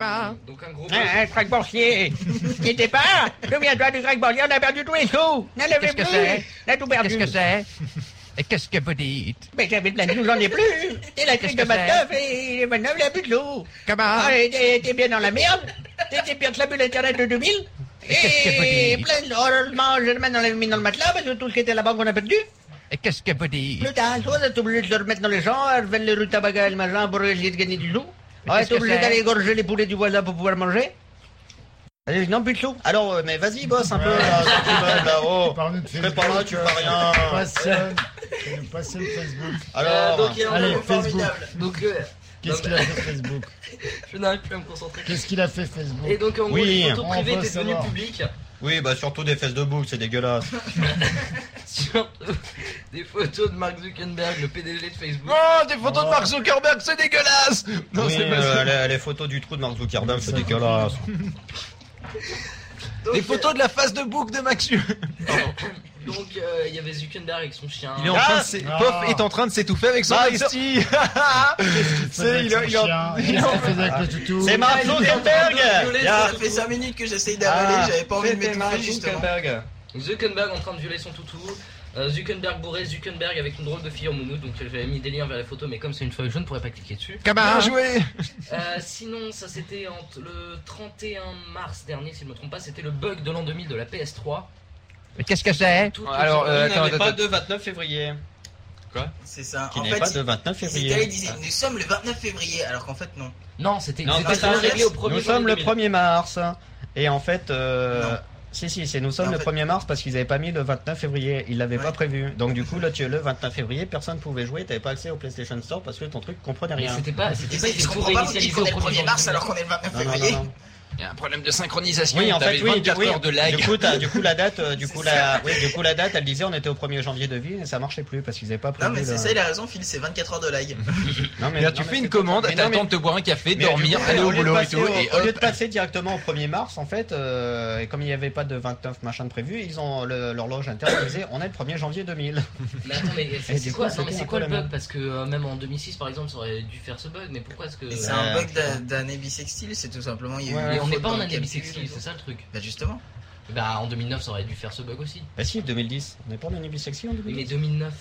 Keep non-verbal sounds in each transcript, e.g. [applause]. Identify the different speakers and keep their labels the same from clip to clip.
Speaker 1: Ah,
Speaker 2: pas.
Speaker 3: Donc un gros
Speaker 2: Hein, hein, Franck Boursier. Qui était pas? Souviens-toi du Franck Boursier, on a perdu tous les sous. On l'avait
Speaker 1: Qu'est-ce que
Speaker 2: plus.
Speaker 1: c'est
Speaker 2: On a tout perdu.
Speaker 1: Qu'est-ce que c'est Et qu'est-ce que vous dites
Speaker 2: Mais j'avais plein de sous, j'en ai plus. Et la
Speaker 1: Qu'est-ce
Speaker 2: truc
Speaker 1: que
Speaker 2: de Madoff, et Madoff, il a plus de sous.
Speaker 1: Comment
Speaker 2: Ah, et t'es t'es bien dans la merde. T'es t'es bien de la bulle Internet de 2000.
Speaker 1: Et qu'est-ce que vous
Speaker 2: Et
Speaker 1: dites
Speaker 2: plein de... Heureusement, je le mets dans, la- mis dans le matelas, parce que tout ce qui était là-bas qu'on a perdu.
Speaker 1: Et qu'est-ce que vous dites
Speaker 2: Plus tard, soit t'es obligé de le remettre dans les champs, revenir les rues tabac et le machin pour essayer de gagner du sou.
Speaker 1: Mais
Speaker 2: Ouais,
Speaker 1: qu'est-ce
Speaker 2: t'es
Speaker 1: que
Speaker 2: obligé
Speaker 1: c'est
Speaker 2: d'aller égorger les poulets du voisin pour pouvoir manger. Allez, non, plus de sous.
Speaker 4: Alors, euh, mais vas-y, bosse un peu, là, sur tes meubles, là, oh.
Speaker 5: Parle-nous de
Speaker 4: Fais pas là, tu
Speaker 5: euh,
Speaker 4: fais rien.
Speaker 5: Passionne. euh, Tu nous passionnes Facebook.
Speaker 4: Alors,
Speaker 3: Euh, donc il y a un
Speaker 5: Allez,
Speaker 3: moment
Speaker 5: Facebook.
Speaker 3: formidable. Donc euh,
Speaker 5: Qu'est-ce qu'il a fait Facebook
Speaker 3: je n'arrive plus à me concentrer.
Speaker 5: Qu'est-ce qu'il a fait
Speaker 3: Et
Speaker 5: Facebook
Speaker 3: donc en gros,
Speaker 4: Oui,
Speaker 3: les
Speaker 5: on
Speaker 3: photos privées
Speaker 5: veut
Speaker 3: étaient devenues
Speaker 5: savoir.
Speaker 3: publiques. [laughs]
Speaker 4: oui, bah surtout des fesses de bouc, c'est dégueulasse.
Speaker 3: Surtout euh, des photos de Mark Zuckerberg, le PDG de Facebook.
Speaker 1: Oh, des photos de Mark Zuckerberg, c'est dégueulasse Non,
Speaker 4: oui,
Speaker 1: c'est pas
Speaker 4: euh,
Speaker 1: ça.
Speaker 4: les, les photos du trou de Mark Zuckerberg, c'est dégueulasse.
Speaker 3: Donc,
Speaker 1: Les photos de la face de bouc de Maxu.
Speaker 3: euh, donc euh, il y avait Zuckerberg avec son chien.
Speaker 1: Il est en train de s'é-
Speaker 5: Ah.
Speaker 1: Pof est en train de s'étouffer avec son
Speaker 4: Bah,
Speaker 1: investi.
Speaker 5: C'est
Speaker 1: il a- il a-
Speaker 5: Qu'est-ce qu'il faisait avec le toutou
Speaker 4: C'est Mark Zuckerberg Il y a-
Speaker 6: Ça fait 5 minutes que j'essaye d'avaler,
Speaker 4: Ah,
Speaker 6: j'avais pas envie de m'étouffer justement.
Speaker 3: Zuckerberg en train de violer son toutou. euh, Zuckerberg bourré, Zuckerberg avec une drôle de fille en moumoute. Donc euh, j'avais mis des liens vers les photos, mais comme c'est une feuille, je ne pourrais pas cliquer dessus.
Speaker 1: Bien joué.
Speaker 3: Euh, sinon, ça c'était entre le 31 mars dernier, si je me trompe pas, c'était le bug de l'an 2000 de la PS3.
Speaker 1: Mais qu'est-ce que c'est
Speaker 3: Tout-
Speaker 1: Alors,
Speaker 3: tout-
Speaker 1: euh,
Speaker 7: Il
Speaker 1: attends,
Speaker 7: n'avait
Speaker 1: attends,
Speaker 7: pas de 29 février.
Speaker 6: C'est ça.
Speaker 4: Qui
Speaker 6: En
Speaker 4: n'est pas de
Speaker 6: fait,
Speaker 4: 29
Speaker 6: ils étaient là, ils
Speaker 4: février.
Speaker 6: disaient nous sommes le 29 février, alors qu'en fait non.
Speaker 3: Non, c'était
Speaker 7: Non,
Speaker 3: c'était
Speaker 7: c'est
Speaker 6: un
Speaker 3: réglé au premier
Speaker 4: Nous
Speaker 3: jour
Speaker 4: sommes
Speaker 3: de
Speaker 4: le
Speaker 3: 2000.
Speaker 4: 1er mars. hein. Et en fait... euh,
Speaker 6: Non.
Speaker 4: Si, si, c'est nous sommes
Speaker 6: En
Speaker 4: le
Speaker 6: fait-
Speaker 4: 1er mars parce qu'ils n'avaient pas mis le 29 février. Ils l'avaient pas prévu. Donc du coup, là, tu es le 29 février, personne pouvait jouer, t'avais pas accès au PlayStation Store parce que ton truc comprenait
Speaker 3: Mais
Speaker 4: rien.
Speaker 3: C'était pas, c'était
Speaker 6: Et
Speaker 3: pas
Speaker 6: ça,
Speaker 3: du
Speaker 6: je
Speaker 3: tout
Speaker 6: comprends pas pourquoi ils
Speaker 3: réinitialisé au
Speaker 6: font le 1er mars alors qu'on est le 29
Speaker 4: Non, non, non,
Speaker 6: février.
Speaker 4: non.
Speaker 1: Il y a un problème de synchronisation.
Speaker 4: Oui, en
Speaker 1: t'avais
Speaker 4: fait, oui,
Speaker 1: 24
Speaker 4: oui.
Speaker 1: heures de lag.
Speaker 4: Du coup, t'as- du coup, la date, euh, du coup,
Speaker 6: C'est
Speaker 4: la, oui, du coup, la date, elle disait on était au 1er janvier de ville et ça marchait plus parce qu'ils avaient pas prévu.
Speaker 6: Non, mais c'est
Speaker 4: le-
Speaker 6: ça, il a raison, Phil, c'est 24 heures de lag.
Speaker 4: Non, mais-
Speaker 1: Là,
Speaker 4: non,
Speaker 1: tu fais
Speaker 4: mais c'est-
Speaker 1: une commande,
Speaker 4: mais non,
Speaker 1: t'attends
Speaker 4: mais-
Speaker 1: de te boire un café,
Speaker 4: mais
Speaker 1: dormir,
Speaker 4: du coup,
Speaker 1: aller
Speaker 4: au
Speaker 1: au
Speaker 4: lieu de
Speaker 1: boulot et
Speaker 4: passer
Speaker 1: tout,
Speaker 4: au-
Speaker 1: et
Speaker 4: Au lieu
Speaker 1: hop.
Speaker 4: de passer directement au 1er mars, en fait, euh, et comme il n'y avait pas de 29 machin de prévu, ils ont le- l'horloge interne elle disait on est le 1er janvier 2000.
Speaker 3: Mais attends, mais
Speaker 4: Et
Speaker 3: c'est
Speaker 4: du
Speaker 3: c'est
Speaker 4: coup,
Speaker 3: quoi,
Speaker 4: c'était
Speaker 3: non, mais c'est
Speaker 4: un
Speaker 3: quoi le
Speaker 4: problème.
Speaker 3: bug Parce que euh, même en 2006, par exemple, ça aurait dû faire ce bug, mais pourquoi est-ce que.
Speaker 6: Mais c'est
Speaker 4: Ouais,
Speaker 6: un bug
Speaker 4: putain.
Speaker 6: d'un- d'année bissextile, c'est tout simplement. Il y a eu
Speaker 4: Ouais,
Speaker 6: une
Speaker 3: Mais on
Speaker 6: faute
Speaker 3: n'est pas
Speaker 6: dans
Speaker 3: en
Speaker 6: le
Speaker 3: année
Speaker 6: calcul.
Speaker 3: bisexuelle, c'est ça le truc.
Speaker 6: Bah justement.
Speaker 3: Bah en 2009, ça aurait dû faire ce bug aussi.
Speaker 4: Bah si, 2010. On n'est pas en année bisexuelle en
Speaker 3: Oui, mais
Speaker 4: 2010.
Speaker 3: 2009.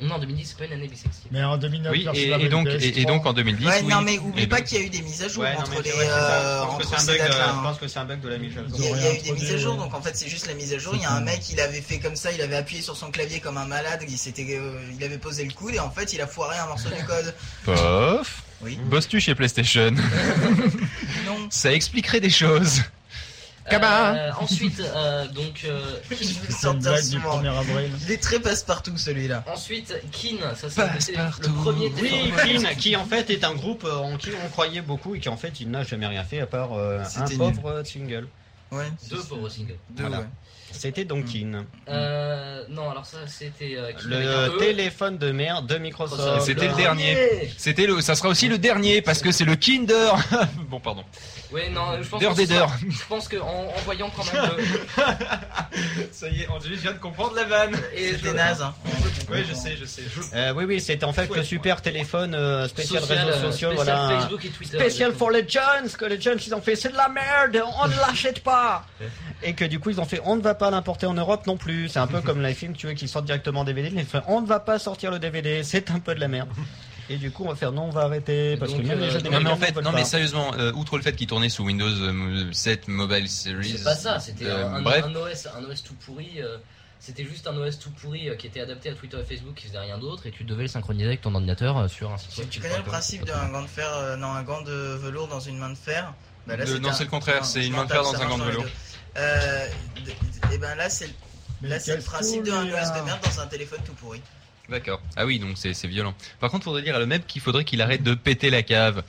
Speaker 3: Non, en 2010, c'est pas une année bisexuelle.
Speaker 5: Mais en 2009,
Speaker 1: Oui,
Speaker 5: leur
Speaker 1: et,
Speaker 5: cheval
Speaker 1: et donc,
Speaker 5: de
Speaker 1: et, et
Speaker 5: PS3.
Speaker 1: donc en 2010,
Speaker 6: Ouais,
Speaker 1: oui.
Speaker 6: non, mais oublie
Speaker 1: Et
Speaker 6: pas
Speaker 1: donc-
Speaker 6: qu'il y a eu des mises à jour
Speaker 4: Ouais, non,
Speaker 6: entre
Speaker 4: mais
Speaker 6: les.
Speaker 4: c'est vrai, c'est ça.
Speaker 6: euh,
Speaker 4: Je pense que
Speaker 6: entre
Speaker 4: c'est un
Speaker 6: ces
Speaker 4: bug, euh,
Speaker 6: dates-là,
Speaker 4: je
Speaker 6: hein.
Speaker 4: pense que c'est un bug de la mise à jour.
Speaker 6: Il y a, il y a eu des
Speaker 5: Ils ont
Speaker 6: mises à jour,
Speaker 5: rien
Speaker 6: donc en fait c'est juste la mise à jour. Il y a un mec, il avait fait comme ça, il avait appuyé sur son clavier comme un malade, il s'était, euh, il avait posé le coude et en fait il a foiré un morceau du code.
Speaker 1: Pof
Speaker 6: Oui.
Speaker 1: Bosses-tu chez PlayStation
Speaker 6: Non.
Speaker 1: Ça expliquerait des choses.
Speaker 3: Euh, ensuite, euh, donc. euh,
Speaker 6: Je vais le
Speaker 5: C'est une
Speaker 6: sortir
Speaker 5: blague du
Speaker 6: souvent.
Speaker 5: 1er avril.
Speaker 6: Il est très passe-partout celui-là.
Speaker 3: ensuite, Kin, ça c'est le
Speaker 1: Passepartout.
Speaker 3: premier
Speaker 4: Oui,
Speaker 3: téléphone.
Speaker 4: Clean, qui en fait est un groupe euh, en qui on croyait beaucoup et qui en fait il n'a jamais rien fait à part euh, un
Speaker 6: C'était nul.
Speaker 4: pauvre euh, single.
Speaker 6: Ouais.
Speaker 3: Deux pauvres singles.
Speaker 6: Deux,
Speaker 4: Voilà.
Speaker 6: ouais.
Speaker 4: C'était donc Clean.
Speaker 3: Euh, non, alors ça c'était. euh, Kin avec un
Speaker 4: Le
Speaker 3: E.
Speaker 4: téléphone de merde de Microsoft.
Speaker 1: C'était le dernier. C'était le, ça sera aussi le dernier parce que c'est le Kinder. [laughs] bon, pardon.
Speaker 3: Ouais, non, euh, je pense
Speaker 1: D'heure
Speaker 3: que ce
Speaker 1: des d'heures.
Speaker 3: sera- Je pense qu'en en, en voyant quand même. le-
Speaker 7: Ça y est, Angélique vient de comprendre la vanne.
Speaker 3: Et
Speaker 6: C'était naze. Hein.
Speaker 7: Ouais, je sais, je sais. Je-
Speaker 4: Euh, oui, oui, c'était en fait le super téléphone euh, spécial
Speaker 3: Social,
Speaker 4: réseaux
Speaker 3: euh,
Speaker 4: sociaux.
Speaker 3: spécial
Speaker 4: voilà.
Speaker 3: Facebook et Twitter.
Speaker 4: Spécial
Speaker 3: exactement.
Speaker 4: for les jeunes, que les jeunes ils ont fait c'est de la merde, on ne l'achète pas
Speaker 1: [laughs]
Speaker 4: Et que du coup ils ont fait on ne va pas l'importer en Europe non plus. C'est un peu comme les films tu vois qui sortent directement en DVD, ils font on ne va pas sortir le DVD, c'est un peu de la merde. Et du coup on va faire non on va arrêter parce
Speaker 3: Donc,
Speaker 4: que même
Speaker 3: euh,
Speaker 4: les jeunes
Speaker 3: non,
Speaker 1: Non, mais en
Speaker 4: américains
Speaker 1: fait,
Speaker 4: ne veulent
Speaker 1: non,
Speaker 4: pas.
Speaker 1: mais sérieusement, euh, outre le fait qu'il tournait sous Windows euh, 7 Mobile Series.
Speaker 3: C'est pas ça, c'était
Speaker 1: euh,
Speaker 3: un- un,
Speaker 1: bref.
Speaker 3: un OS, un OS tout pourri. euh, c'était juste un OS tout pourri euh, qui était adapté à Twitter et Facebook qui faisait rien d'autre et tu devais le synchroniser avec ton ordinateur euh, sur un site
Speaker 6: Tu,
Speaker 3: web.
Speaker 6: tu connais le principe d'un gant de fer, euh, non, un gant de velours dans une main de fer Bah, là,
Speaker 1: De-
Speaker 6: c'était
Speaker 1: non,
Speaker 6: un-
Speaker 1: c'est le contraire,
Speaker 6: non,
Speaker 1: c'est une
Speaker 6: je
Speaker 1: main de fer
Speaker 6: m'entends,
Speaker 1: dans
Speaker 6: ça
Speaker 1: un gant de
Speaker 6: marche les
Speaker 1: velours.
Speaker 6: deux. Euh, de- et ben là, c'est
Speaker 5: Mais
Speaker 6: là, c'est le
Speaker 5: casse-tout,
Speaker 6: principe d'un
Speaker 5: lui, là.
Speaker 6: OS de merde dans un téléphone tout pourri.
Speaker 1: D'accord. Ah oui, donc c'est c'est violent. Par contre, faudrait dire à le mec qu'il faudrait qu'il arrête de péter la cave.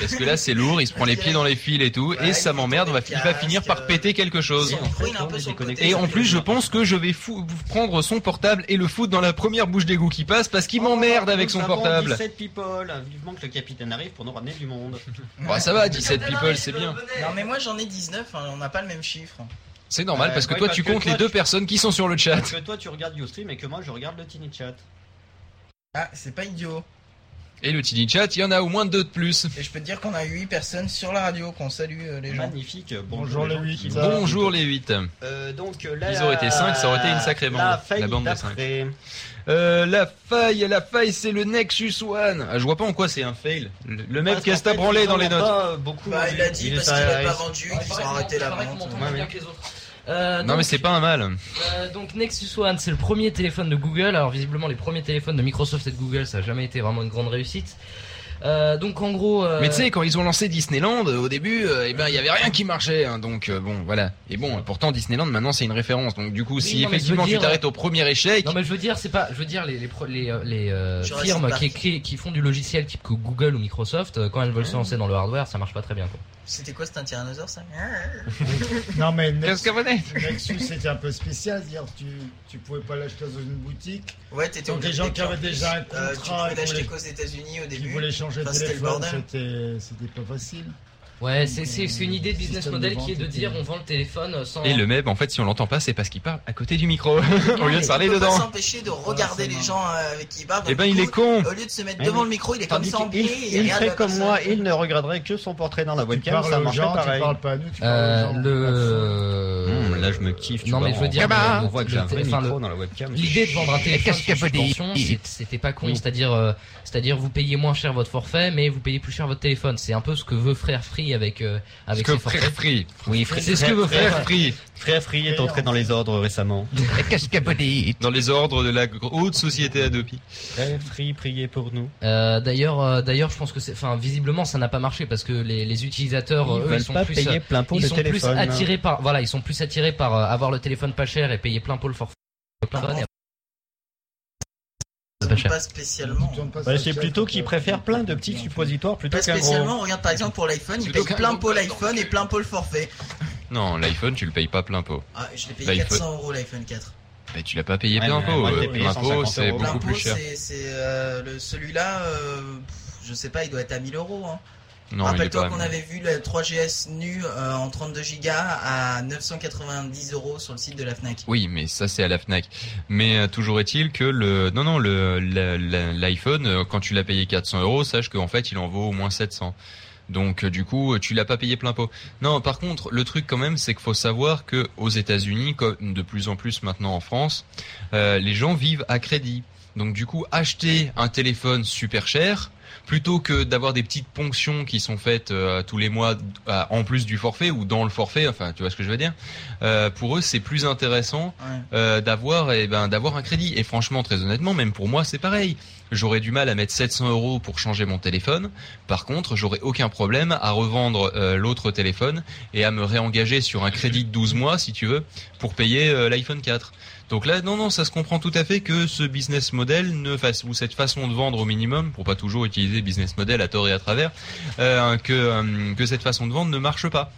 Speaker 1: Parce que là, c'est lourd, il se prend les pieds dans les fils et tout,
Speaker 6: Ouais,
Speaker 1: et ça
Speaker 6: il fait
Speaker 1: m'emmerde, on va,
Speaker 6: tourner le
Speaker 1: il va finir
Speaker 6: casque,
Speaker 1: par
Speaker 6: euh,
Speaker 1: péter quelque chose.
Speaker 6: Si, on prune un peu son
Speaker 4: déconnecté.
Speaker 6: côté,
Speaker 1: Et en
Speaker 6: ça
Speaker 1: plus,
Speaker 6: fait
Speaker 1: je pense que je vais fou- prendre son portable et le foutre dans la première bouche d'égout qui passe parce
Speaker 4: Oh,
Speaker 1: qu'il m'emmerde avec son
Speaker 4: Nous avons
Speaker 1: portable.
Speaker 4: 17 people, vivement que le capitaine arrive pour nous ramener
Speaker 1: [laughs]
Speaker 4: du monde.
Speaker 1: Bah, ça va, 17 people, c'est bien. Euh,
Speaker 6: Non mais moi j'en ai 19, hein, on n'a pas le même chiffre.
Speaker 1: C'est normal parce que
Speaker 4: Ouais,
Speaker 1: toi,
Speaker 4: parce
Speaker 1: tu
Speaker 4: que
Speaker 1: comptes
Speaker 4: toi,
Speaker 1: les deux
Speaker 4: tu-
Speaker 1: personnes qui sont sur le chat.
Speaker 4: Parce que toi tu regardes YouStream et que moi je regarde le Tiny Chat.
Speaker 6: Ah, c'est pas idiot.
Speaker 1: Et le Tiny Chat, il y en a au moins deux de plus.
Speaker 6: Et je peux te dire qu'on a 8 personnes sur la radio, qu'on salue euh, les gens.
Speaker 4: Magnifique.
Speaker 5: Bonjour les huit.
Speaker 4: gens.
Speaker 1: Bonjour les 8.
Speaker 4: Euh, donc euh, là,
Speaker 1: Ils auraient été cinq, ça aurait été une sacrée bande.
Speaker 4: La, faille
Speaker 1: La bande de
Speaker 4: d'après.
Speaker 1: Euh, la faille, la faille, c'est le Nexus One. Ah, je vois pas en quoi c'est un fail. Le, le mec,
Speaker 4: Parce qu'en
Speaker 1: qu'est-ce que t'as
Speaker 4: fait,
Speaker 1: branlé
Speaker 4: ils
Speaker 1: dans
Speaker 4: en
Speaker 1: les
Speaker 4: ont
Speaker 1: notes
Speaker 4: pas beaucoup
Speaker 6: Bah,
Speaker 4: vendu.
Speaker 6: il a dit
Speaker 4: est
Speaker 6: parce qu'il a
Speaker 4: arrivé.
Speaker 6: pas vendu, qu'ils ont arrêté la
Speaker 3: Pareil que
Speaker 6: vente.
Speaker 3: mon ton
Speaker 4: Ouais,
Speaker 3: est bien
Speaker 4: ouais.
Speaker 3: que les autres. Euh,
Speaker 1: Non,
Speaker 3: donc,
Speaker 1: mais c'est pas un mal.
Speaker 3: euh, donc Nexus One, c'est le premier téléphone de Google. Alors visiblement, les premiers téléphones de Microsoft et de Google, ça a jamais été vraiment une grande réussite. Euh, donc en gros, euh,
Speaker 1: Mais tu sais, quand ils ont lancé Disneyland, euh, au début, euh, eh ben, il y avait rien qui marchait. hein, donc euh, bon, voilà. Et bon, euh, pourtant Disneyland maintenant c'est une référence. Donc du coup, si
Speaker 3: non, mais je veux
Speaker 1: effectivement
Speaker 3: dire,
Speaker 1: tu t'arrêtes au premier échec,
Speaker 3: Non mais je veux dire c'est pas je veux dire les les pro- les, euh, les, euh,
Speaker 6: Jurassic
Speaker 3: firmes qui,
Speaker 6: Park.
Speaker 3: qui qui font du logiciel type que Google ou Microsoft euh, quand elles veulent se lancer dans le hardware ça marche pas très bien quoi.
Speaker 6: C'était quoi, c'était un tyrannosaure ça
Speaker 5: Non, mais
Speaker 1: qu'est-ce
Speaker 5: Nex-
Speaker 1: que vous dites
Speaker 5: Nexus, c'était un peu spécial. C'est-à-dire, tu, tu pouvais pas l'acheter dans une boutique.
Speaker 6: Ouais, t'étais
Speaker 5: Donc,
Speaker 6: obligé
Speaker 5: des gens
Speaker 6: de
Speaker 5: qui avaient déjà un
Speaker 6: Euh, tu
Speaker 5: contrat
Speaker 6: pouvais
Speaker 5: et qui voulaient-
Speaker 6: l'acheter qu'aux États-Unis au
Speaker 5: qui
Speaker 6: début.
Speaker 5: voulaient changer de
Speaker 6: Enfin, c'était le
Speaker 5: téléphone.
Speaker 6: bordel.
Speaker 5: C'était c'était pas facile.
Speaker 3: Ouais c'est c'est c'est une idée de business
Speaker 5: Système de
Speaker 3: model qui est
Speaker 5: vente
Speaker 3: de
Speaker 5: et
Speaker 3: dire
Speaker 5: tout.
Speaker 3: on vend le téléphone euh, sans.
Speaker 1: Et le même, en fait, si on l'entend pas, c'est parce qu'il parle à côté du micro [laughs] au lieu de
Speaker 6: Il
Speaker 1: parler
Speaker 6: peut pas
Speaker 1: dedans.
Speaker 6: s'empêcher de regarder
Speaker 5: c'est
Speaker 6: les
Speaker 5: marrant.
Speaker 6: gens euh, avec qui il parle. donc
Speaker 1: Eh ben,
Speaker 6: du
Speaker 1: il est
Speaker 6: coup,
Speaker 1: con.
Speaker 6: Au lieu de se mettre
Speaker 4: Mais
Speaker 6: devant
Speaker 4: oui.
Speaker 6: le micro, il est comme
Speaker 4: Tandis
Speaker 6: ça en
Speaker 4: qu'il
Speaker 6: pied.
Speaker 4: il ferait comme moi, il ne regarderait que son portrait dans la
Speaker 5: Tu
Speaker 4: webcam, ça
Speaker 5: parles aux
Speaker 4: marcherait
Speaker 5: gens, tu
Speaker 4: pareil.
Speaker 5: parles pas à nous, tu
Speaker 3: Euh,
Speaker 5: parles aux gens.
Speaker 3: le
Speaker 1: Hum, là, je me kiffe. tu
Speaker 3: non
Speaker 1: vois,
Speaker 3: mais je veux
Speaker 1: en-
Speaker 3: dire
Speaker 1: Ah,
Speaker 3: le-
Speaker 1: on voit que
Speaker 3: le-
Speaker 1: j'ai un vrai
Speaker 3: enfin, le-
Speaker 1: micro dans la webcam.
Speaker 3: L'idée de vendre un téléphone sans
Speaker 1: Qu'est-ce qu'il y a
Speaker 3: subvention,
Speaker 1: pas des-
Speaker 3: c'est- c'était pas con,
Speaker 1: Oui.
Speaker 3: c'est-à-dire, euh, c'est-à-dire vous payez moins cher votre forfait, mais vous payez plus cher votre téléphone. C'est un peu ce que veut Frère Free avec euh,
Speaker 1: Parce
Speaker 3: avec
Speaker 1: que
Speaker 3: ses forfaits.
Speaker 1: frère Free,
Speaker 3: Oui, Frère- c'est ce que veut
Speaker 1: frère
Speaker 3: Frère.
Speaker 1: Free,
Speaker 4: Frère Free est entré dans les ordres récemment.
Speaker 1: dans les ordres de la haute société Adopi.
Speaker 4: Frère Free, priez pour nous.
Speaker 3: Euh, d'ailleurs, euh, d'ailleurs, je pense que c'est, enfin, visiblement, ça n'a pas marché parce que les, les utilisateurs,
Speaker 4: Ils
Speaker 3: euh, eux, ils
Speaker 4: veulent
Speaker 3: sont
Speaker 4: pas
Speaker 3: plus,
Speaker 4: payer plein pot
Speaker 3: ils
Speaker 4: le
Speaker 3: sont plus
Speaker 4: téléphone.
Speaker 3: attirés par, voilà, ils sont plus attirés par euh, avoir le téléphone pas cher et payer plein pot le forfait. Plein pot, et-
Speaker 6: ne
Speaker 3: pas cher.
Speaker 6: pas spécialement.
Speaker 5: Tu tournes pas
Speaker 4: Ouais,
Speaker 5: sur
Speaker 4: Bah, c'est
Speaker 5: le chat,
Speaker 4: plutôt
Speaker 5: donc, euh,
Speaker 4: qu'ils préfèrent plein de petits suppositoires plutôt
Speaker 6: Pas
Speaker 4: qu'un gros.
Speaker 6: spécialement, regarde par exemple pour l'iPhone, il
Speaker 1: Plutôt
Speaker 6: paye
Speaker 1: qu'un
Speaker 6: plein
Speaker 1: gros
Speaker 6: pot
Speaker 1: bâtard.
Speaker 6: l'iPhone et plein pot le forfait.
Speaker 1: Non, l'iPhone, tu le payes pas plein pot.
Speaker 6: Ah, je l'ai payé
Speaker 1: L'iPhone.
Speaker 6: 400 euros l'iPhone 4.
Speaker 1: Bah, tu l'as pas payé
Speaker 4: Ouais,
Speaker 1: plein
Speaker 4: mais
Speaker 1: pot.
Speaker 4: moi, je l'ai
Speaker 1: euh,
Speaker 4: payé
Speaker 1: Plein
Speaker 4: 150
Speaker 1: pot, c'est
Speaker 4: euros.
Speaker 1: beaucoup
Speaker 6: Plein
Speaker 1: plus
Speaker 6: pot,
Speaker 1: cher.
Speaker 6: c'est c'est, euh, le- celui-là, euh, pff, je sais pas, il doit être à 1000 euros. hein.
Speaker 1: Non, il est
Speaker 6: Rappelle-toi
Speaker 1: pas.
Speaker 6: qu'on avait vu la 3GS nue euh, en 32 Go à 990 euros sur le site de la Fnac.
Speaker 1: Oui, mais ça c'est à la Fnac. Mais euh, toujours est-il que le non non le la- la- l'iPhone euh, quand tu l'as payé 400 euros, sache qu'en fait il en vaut au moins 700. Donc euh, du coup euh, tu l'as pas payé plein pot. Non, par contre le truc quand même c'est qu'il faut savoir que aux États-Unis comme de plus en plus maintenant en France, euh, les gens vivent à crédit. Donc du coup acheter un téléphone super cher plutôt que d'avoir des petites ponctions qui sont faites euh, tous les mois euh, en plus du forfait ou dans le forfait, enfin tu vois ce que je veux dire. Euh, pour eux c'est plus intéressant
Speaker 6: Ouais.
Speaker 1: euh, d'avoir eh ben d'avoir un crédit. Et franchement, très honnêtement, même pour moi, c'est pareil. J'aurais du mal à mettre 700 euros pour changer mon téléphone. Par contre, j'aurais aucun problème à revendre euh, l'autre téléphone et à me réengager sur un crédit de 12 mois, si tu veux, pour payer euh, l'iPhone 4. Donc là, non, non, ça se comprend tout à fait que ce business model ne fasse ou cette façon de vendre au minimum, pour pas toujours utiliser business model à tort et à travers, euh, que euh, que cette façon de vendre ne marche pas.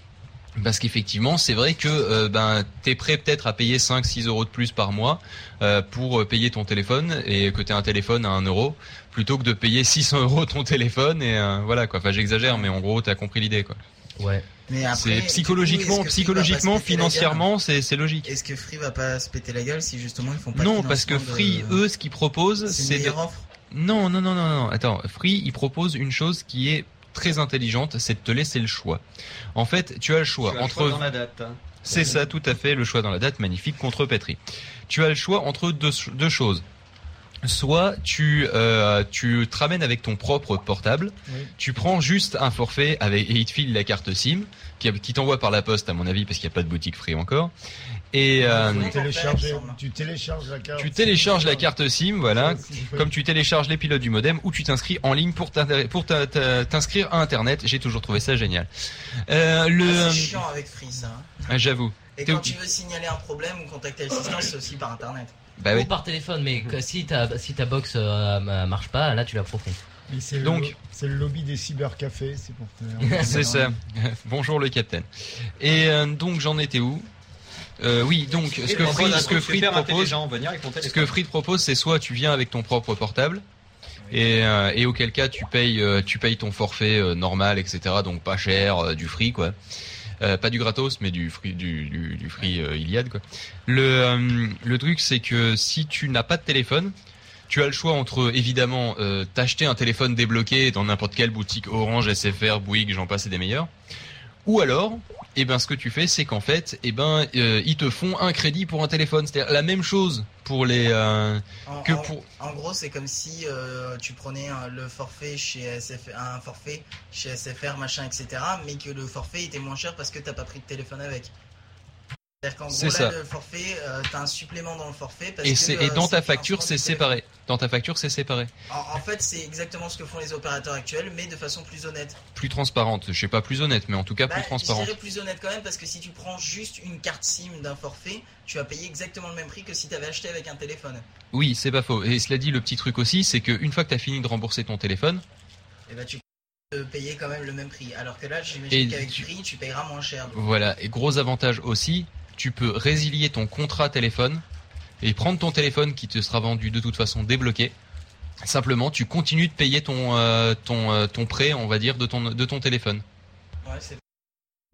Speaker 1: Parce qu'effectivement, c'est vrai que euh, ben t'es prêt peut-être à payer 5-6 euros de plus par mois euh, pour euh, payer ton téléphone et que t'aies un téléphone à 1 euro plutôt que de payer 600 euros ton téléphone et euh, voilà quoi. Enfin, j'exagère, mais en gros, t'as compris l'idée quoi.
Speaker 3: Ouais.
Speaker 6: Mais après,
Speaker 1: C'est
Speaker 6: du coup,
Speaker 1: psychologiquement,
Speaker 6: est-ce que Free va pas se
Speaker 1: psychologiquement,
Speaker 6: péter la gueule
Speaker 1: financièrement, c'est c'est logique.
Speaker 6: Est-ce que Free va pas se péter la gueule si justement ils font pas de
Speaker 1: Non, parce que
Speaker 6: financement de-
Speaker 1: Free, eux, ce qu'ils proposent,
Speaker 6: c'est une
Speaker 1: c'est de...
Speaker 6: meilleure offre
Speaker 1: non, non, non, non, non. Attends, Free, ils proposent une chose qui est très intelligente, c'est de te laisser le choix. En fait, tu as le choix entre
Speaker 4: la date.
Speaker 1: C'est ça, tout à fait, le choix dans la date, magnifique contre Petri. Tu as le choix entre deux, deux choses. Soit tu, euh, tu te ramènes avec ton propre portable,
Speaker 5: Oui.
Speaker 1: tu prends juste un forfait avec, et il te file la carte SIM, qui, qui t'envoie par la poste à mon avis parce qu'il n'y a pas de boutique free encore. Et euh,
Speaker 5: Tu télécharges,
Speaker 6: Ouais.
Speaker 5: tu télécharges la carte.
Speaker 1: tu télécharges la carte SIM, voilà, comme tu télécharges les pilotes du modem ou tu t'inscris en ligne pour t'intér- pour t'in- t'in- t'inscrire à Internet. J'ai toujours trouvé ça génial. Euh, le,
Speaker 6: Ah, C'est chiant avec Free ça. hein.
Speaker 1: ah, j'avoue.
Speaker 6: Et
Speaker 1: T'es
Speaker 6: quand
Speaker 1: où-
Speaker 6: tu veux signaler un problème ou contacter l'assistance, c'est aussi par internet.
Speaker 1: Bah
Speaker 3: Ou
Speaker 1: oui.
Speaker 3: par téléphone, mais que- si ta si ta box euh, ma- marche pas, là tu la profonde.
Speaker 5: Mais c'est le
Speaker 1: Donc-
Speaker 5: lo- c'est le lobby des cybercafés, c'est pour
Speaker 1: [laughs]
Speaker 5: faire.
Speaker 1: C'est ça. Bonjour le capitaine. Et euh, donc j'en étais où Euh, Oui, donc ce que Free, ce que Free propose, ce que Free propose, c'est soit tu viens avec ton propre portable. Et, euh, et auquel cas tu payes euh, tu payes ton forfait euh, normal etc donc pas cher euh, du free quoi Euh, pas du gratos mais du free du du, du free euh, Iliad quoi le euh, le truc c'est que si tu n'as pas de téléphone Tu as le choix entre évidemment euh, t'acheter un téléphone débloqué dans n'importe quelle boutique Orange, SFR, Bouygues, j'en passe et des meilleurs. Ou alors, eh ben ce que tu fais, c'est qu'en fait, eh ben euh, ils te font un crédit pour un téléphone, c'est-à-dire la même chose pour les euh,
Speaker 6: En,
Speaker 1: que
Speaker 6: en-
Speaker 1: pour
Speaker 6: en gros, c'est comme si euh, tu prenais euh, le forfait chez SF, un forfait chez SFR, machin, etc. Mais que le forfait était moins cher parce que t'as pas pris de téléphone avec. C'est-à-dire qu'en gros,
Speaker 1: C'est
Speaker 6: là,
Speaker 1: ça.
Speaker 6: le forfait, euh, t'as un supplément dans le forfait parce
Speaker 1: et
Speaker 6: que.
Speaker 1: c'est
Speaker 6: euh,
Speaker 1: et dans ta
Speaker 6: le
Speaker 1: facture c'est
Speaker 6: financement du
Speaker 1: séparé. Dans ta facture c'est séparé.
Speaker 6: téléphone. En, en fait, c'est exactement ce que font les opérateurs actuels, mais de façon plus honnête.
Speaker 1: Plus transparente, je sais pas plus honnête, mais en tout cas
Speaker 6: Bah,
Speaker 1: plus transparente.
Speaker 6: Je dirais plus honnête quand même parce que si tu prends juste une carte SIM d'un forfait, tu vas payer exactement le même prix que si t'avais acheté avec un téléphone.
Speaker 1: Oui, c'est pas faux. Et cela dit, le petit truc aussi, c'est qu'une fois que t'as fini de rembourser ton téléphone,
Speaker 6: et bah tu peux payer quand même le même prix. Alors que là,
Speaker 1: Et
Speaker 6: j'imagine qu'avec
Speaker 1: tu-
Speaker 6: Free, tu payeras moins cher.
Speaker 1: Voilà, et gros avantage aussi, tu peux résilier ton contrat téléphone et prendre ton téléphone qui te sera vendu de toute façon débloqué. Simplement, tu continues de payer ton euh, ton euh, ton prêt, on va dire, de ton de ton téléphone.
Speaker 6: Ouais, c'est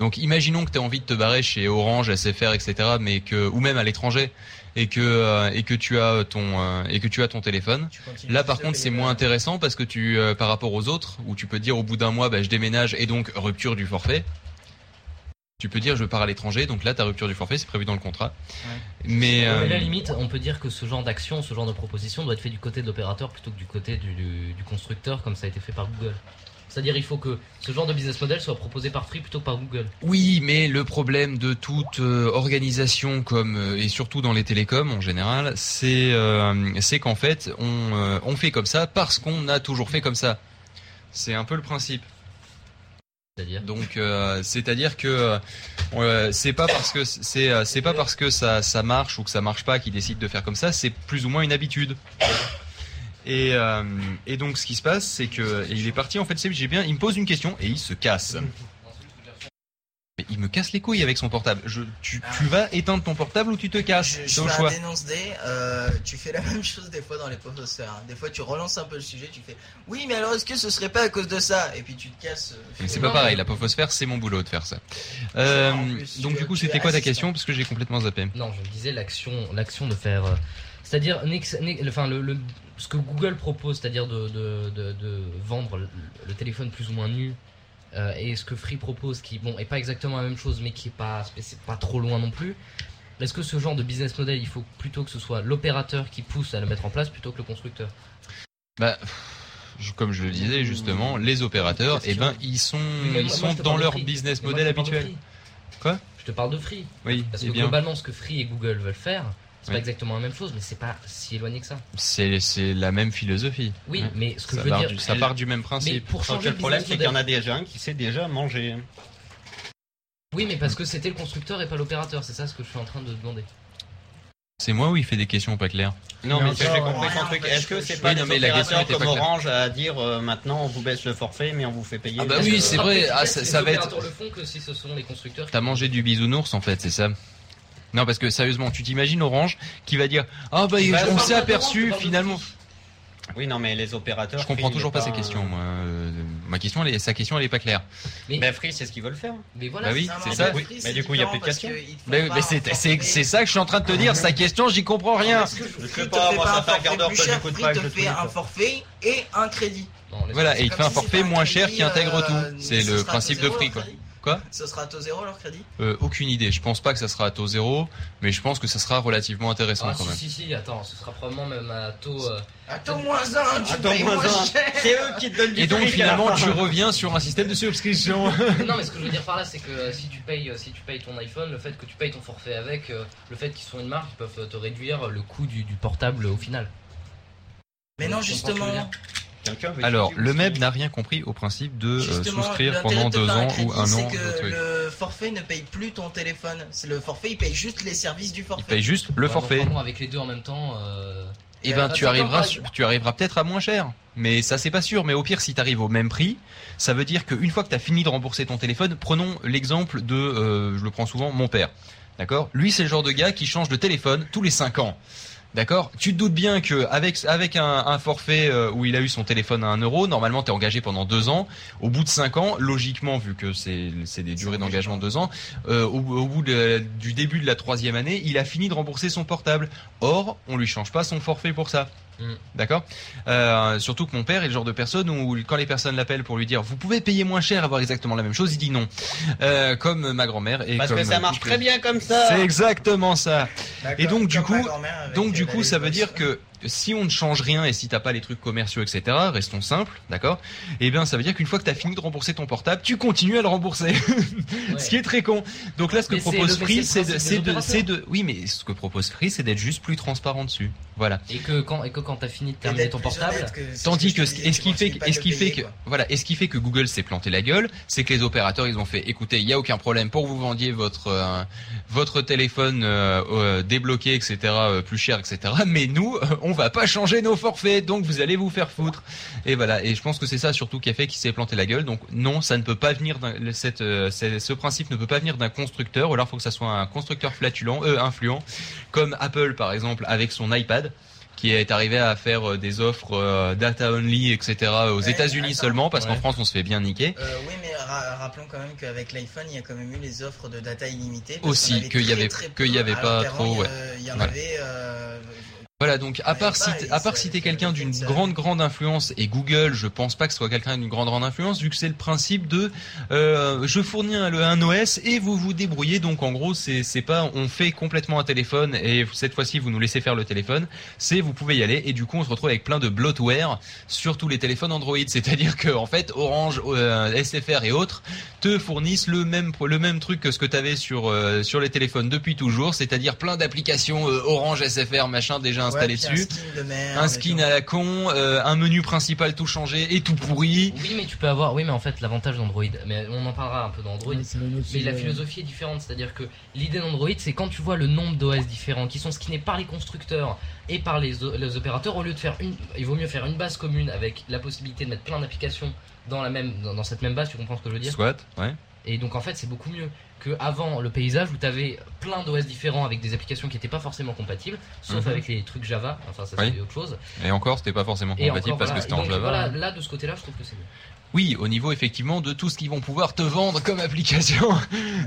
Speaker 1: Donc, imaginons que tu as envie de te barrer chez Orange, SFR, etc., mais que ou même à l'étranger, et que euh, et que tu as ton euh, et que tu as ton téléphone.
Speaker 6: tu continues
Speaker 1: Là,
Speaker 6: juste
Speaker 1: par
Speaker 6: de
Speaker 1: contre,
Speaker 6: payer
Speaker 1: c'est
Speaker 6: le-
Speaker 1: moins intéressant parce que tu, euh, par rapport aux autres, où tu peux dire au bout d'un mois, bah, je déménage et donc rupture du forfait. Tu peux dire je pars à l'étranger, donc là, ta rupture du forfait, c'est prévu dans le contrat. Mais,
Speaker 3: Ouais,
Speaker 1: euh,
Speaker 3: mais là, limite, on peut dire que ce genre d'action, ce genre de proposition doit être fait du côté de l'opérateur plutôt que du côté du, du- du constructeur, comme ça a été fait par Google. C'est-à-dire, il faut que ce genre de business model soit proposé par Free plutôt que par Google.
Speaker 1: oui, mais le problème de toute euh, organisation comme euh, et surtout dans les télécoms en général, c'est euh, c'est qu'en fait, on euh, on fait comme ça parce qu'on a toujours fait comme ça. C'est un peu le principe.
Speaker 3: C'est-à-dire.
Speaker 1: Donc euh, c'est-à-dire que euh, c'est pas parce que c'est euh, c'est pas parce que ça ça marche ou que ça marche pas qu'ils décident de faire comme ça, c'est plus ou moins une habitude. Et, euh, et donc ce qui se passe, c'est que et il est parti en fait, c'est j'ai bien, il me pose une question et il se casse. Mais il me casse les couilles avec son portable. Je, tu, tu vas éteindre ton portable ou tu te casses
Speaker 6: Je, je
Speaker 1: C'est au
Speaker 6: fais un
Speaker 1: choix.
Speaker 6: dénonce dé, euh, tu fais la [laughs] même chose des fois dans les professeurs. hein. Des fois, tu relances un peu le sujet, tu fais Oui, mais alors est-ce que ce serait pas à cause de ça Et puis tu te casses. euh,
Speaker 1: Mais c'est
Speaker 3: Non,
Speaker 1: pas pareil,
Speaker 3: mais-
Speaker 1: la faire c'est mon boulot de faire ça. Euh,
Speaker 6: En plus,
Speaker 1: donc
Speaker 6: tu
Speaker 1: du
Speaker 6: as-
Speaker 1: coup,
Speaker 6: tu
Speaker 1: c'était
Speaker 6: as
Speaker 1: quoi ta
Speaker 6: assistant.
Speaker 1: question Parce que j'ai complètement zappé.
Speaker 3: Non, je disais l'action, l'action de faire. euh, C'est-à-dire, nex- ne- le- enfin, le, le- ce que Google propose, c'est-à-dire de, de- de- de vendre le, le téléphone plus ou moins nu, euh, et ce que Free propose, qui bon, est pas exactement la même chose, mais qui est pas, c'est pas trop loin non plus. Est-ce que ce genre de business model, il faut plutôt que ce soit l'opérateur qui pousse à le mettre en place plutôt que le constructeur
Speaker 1: Bah, pff, je- comme je le disais justement, les opérateurs, eh ben, ils sont,
Speaker 3: Mais
Speaker 1: ils
Speaker 3: moi-
Speaker 1: sont
Speaker 3: moi, je te
Speaker 1: dans
Speaker 3: parle de
Speaker 1: leur
Speaker 3: Free.
Speaker 1: business
Speaker 3: Mais moi,
Speaker 1: model
Speaker 3: je te parle de
Speaker 1: habituel.
Speaker 3: Free.
Speaker 1: Quoi
Speaker 3: Je te parle de Free.
Speaker 1: Oui,
Speaker 3: Parce
Speaker 1: eh
Speaker 3: que
Speaker 1: bien,
Speaker 3: globalement, ce que Free et Google veulent faire, c'est
Speaker 1: Oui.
Speaker 3: pas exactement la même chose, mais c'est pas si éloigné que ça.
Speaker 1: c'est c'est la même philosophie.
Speaker 3: Oui,
Speaker 1: Ouais.
Speaker 3: mais ce que
Speaker 1: Ça
Speaker 3: je veux
Speaker 1: part,
Speaker 3: dire.
Speaker 1: du, ça part du même
Speaker 3: Mais
Speaker 1: principe.
Speaker 3: pour
Speaker 4: Sauf que
Speaker 3: changer
Speaker 4: le problème, c'est qu'il y en
Speaker 3: model-
Speaker 4: a déjà un qui s'est déjà mangé.
Speaker 3: Oui, mais parce que c'était le constructeur et pas l'opérateur, c'est ça ce que je suis en train de demander.
Speaker 1: C'est moi où il fait des questions pas claires. Non,
Speaker 4: Non,
Speaker 1: mais
Speaker 4: mais
Speaker 1: c'est-
Speaker 4: j'ai
Speaker 6: ouais.
Speaker 4: compris son truc. Est-ce que c'est
Speaker 6: Oui,
Speaker 4: pas
Speaker 1: non,
Speaker 4: les
Speaker 1: mais la question
Speaker 4: opérateurs
Speaker 1: était
Speaker 4: comme
Speaker 1: pas claire.
Speaker 4: Orange à dire euh, maintenant on vous baisse le forfait mais on vous fait payer
Speaker 1: Ah bah
Speaker 4: parce
Speaker 1: oui,
Speaker 4: que-
Speaker 1: c'est vrai. ah, ça- ça va être-
Speaker 3: Les opérateurs le font que si ce sont les constructeurs.
Speaker 1: t'as mangé du bisounours en fait, c'est ça Non, parce que sérieusement, tu t'imagines Orange qui va dire Ah bah,
Speaker 4: Bah,
Speaker 1: on s'est
Speaker 4: parle
Speaker 3: pas d'Orange,
Speaker 1: aperçu
Speaker 3: parle de
Speaker 1: finalement.
Speaker 4: Oui, non mais les opérateurs.
Speaker 1: Je comprends
Speaker 4: Free,
Speaker 1: toujours
Speaker 4: il est
Speaker 1: pas ces questions. Moi, Euh, ma question, elle est- sa question, elle est pas claire.
Speaker 4: Bah Free, c'est ce qu'ils veulent faire.
Speaker 3: Mais voilà.
Speaker 1: Bah oui,
Speaker 6: Non, mais
Speaker 1: c'est
Speaker 6: en
Speaker 1: ça.
Speaker 6: fait,
Speaker 4: Oui,
Speaker 6: Free,
Speaker 4: mais
Speaker 6: c'est
Speaker 4: du coup, il y a
Speaker 6: différent
Speaker 4: plus de
Speaker 6: parce
Speaker 4: questions.
Speaker 6: que ils te font
Speaker 1: Mais,
Speaker 6: pas
Speaker 1: mais
Speaker 6: un
Speaker 1: c'est c'est-
Speaker 6: forfait.
Speaker 1: c'est ça que je suis en train de te dire. Sa question, j'y comprends rien.
Speaker 6: Free
Speaker 4: sais
Speaker 6: te
Speaker 4: pas,
Speaker 6: fait
Speaker 4: moi,
Speaker 6: pas
Speaker 4: ça
Speaker 6: un
Speaker 4: fait un quart
Speaker 6: forfait
Speaker 4: d'heure
Speaker 6: plus
Speaker 4: que
Speaker 6: cher,
Speaker 4: j'écoute
Speaker 6: Free
Speaker 4: pas,
Speaker 6: te
Speaker 4: je
Speaker 6: fait
Speaker 4: trouve.
Speaker 6: un forfait et un crédit.
Speaker 3: Non, laisse-
Speaker 1: Voilà, Ah, et il
Speaker 6: C'est
Speaker 1: te fait un
Speaker 6: comme si
Speaker 1: forfait
Speaker 6: c'était
Speaker 1: moins cher
Speaker 6: crédit,
Speaker 1: qui intègre
Speaker 6: euh,
Speaker 1: tout.
Speaker 6: mais
Speaker 1: C'est
Speaker 6: ce
Speaker 1: le
Speaker 6: sera
Speaker 1: principe
Speaker 6: taux
Speaker 1: de
Speaker 6: zéro,
Speaker 1: prix,
Speaker 6: leur
Speaker 1: quoi.
Speaker 6: crédit.
Speaker 1: Quoi
Speaker 6: Ce sera à taux zéro leur crédit
Speaker 1: Euh, Aucune idée. Je pense pas que ça sera à taux zéro, mais je pense que ça sera relativement intéressant
Speaker 3: Ah,
Speaker 1: quand même.
Speaker 3: si, si, si, attends, ce sera probablement même à
Speaker 1: [laughs]
Speaker 3: taux. euh,
Speaker 6: À taux moins 1, tu
Speaker 4: Attends,
Speaker 6: payes
Speaker 4: moins
Speaker 6: moins
Speaker 4: un.
Speaker 6: cher.
Speaker 4: C'est eux qui te donnent du
Speaker 1: Et donc
Speaker 4: fric à la
Speaker 1: finalement,
Speaker 4: fin.
Speaker 1: tu reviens sur un système de subscription.
Speaker 3: non, mais ce que je veux dire par là, c'est que euh, si tu payes, euh, si tu payes ton iPhone, le fait que tu payes ton forfait avec, euh, le fait qu'ils sont une marque, ils peuvent euh, te réduire le coût du, du portable au final.
Speaker 6: Mais non, justement,
Speaker 4: Quelqu'un veut
Speaker 1: Alors,
Speaker 4: expliquer
Speaker 1: le
Speaker 4: ou-
Speaker 1: MEB n'a rien compris au principe de euh,
Speaker 6: justement
Speaker 1: souscrire
Speaker 6: l'intérêt
Speaker 1: pendant
Speaker 6: de
Speaker 1: deux
Speaker 6: faire
Speaker 1: ans
Speaker 6: crédit,
Speaker 1: ou un
Speaker 6: c'est
Speaker 1: an. de
Speaker 6: que
Speaker 1: truc.
Speaker 6: le forfait ne paye plus ton téléphone. C'est le forfait, il paye juste les services du
Speaker 1: Il
Speaker 6: forfait.
Speaker 1: paye juste le
Speaker 3: Ouais, donc,
Speaker 1: forfait.
Speaker 3: vraiment, avec les deux en même temps. euh,
Speaker 1: Et ben,
Speaker 3: bah,
Speaker 1: tu
Speaker 3: c'est
Speaker 1: arriveras,
Speaker 3: pareil.
Speaker 1: sur- tu arriveras peut-être à moins cher. Mais ça, c'est pas sûr. Mais au pire, si t'arrives au même prix, ça veut dire qu'une fois que t'as fini de rembourser ton téléphone, prenons l'exemple de, euh, je le prends souvent, mon père. D'accord Lui, c'est le genre de gars qui change de téléphone tous les 5 ans. D'accord Tu te doutes bien que avec avec un, un forfait euh, où il a eu son téléphone à 1 euro, normalement t'es engagé pendant deux ans. Au bout de cinq ans, logiquement, vu que c'est c'est des durées d'engagement de deux ans, euh, au, au bout de- du début de la troisième année, il a fini de rembourser son portable. Or, on lui change pas son forfait pour ça.
Speaker 3: Mm.
Speaker 1: D'accord Euh, Surtout que mon père est le genre de personne où quand les personnes l'appellent pour lui dire vous pouvez payer moins cher avoir exactement la même chose, il dit non. Euh, comme ma grand-mère et
Speaker 4: Parce
Speaker 1: comme
Speaker 4: que ça marche
Speaker 1: toutes
Speaker 4: très
Speaker 1: les-
Speaker 4: bien comme ça.
Speaker 1: C'est exactement ça.
Speaker 6: D'accord,
Speaker 1: donc, du
Speaker 6: comme ma
Speaker 1: coup-
Speaker 6: grand-mère avec, euh,
Speaker 1: Donc du
Speaker 6: la
Speaker 1: coup, ça
Speaker 6: Xbox.
Speaker 1: veut dire que si on ne change rien et si t'as pas les trucs commerciaux, etc., restons simples, d'accord Eh bien, ça veut dire qu'une fois que t'as fini de rembourser ton portable, tu continues à le rembourser, [laughs] [laughs] ce qui est très con. Donc là, ce que
Speaker 3: Mais c'est
Speaker 1: propose
Speaker 3: le- mais
Speaker 1: Free, c'est
Speaker 3: c'est le
Speaker 1: de,
Speaker 3: principe
Speaker 1: c'est
Speaker 3: des
Speaker 1: de,
Speaker 3: opérateurs.
Speaker 1: c'est de, oui, mais ce que propose Free, c'est d'être juste plus transparent dessus. Voilà.
Speaker 3: Et que quand, et que quand t'as fini de
Speaker 6: Et d'être
Speaker 3: terminer ton
Speaker 6: plus
Speaker 3: portable,
Speaker 6: honnête que- c'est
Speaker 1: Tandis
Speaker 6: ce
Speaker 1: que,
Speaker 6: je te
Speaker 1: ce-
Speaker 6: disais,
Speaker 1: et ce
Speaker 6: tu
Speaker 1: qui fait,
Speaker 6: continues
Speaker 1: que-
Speaker 6: pas
Speaker 1: et
Speaker 6: de
Speaker 1: ce qui
Speaker 6: le
Speaker 1: fait
Speaker 6: payer,
Speaker 1: que,
Speaker 6: quoi.
Speaker 1: voilà, et ce qui fait que Google s'est planté la gueule, c'est que les opérateurs, ils ont fait, écoutez, il y a aucun problème pour que vous vendiez votre euh, votre téléphone euh, euh, débloqué, etc., euh, plus cher, etc. [laughs] Mais nous, euh, on va pas changer nos forfaits, donc vous allez vous faire foutre. Et voilà. Et je pense que c'est ça surtout qui a fait qu'il s'est planté la gueule. Donc non, ça ne peut pas venir. d'un- le- Cette, euh, c'est- ce principe ne peut pas venir d'un constructeur. Ou alors, faut que ça soit un constructeur flatulent, euh, influent, comme Apple par exemple avec son iPad qui est arrivé à faire euh, des offres euh, data only, etc. aux
Speaker 6: Ouais,
Speaker 1: États-Unis
Speaker 6: attends.
Speaker 1: seulement, parce qu'en
Speaker 3: Ouais.
Speaker 1: France on se fait bien niquer.
Speaker 6: Euh, oui, mais ra- rappelons quand même qu'avec l'iPhone, il y a quand même eu les offres de data illimitée. parce
Speaker 1: Aussi,
Speaker 6: qu'on avait
Speaker 1: qu'il y
Speaker 6: très,
Speaker 1: avait-
Speaker 6: très
Speaker 1: qu'il y
Speaker 6: peu,
Speaker 1: avait
Speaker 6: alors
Speaker 1: pas
Speaker 6: qu'avant,
Speaker 1: trop,
Speaker 6: il y
Speaker 1: ouais.
Speaker 6: a- Il y en
Speaker 1: Voilà.
Speaker 6: avait. euh,
Speaker 1: Voilà, donc à
Speaker 6: Ouais,
Speaker 1: part
Speaker 6: pas,
Speaker 1: si t'es-
Speaker 6: et
Speaker 1: à part
Speaker 6: ça-
Speaker 1: si t'es
Speaker 6: ça-
Speaker 1: quelqu'un d'une
Speaker 6: ça-
Speaker 1: grande grande influence et Google, je pense pas que ce soit quelqu'un d'une grande grande influence, vu que c'est le principe de euh, je fournis un, le- un OS et vous vous débrouillez. Donc en gros, c'est c'est pas on fait complètement un téléphone et cette fois-ci vous nous laissez faire le téléphone. C'est vous pouvez y aller et du coup on se retrouve avec plein de bloatware sur tous les téléphones Android. [laughs] C'est-à-dire que en fait Orange, euh, SFR et autres te fournissent le même le même truc que ce que tu avais sur euh, sur les téléphones depuis toujours, c'est-à-dire plein d'applications euh, Orange, SFR, machin déjà installées
Speaker 6: ouais, puis
Speaker 1: dessus,
Speaker 6: Un skin de merde.
Speaker 1: un
Speaker 6: et
Speaker 1: skin
Speaker 6: tout.
Speaker 1: à la con, euh, un menu principal tout changé et tout pourri.
Speaker 3: oui, mais tu peux avoir, oui, mais en fait, l'avantage d'Android, mais on en parlera un peu d'Android.
Speaker 5: Ouais, c'est euh, un autre
Speaker 3: Mais la
Speaker 5: sujet.
Speaker 3: philosophie est différente, c'est-à-dire que l'idée d'Android, c'est quand tu vois le nombre d'OS différents qui sont skinnés par les constructeurs et par les, o- les opérateurs, au lieu de faire une, il vaut mieux faire une base commune avec la possibilité de mettre plein d'applications dans la même, dans, dans cette même base, tu comprends ce que je veux dire
Speaker 1: Squat, ouais.
Speaker 3: Et donc en fait, c'est beaucoup mieux que avant le paysage où t'avais plein d'OS différents avec des applications qui n'étaient pas forcément compatibles, sauf
Speaker 1: Mhm.
Speaker 3: avec les trucs Java. Enfin, ça c'est
Speaker 1: Oui.
Speaker 3: autre chose.
Speaker 1: Et encore, c'était pas forcément
Speaker 3: Et
Speaker 1: compatible
Speaker 3: encore,
Speaker 1: parce
Speaker 3: voilà.
Speaker 1: que
Speaker 3: Et
Speaker 1: c'était en
Speaker 3: donc,
Speaker 1: Java.
Speaker 3: voilà, là de ce côté-là, je trouve que c'est mieux.
Speaker 1: Oui, au niveau effectivement de tout ce qu'ils vont pouvoir te vendre comme application,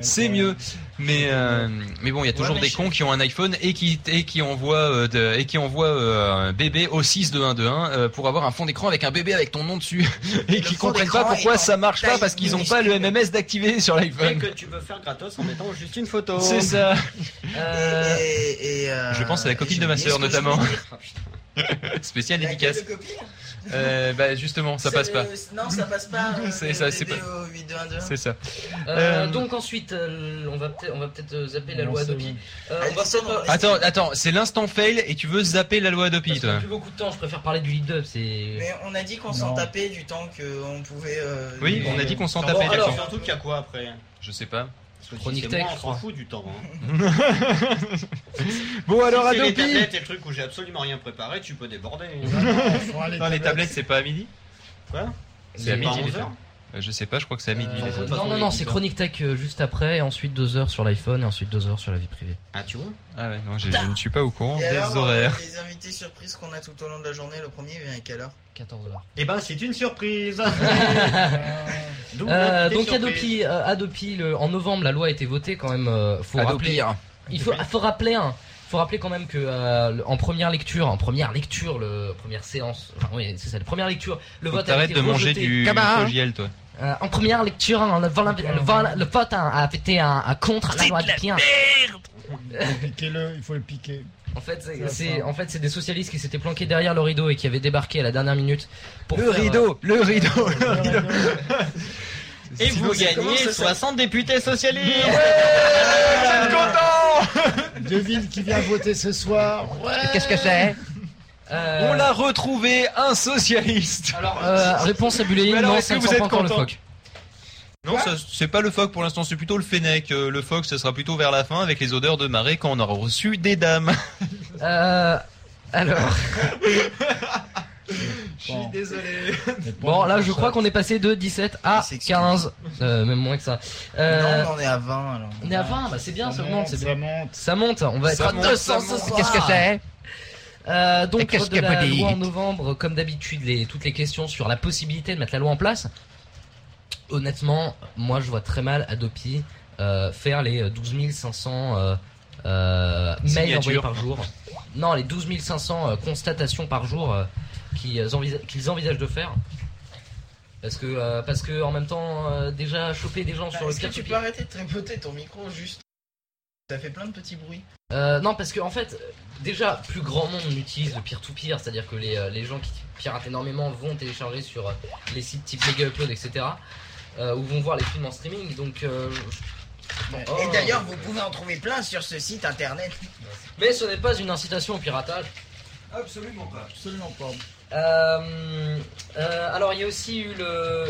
Speaker 1: c'est mieux. Mais euh, mais bon, il y a toujours
Speaker 6: mais
Speaker 1: des
Speaker 6: je-
Speaker 1: cons qui ont un iPhone et qui et qui envoient euh, de- et qui envoient euh, un bébé au 6 de 1 de 1 euh, pour avoir un fond d'écran avec un bébé avec ton nom dessus [laughs] et
Speaker 6: Le
Speaker 1: qui
Speaker 6: fond
Speaker 1: comprennent
Speaker 6: d'écran
Speaker 1: pas pourquoi
Speaker 6: est en
Speaker 1: ça marche pas
Speaker 6: taille
Speaker 1: parce qu'ils ont pas le
Speaker 6: minuscule.
Speaker 1: MMS d'activer sur
Speaker 4: Et
Speaker 1: l'iPhone.
Speaker 4: que tu peux faire gratos en mettant juste une photo.
Speaker 1: C'est ça.
Speaker 6: [laughs]
Speaker 3: Euh,
Speaker 6: Et- et- euh,
Speaker 1: Je pense à la
Speaker 6: et
Speaker 1: copine
Speaker 6: j'ai
Speaker 1: de ma
Speaker 6: oublié
Speaker 1: sœur,
Speaker 6: ce que je
Speaker 1: notamment.
Speaker 6: voulais dire.
Speaker 1: Spécial
Speaker 6: Laquelle
Speaker 1: efficace.
Speaker 6: de copine
Speaker 1: Euh, bah justement, ça
Speaker 6: C'est
Speaker 1: passe pas.
Speaker 6: le- Non, ça passe pas. euh,
Speaker 1: [laughs] C'est
Speaker 6: le
Speaker 1: ça, c'est
Speaker 6: DDO
Speaker 1: pas-
Speaker 6: 8212.
Speaker 1: C'est ça.
Speaker 3: euh,
Speaker 1: euh,
Speaker 3: donc ensuite, euh, on va peut-être, on va peut-être euh, zapper la
Speaker 5: Non,
Speaker 3: loi
Speaker 5: c'est
Speaker 3: Adopi.
Speaker 5: bon.
Speaker 3: Euh,
Speaker 6: Allez,
Speaker 3: on va
Speaker 6: c'est bon,
Speaker 3: peut-être pas-
Speaker 1: Attends, attends, c'est l'instant fail et tu veux zapper la loi Adopi,
Speaker 3: Parce qu'on a
Speaker 1: toi.
Speaker 3: plus beaucoup de temps, je préfère parler du lead-up, c'est...
Speaker 6: Mais on a dit qu'on s'en
Speaker 5: Non.
Speaker 6: tapait du temps qu'on pouvait. euh,
Speaker 1: Oui,
Speaker 6: euh,
Speaker 1: on a dit qu'on s'en
Speaker 4: Bon,
Speaker 1: tapait.
Speaker 4: alors,
Speaker 1: d'accord.
Speaker 4: surtout qu'il y a quoi après
Speaker 1: Je sais pas.
Speaker 4: Parce que si
Speaker 3: Chronique
Speaker 4: c'est
Speaker 3: Tech,
Speaker 4: moi,
Speaker 3: je
Speaker 4: on
Speaker 3: crois.
Speaker 4: s'en fout du temps. hein.
Speaker 1: Bon alors
Speaker 4: si c'est les
Speaker 1: Adopi.
Speaker 4: tablettes et le truc où j'ai absolument rien préparé, tu peux déborder.
Speaker 5: [laughs]
Speaker 3: [laughs]
Speaker 5: Faudra
Speaker 1: Non, les tablettes, c'est pas à midi.
Speaker 4: Quoi
Speaker 1: C'est à
Speaker 3: Mais-
Speaker 4: pas
Speaker 1: midi.
Speaker 4: 11
Speaker 1: les
Speaker 4: heures
Speaker 1: tablettes. Euh, Je sais pas, je crois que c'est à midi. les
Speaker 3: Euh,
Speaker 4: t'en fous, de
Speaker 1: tablettes.
Speaker 4: toute
Speaker 3: non,
Speaker 4: façon,
Speaker 3: non,
Speaker 4: il
Speaker 3: non,
Speaker 4: est
Speaker 3: c'est
Speaker 4: dix heures.
Speaker 3: Chronique Tech euh, juste après, et ensuite 2 heures sur l'iPhone, et ensuite 2 heures sur la vie privée.
Speaker 4: Ah, tu vois
Speaker 1: Ah ouais, non, j'ai- je ne suis pas au courant
Speaker 6: Et
Speaker 1: des
Speaker 6: alors,
Speaker 1: horaires.
Speaker 6: euh, Les invités surprises qu'on a tout au long de la journée, le premier vient à quelle heure
Speaker 3: 14 heures.
Speaker 4: Eh ben, c'est une surprise D'où
Speaker 3: Euh,
Speaker 4: l'invité surprise.
Speaker 3: donc Adopi, euh, Adopi le- en novembre, la loi a été votée quand même. euh,
Speaker 6: Ah,
Speaker 3: faut rappeler,
Speaker 1: Adopir.
Speaker 3: il faut, faut rappeler, hein, faut rappeler quand même que euh, le- en première lecture, en première lecture, le première séance, enfin, oui, c'est ça, la première lecture, le
Speaker 1: Faut que
Speaker 3: vote a
Speaker 1: T'arrêtes
Speaker 3: été
Speaker 1: de manger
Speaker 3: rejeté.
Speaker 1: du
Speaker 2: Cabaret, hein.
Speaker 1: progiel, toi.
Speaker 3: Euh, en première lecture, hein, le, vol- le vol- le vote hein, a été un, un contre la loi Adopi. hein.
Speaker 5: Piquez-le, il faut le piquer.
Speaker 1: [laughs]
Speaker 3: En fait, c'est-
Speaker 5: C'est la
Speaker 3: c'est
Speaker 5: fin.
Speaker 3: en fait c'est des socialistes qui s'étaient planqués derrière le rideau et qui avaient débarqué à la dernière minute pour faire, euh,
Speaker 1: le rideau, le
Speaker 4: Et
Speaker 1: Sinon,
Speaker 4: vous
Speaker 1: c'est-
Speaker 6: comment
Speaker 4: gagnez
Speaker 6: ça
Speaker 4: 60 députés socialistes
Speaker 5: Devine qui vient voter ce soir.
Speaker 2: Qu'est-ce que
Speaker 1: [laughs]
Speaker 2: c'est
Speaker 3: euh,
Speaker 1: On l'a retrouvé, un socialiste.
Speaker 3: alors, euh, réponse à Bully,
Speaker 1: Mais alors,
Speaker 3: non,
Speaker 1: est-ce
Speaker 3: ça
Speaker 1: que
Speaker 3: ne
Speaker 1: vous
Speaker 3: sent
Speaker 1: êtes
Speaker 3: pas encore le
Speaker 1: content
Speaker 3: phoque.
Speaker 1: Non, ça, c'est pas le phoque pour l'instant, c'est plutôt le fennec. Euh, Le phoque, ce sera plutôt vers la fin avec les odeurs de marée quand on aura reçu des dames.
Speaker 3: Euh,
Speaker 1: [laughs]
Speaker 3: alors,
Speaker 5: Bon.
Speaker 7: Désolé.
Speaker 5: Mais pas
Speaker 3: bon,
Speaker 5: le
Speaker 3: là, je
Speaker 5: prochain.
Speaker 3: crois qu'on est passé de 17 à
Speaker 6: C'est excellent.
Speaker 3: 15, euh, même moins que ça.
Speaker 6: Non,
Speaker 3: Euh,
Speaker 6: mais on est à 20 alors.
Speaker 3: on est à 20, bah, c'est bien, ça
Speaker 5: monte,
Speaker 3: monte, c'est
Speaker 5: ça
Speaker 3: bien.
Speaker 5: monte.
Speaker 3: Ça monte, on va être
Speaker 1: Ça
Speaker 3: à
Speaker 1: monte,
Speaker 3: 200
Speaker 1: ça monte.
Speaker 3: ce soir.
Speaker 2: Qu'est-ce que c'est
Speaker 3: Euh,
Speaker 2: Mais
Speaker 3: donc,
Speaker 2: qu'est-ce
Speaker 3: de
Speaker 2: que
Speaker 3: la
Speaker 2: vous dites
Speaker 3: loi en novembre, comme d'habitude, les, toutes les questions sur la possibilité de mettre la loi en place. Honnêtement, moi, je vois très mal Adopi euh, faire les 12 500 euh, euh, mails
Speaker 1: Signatures.
Speaker 3: envoyés par jour. Non, les 12 500 euh, constatations par jour euh, qu'ils envisa- qu'ils envisagent de faire. Parce que, euh, parce que en même temps, euh, déjà choper des gens sur le
Speaker 6: Bah, Est-ce que tu
Speaker 3: peer-to-peer-
Speaker 6: peux arrêter de tripoter ton micro juste Ça fait plein de petits bruits.
Speaker 3: Euh, non, parce que en fait, euh, déjà, plus grand monde utilise le peer-to-peer, c'est-à-dire que les, euh, les gens qui piratent énormément vont télécharger sur euh, les sites type Mega Upload, etc., euh, ou vont voir les films en streaming, donc. euh, Oh.
Speaker 6: Et d'ailleurs, vous pouvez en trouver plein sur ce site internet.
Speaker 3: Mais ce n'est pas une incitation au piratage.
Speaker 7: Absolument pas.
Speaker 5: Absolument pas.
Speaker 3: Euh, euh, alors, il y a aussi eu le.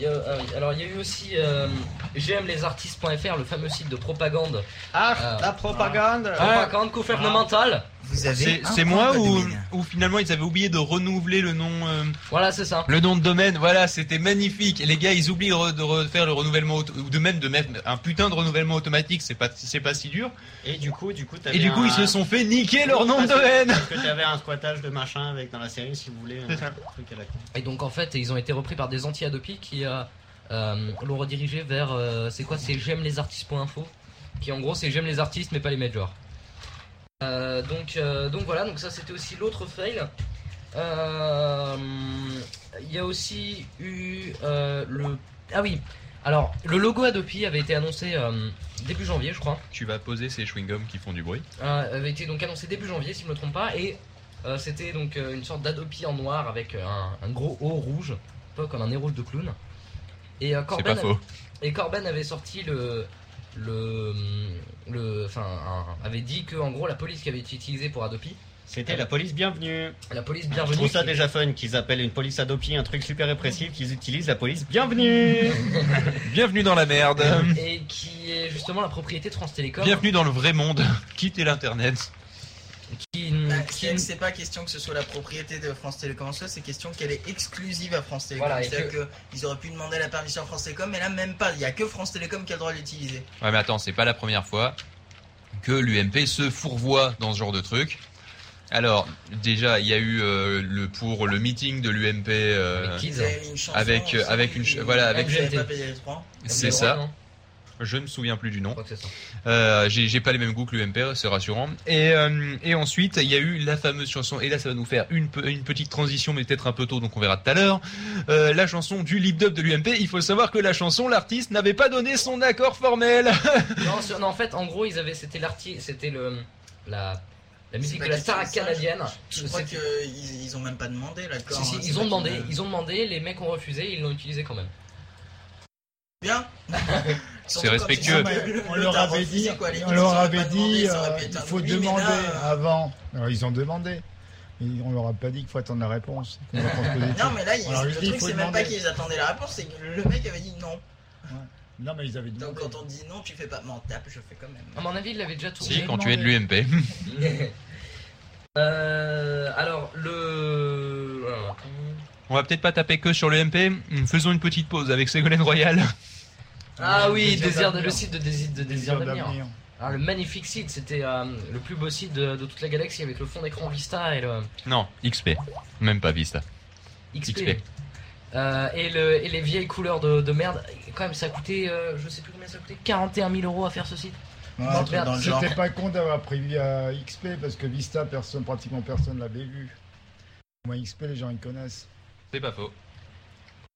Speaker 3: il y a- ah oui, alors, il y a eu aussi euh, gmlesartistes.fr, le fameux site de propagande,
Speaker 4: Ah,
Speaker 3: Ah.
Speaker 4: la propagande
Speaker 3: propagande gouvernementale.
Speaker 6: Vous
Speaker 1: C'est
Speaker 6: avez. un
Speaker 1: c'est
Speaker 6: point
Speaker 1: moi
Speaker 6: de
Speaker 1: ou,
Speaker 6: domaine.
Speaker 1: ou finalement ils avaient oublié de renouveler le nom euh,
Speaker 3: Voilà, c'est ça.
Speaker 1: le nom de domaine. Voilà, c'était magnifique. Et Les gars, ils oublient de re- de refaire le renouvellement auto- ou de même de mettre un putain de renouvellement automatique. C'est pas c'est pas si dur.
Speaker 4: Et du coup, du coup, t'avais
Speaker 1: Et du coup,
Speaker 4: un-
Speaker 1: ils se sont fait niquer leur nom de
Speaker 4: Parce que-
Speaker 1: domaine.
Speaker 4: Parce que t'avais un squattage de machin avec dans la série, si vous voulez, un truc à la con.
Speaker 3: Et donc en fait, ils ont été repris par des anti-Adopi qui euh, euh, l'ont redirigé vers euh, c'est quoi C'est j'aime les artistes.info qui en gros c'est j'aime les artistes mais pas les majors. Euh, donc euh, donc voilà, donc ça c'était aussi l'autre fail. Euh, Il y a aussi eu euh, le ah oui. Alors, le logo Adopi avait été annoncé euh, début janvier, je crois.
Speaker 1: Tu vas poser ces chewing-gums qui font du bruit.
Speaker 3: Euh, avait été donc annoncé début janvier, si je ne me trompe pas, et euh, c'était donc euh, une sorte d'Adopi en noir avec euh, un, un gros haut rouge, un peu comme un nez rouge de clown. Et, euh,
Speaker 1: C'est
Speaker 3: Corben,
Speaker 1: pas faux.
Speaker 3: et Corben avait sorti le. le. le- Enfin, un- avait dit que, en gros, la police qui avait été utilisée pour Adopi,
Speaker 4: C'était la police bienvenue.
Speaker 3: la police
Speaker 4: Ah, Je
Speaker 3: bienvenue.
Speaker 4: trouve ça
Speaker 3: qui-
Speaker 4: déjà fun qu'ils appellent une police adopie un truc super répressif qu'ils utilisent la police bienvenue.
Speaker 1: Bienvenue dans la merde.
Speaker 3: Et qui est justement la propriété de France Télécom.
Speaker 1: Bienvenue dans le vrai monde. Quittez l'internet.
Speaker 3: Qui,
Speaker 1: Mm.
Speaker 6: Bah,
Speaker 3: qui-
Speaker 6: C'est c'est pas question que ce soit la propriété de France Télécom en soi, c'est question qu'elle est exclusive à France Télécom.
Speaker 3: Voilà, et
Speaker 6: C'est-à-dire que... ils auraient pu demander la permission à France Télécom, mais là même pas. Il y a que France Télécom qui a le droit de l'utiliser.
Speaker 1: Ouais, mais attends, c'est pas la première fois que l'UMP se fourvoie dans ce genre de truc. Alors, déjà, il y a eu euh, le pour le meeting de l'UMP. euh,
Speaker 3: Avec qui
Speaker 6: Ils avaient mis une chanson,
Speaker 1: Avec,
Speaker 6: on
Speaker 1: euh,
Speaker 6: sait
Speaker 1: avec
Speaker 6: plus,
Speaker 1: une ch-
Speaker 6: mais
Speaker 1: voilà,
Speaker 6: ils
Speaker 1: avec-
Speaker 6: avaient pas payé les trois.
Speaker 1: c'est
Speaker 3: Non,
Speaker 1: ça.
Speaker 3: non,
Speaker 1: Je me souviens plus du nom.
Speaker 3: je crois que c'est ça.
Speaker 1: Euh, j'ai j'ai pas les mêmes goûts que l'UMP, c'est rassurant. Et, euh, et ensuite, il y a eu la fameuse chanson, et là ça va nous faire une, pe- une petite transition, mais peut-être un peu tôt, donc on verra tout à l'heure. Euh, la chanson du lip dub de l'UMP, il faut savoir que la chanson, l'artiste n'avait pas donné son accord formel.
Speaker 3: Non, sur- non, en fait, en gros, ils avaient, c'était l'artiste, c'était le, la, la musique
Speaker 6: pas
Speaker 3: de la
Speaker 6: question de
Speaker 3: star
Speaker 6: ça,
Speaker 3: canadienne.
Speaker 6: Je crois
Speaker 3: C'était-
Speaker 6: qu'ils ils ont même pas demandé l'accord.
Speaker 3: Si, si,
Speaker 6: hein, c'est
Speaker 3: ils ont
Speaker 6: pas
Speaker 3: demandé,
Speaker 6: qu'ils-
Speaker 3: ils ont demandé, les mecs ont refusé, ils l'ont utilisé quand même.
Speaker 6: Bien.
Speaker 1: [laughs] C'est respectueux.
Speaker 5: Ah,
Speaker 6: Ah,
Speaker 5: On leur avait dit, on leur avait dit, euh, il faut demander
Speaker 6: euh,
Speaker 5: avant. Alors, ils ont demandé. Et on leur a pas dit qu'il faut attendre la réponse. Qu'on leur pense positif.
Speaker 6: Non mais là, ils-
Speaker 5: On leur
Speaker 6: le
Speaker 5: avait dit,
Speaker 6: truc
Speaker 5: faut
Speaker 6: c'est même pas
Speaker 5: demander.
Speaker 6: qu'ils attendaient la réponse, c'est que le mec avait dit non.
Speaker 5: Non, mais ils avaient dit.
Speaker 6: Donc quand on dit non, tu fais pas, m'en tape, je fais quand même.
Speaker 3: À mon avis, ils l'avaient déjà
Speaker 1: si,
Speaker 3: tourné.
Speaker 1: quand tu es de l'UMP.
Speaker 3: [laughs] Euh, alors le, alors,
Speaker 1: [laughs] On va peut-être pas taper que sur l'UMP, faisons une petite pause avec Ségolène Royal.
Speaker 3: ah oui,
Speaker 5: Désir
Speaker 3: désir de,
Speaker 5: d'avenir.
Speaker 3: le site de désir de désir
Speaker 5: Désir
Speaker 3: d'avenir.
Speaker 5: d'avenir.
Speaker 3: Alors, le magnifique site, c'était euh, le plus beau site de, de toute la galaxie avec le fond d'écran Vista et le
Speaker 1: [laughs] Non, XP. Même pas Vista.
Speaker 3: XP.
Speaker 1: XP.
Speaker 3: Euh, et, le, et les vieilles couleurs de, de merde, quand même ça a coûté, euh, je sais plus combien ça a coûté, 41 000 euros à faire ce site.
Speaker 5: Ouais,
Speaker 6: Un truc dans le genre.
Speaker 5: C'était pas con d'avoir pris euh, XP parce que Vista, personne, pratiquement personne l'avait vu. Moi, XP, les gens ils connaissent.
Speaker 1: C'est pas faux.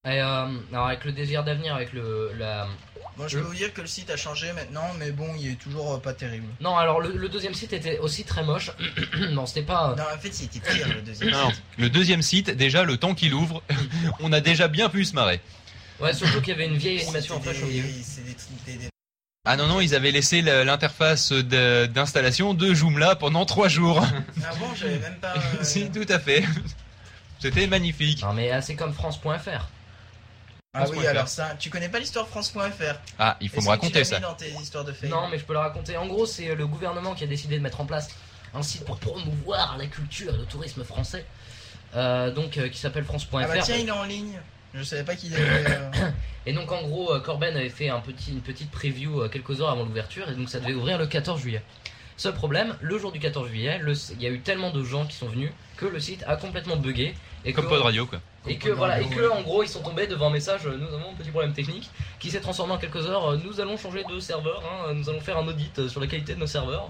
Speaker 3: Et, euh, alors avec le désir d'avenir, avec le la...
Speaker 6: Bon, je peux vous dire que le site a changé maintenant, mais bon, il est toujours euh, pas terrible.
Speaker 3: non alors le, le deuxième site était aussi très moche. [coughs] non c'était pas.
Speaker 6: Non, en fait, il était pire le
Speaker 3: Ah,
Speaker 6: deuxième.
Speaker 1: Non. Le deuxième site, déjà, le temps qu'il ouvre, [laughs] on a déjà bien pu se marrer.
Speaker 3: euh, Ouais surtout qu'il y avait une vieille
Speaker 6: C'était
Speaker 3: animation en
Speaker 6: des-
Speaker 3: flash au milieu.
Speaker 6: C'est des trucs- des- des-
Speaker 1: Ah non, non, ils avaient laissé la- l'interface de- d'installation de Joomla pendant trois jours.
Speaker 6: Ah bon, j'avais même
Speaker 3: [laughs]
Speaker 6: pas.
Speaker 3: Ah.
Speaker 1: [laughs]
Speaker 6: euh,
Speaker 1: si, tout à fait. C'était magnifique.
Speaker 3: Non mais euh, c'est comme France.fr.
Speaker 6: Ah
Speaker 1: France.fr.
Speaker 6: oui, alors ça, tu connais pas l'histoire France.fr
Speaker 1: Ah, il faut me raconter ça.
Speaker 6: dans tes histoires de fail
Speaker 3: Non mais je peux le raconter. En gros c'est le gouvernement qui a décidé de mettre en place un site pour promouvoir la culture et le tourisme français. Euh, donc euh, qui s'appelle France.fr.
Speaker 6: Ah bah tiens, il est en ligne. Je savais
Speaker 3: [coughs]
Speaker 6: pas qu'il avait. euh,
Speaker 3: Et donc en gros, euh, Corben avait fait un petit, une petite preview euh, quelques heures avant l'ouverture, et donc ça devait ouvrir le 14 juillet. Seul problème, le jour du 14 juillet, le- il y a eu tellement de gens qui sont venus que le site a complètement bugué. Et
Speaker 1: Comme
Speaker 3: que-
Speaker 1: Pod Radio, quoi.
Speaker 3: et que voilà, et que en gros ils sont tombés devant un message, euh, nous avons un petit problème technique qui s'est transformé en quelques heures, euh, nous allons changer de serveur, hein, euh, nous allons faire un audit euh, sur la qualité de nos serveurs.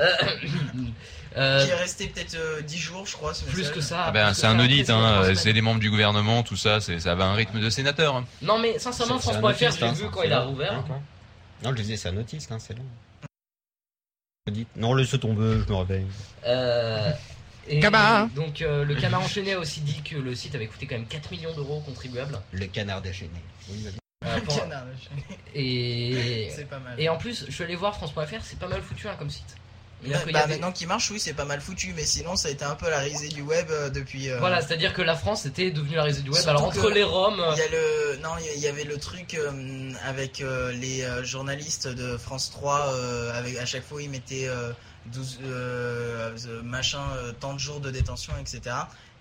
Speaker 3: Euh, [coughs] euh,
Speaker 6: Qui est resté peut-être euh, 10 jours, je crois, ce
Speaker 3: plus
Speaker 6: message.
Speaker 3: que ça.
Speaker 1: Ah ben,
Speaker 3: plus que
Speaker 1: c'est un
Speaker 3: ça, Ah,
Speaker 1: audit,
Speaker 3: plus que
Speaker 1: hein.
Speaker 3: ça.
Speaker 1: euh, C'est les membres du gouvernement, tout ça, c'est- ça va à un rythme de sénateur. hein.
Speaker 3: Non mais sincèrement,
Speaker 4: C'est- c'est un
Speaker 3: France.fr,
Speaker 4: autiste,
Speaker 3: j'ai
Speaker 4: hein,
Speaker 3: vu quand
Speaker 4: c'est
Speaker 3: il a
Speaker 4: long.
Speaker 3: rouvert.
Speaker 4: Non, je disais, c'est un autiste, hein, c'est long. Audit. Non, laisse tomber, je me réveille.
Speaker 3: Euh, et
Speaker 2: Cabas, hein.
Speaker 3: donc euh, le canard enchaîné a aussi dit que le site avait coûté quand même 4 millions d'euros aux contribuables.
Speaker 4: Le canard déchaîné. Oui, vas-y.
Speaker 6: [laughs]
Speaker 3: Euh, pour-
Speaker 6: Canard, je-
Speaker 3: et,
Speaker 6: C'est pas mal.
Speaker 3: et en plus, je suis allé voir France.fr, c'est pas mal foutu hein, comme site.
Speaker 6: Ouais,
Speaker 3: C'est-à-dire qu'il y
Speaker 6: bah,
Speaker 3: a des-
Speaker 6: maintenant qu'il marche, oui, c'est pas mal foutu, mais sinon, ça a été un peu la risée du web euh, depuis. euh,
Speaker 3: Voilà, c'est-à-dire que la France était devenue la résidue web.
Speaker 6: Surtout
Speaker 3: Alors entre
Speaker 6: que-
Speaker 3: les Roms, euh,
Speaker 6: Il y a le non, il y a- il y avait le truc euh, avec euh, les euh, journalistes de France 3 euh, avec à chaque fois ils mettaient euh, 12 euh, euh, machin euh, tant de jours de détention etc.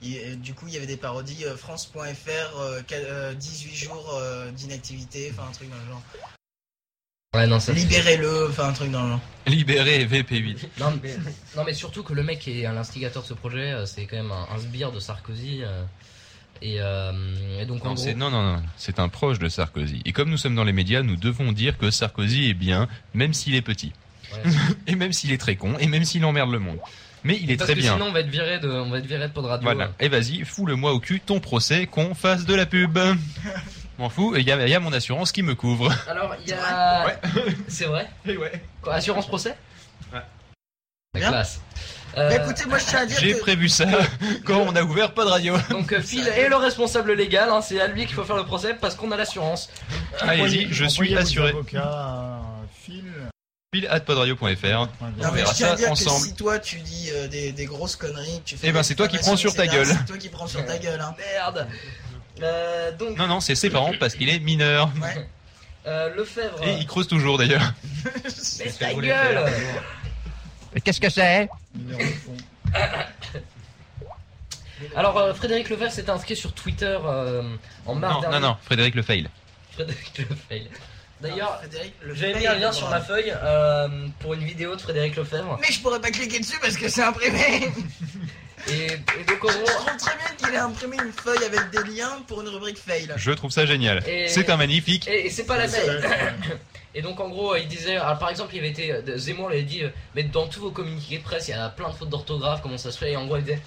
Speaker 6: Et, euh, du coup, il y avait des parodies euh, France.fr euh, quel- euh, 18 jours euh, d'inactivité, enfin un truc dans le genre.
Speaker 3: ouais, non, ça-
Speaker 6: Libérez-le, enfin un truc dans le genre.
Speaker 1: Libéré VP8.
Speaker 3: non, mais... non, mais surtout que le mec qui est un instigateur de ce projet, euh, c'est quand même un, un sbire de Sarkozy. euh, Et, euh, et donc en
Speaker 1: Non,
Speaker 3: gros,
Speaker 1: c'est- non, non, non. C'est un proche de Sarkozy. Et comme nous sommes dans les médias, nous devons dire que Sarkozy est bien, même s'il est petit.
Speaker 3: Ouais.
Speaker 1: [laughs] et même s'il est très con, et même s'il emmerde le monde. Mais il est
Speaker 3: parce
Speaker 1: très
Speaker 3: que
Speaker 1: bien.
Speaker 3: sinon on va être viré de, on va être viré de euh. Pod Radio.
Speaker 1: Voilà. Et vas-y, fous-le-moi au cul ton procès qu'on fasse de la
Speaker 4: [laughs]
Speaker 1: pub. M'en fous, il y, a- y a mon assurance qui me couvre.
Speaker 3: Alors il y a, c'est vrai.
Speaker 7: Et ouais.
Speaker 3: Quoi, assurance procès.
Speaker 7: Ouais.
Speaker 3: La
Speaker 6: Bien. Bah,
Speaker 3: classe. Euh,
Speaker 6: Mais écoutez, moi je tiens à dire
Speaker 1: J'ai
Speaker 6: que
Speaker 1: prévu
Speaker 4: [laughs]
Speaker 1: ça quand on a ouvert pas de radio.
Speaker 3: donc
Speaker 6: [laughs]
Speaker 3: euh, Phil est le responsable légal, hein, c'est à lui qu'il faut faire le procès parce qu'on a l'assurance. Ah,
Speaker 1: Allez-y, je suis assuré.
Speaker 5: Avocat, fil.
Speaker 1: Pile at podradio.fr.
Speaker 6: Non,
Speaker 1: On
Speaker 6: mais
Speaker 1: verra
Speaker 6: je tiens à
Speaker 1: ça
Speaker 6: dire
Speaker 1: ensemble.
Speaker 6: que si toi tu dis euh, des, des grosses conneries, tu fais.
Speaker 1: Eh ben,
Speaker 6: des
Speaker 1: c'est toi qui
Speaker 6: diffamations,
Speaker 1: prends sur ta
Speaker 6: etc.,
Speaker 1: gueule.
Speaker 6: C'est toi qui prends sur ta gueule, hein.
Speaker 3: Merde. Euh, donc
Speaker 1: Non, non, c'est ses parents parce qu'il est mineur.
Speaker 6: Ouais.
Speaker 3: euh, Lefebvre.
Speaker 1: Et il creuse toujours d'ailleurs.
Speaker 3: Mais ta gueule
Speaker 2: Mais qu'est-ce que c'est
Speaker 3: Alors euh, Frédéric Lefebvre s'était inscrit sur Twitter euh, en mars
Speaker 1: Non,
Speaker 3: dernier.
Speaker 1: non, non, Frédéric le fail.
Speaker 3: Frédéric Lefebvre. D'ailleurs,
Speaker 6: Frédéric, le
Speaker 3: j'avais
Speaker 6: fait,
Speaker 3: mis un
Speaker 6: il
Speaker 3: lien
Speaker 6: est
Speaker 3: sur
Speaker 6: mort.
Speaker 3: ma feuille euh, pour une vidéo de Frédéric Lefebvre.
Speaker 6: Mais je pourrais pas cliquer dessus parce que c'est [laughs] imprimé.
Speaker 3: Et, et donc en
Speaker 6: Je
Speaker 3: gros,
Speaker 6: trouve très bien qu'il ait imprimé une feuille avec des liens pour une rubrique fail.
Speaker 1: Je trouve ça génial.
Speaker 3: Et-
Speaker 1: C'est un magnifique.
Speaker 3: et, et c'est pas la seule. Et donc en gros, euh, il disait, alors, par exemple, il avait été, euh, Zemmour lui avait dit, euh, mais dans tous vos communiqués de presse, il y a plein de fautes d'orthographe, comment ça se fait Et en gros, il disait,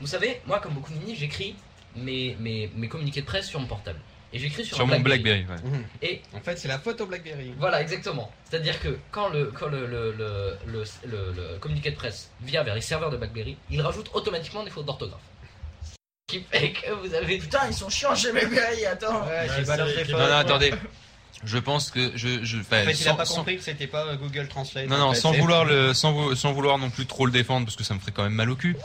Speaker 3: vous savez, moi comme beaucoup de ministres, j'écris mes, mes, mes communiqués de presse sur mon portable. Et j'écris sur,
Speaker 1: Sur
Speaker 3: un
Speaker 1: mon Blackberry. ouais.
Speaker 3: Et
Speaker 4: En fait, c'est la faute au Blackberry.
Speaker 3: Voilà, exactement. C'est-à-dire que quand le, quand le, le, le, le, le- le communiqué de presse vient vers les serveurs de BlackBerry, il rajoute automatiquement des fautes d'orthographe. Ce qui fait que vous avez.
Speaker 6: Putain, ils sont chiants chez McGuire, attends.
Speaker 4: Ouais,
Speaker 5: j'ai balancé les
Speaker 1: Non, non, attendez. Je pense que je. je enfin,
Speaker 4: En fait, il a
Speaker 1: sans-
Speaker 4: pas
Speaker 1: sans-
Speaker 4: compris que c'était pas euh, Google Translate.
Speaker 1: Non,
Speaker 4: en
Speaker 1: non,
Speaker 4: fait,
Speaker 1: sans
Speaker 4: c'est-
Speaker 1: vouloir, le, sans, vou- sans vouloir non plus trop le défendre, parce que ça me ferait quand même mal au cul.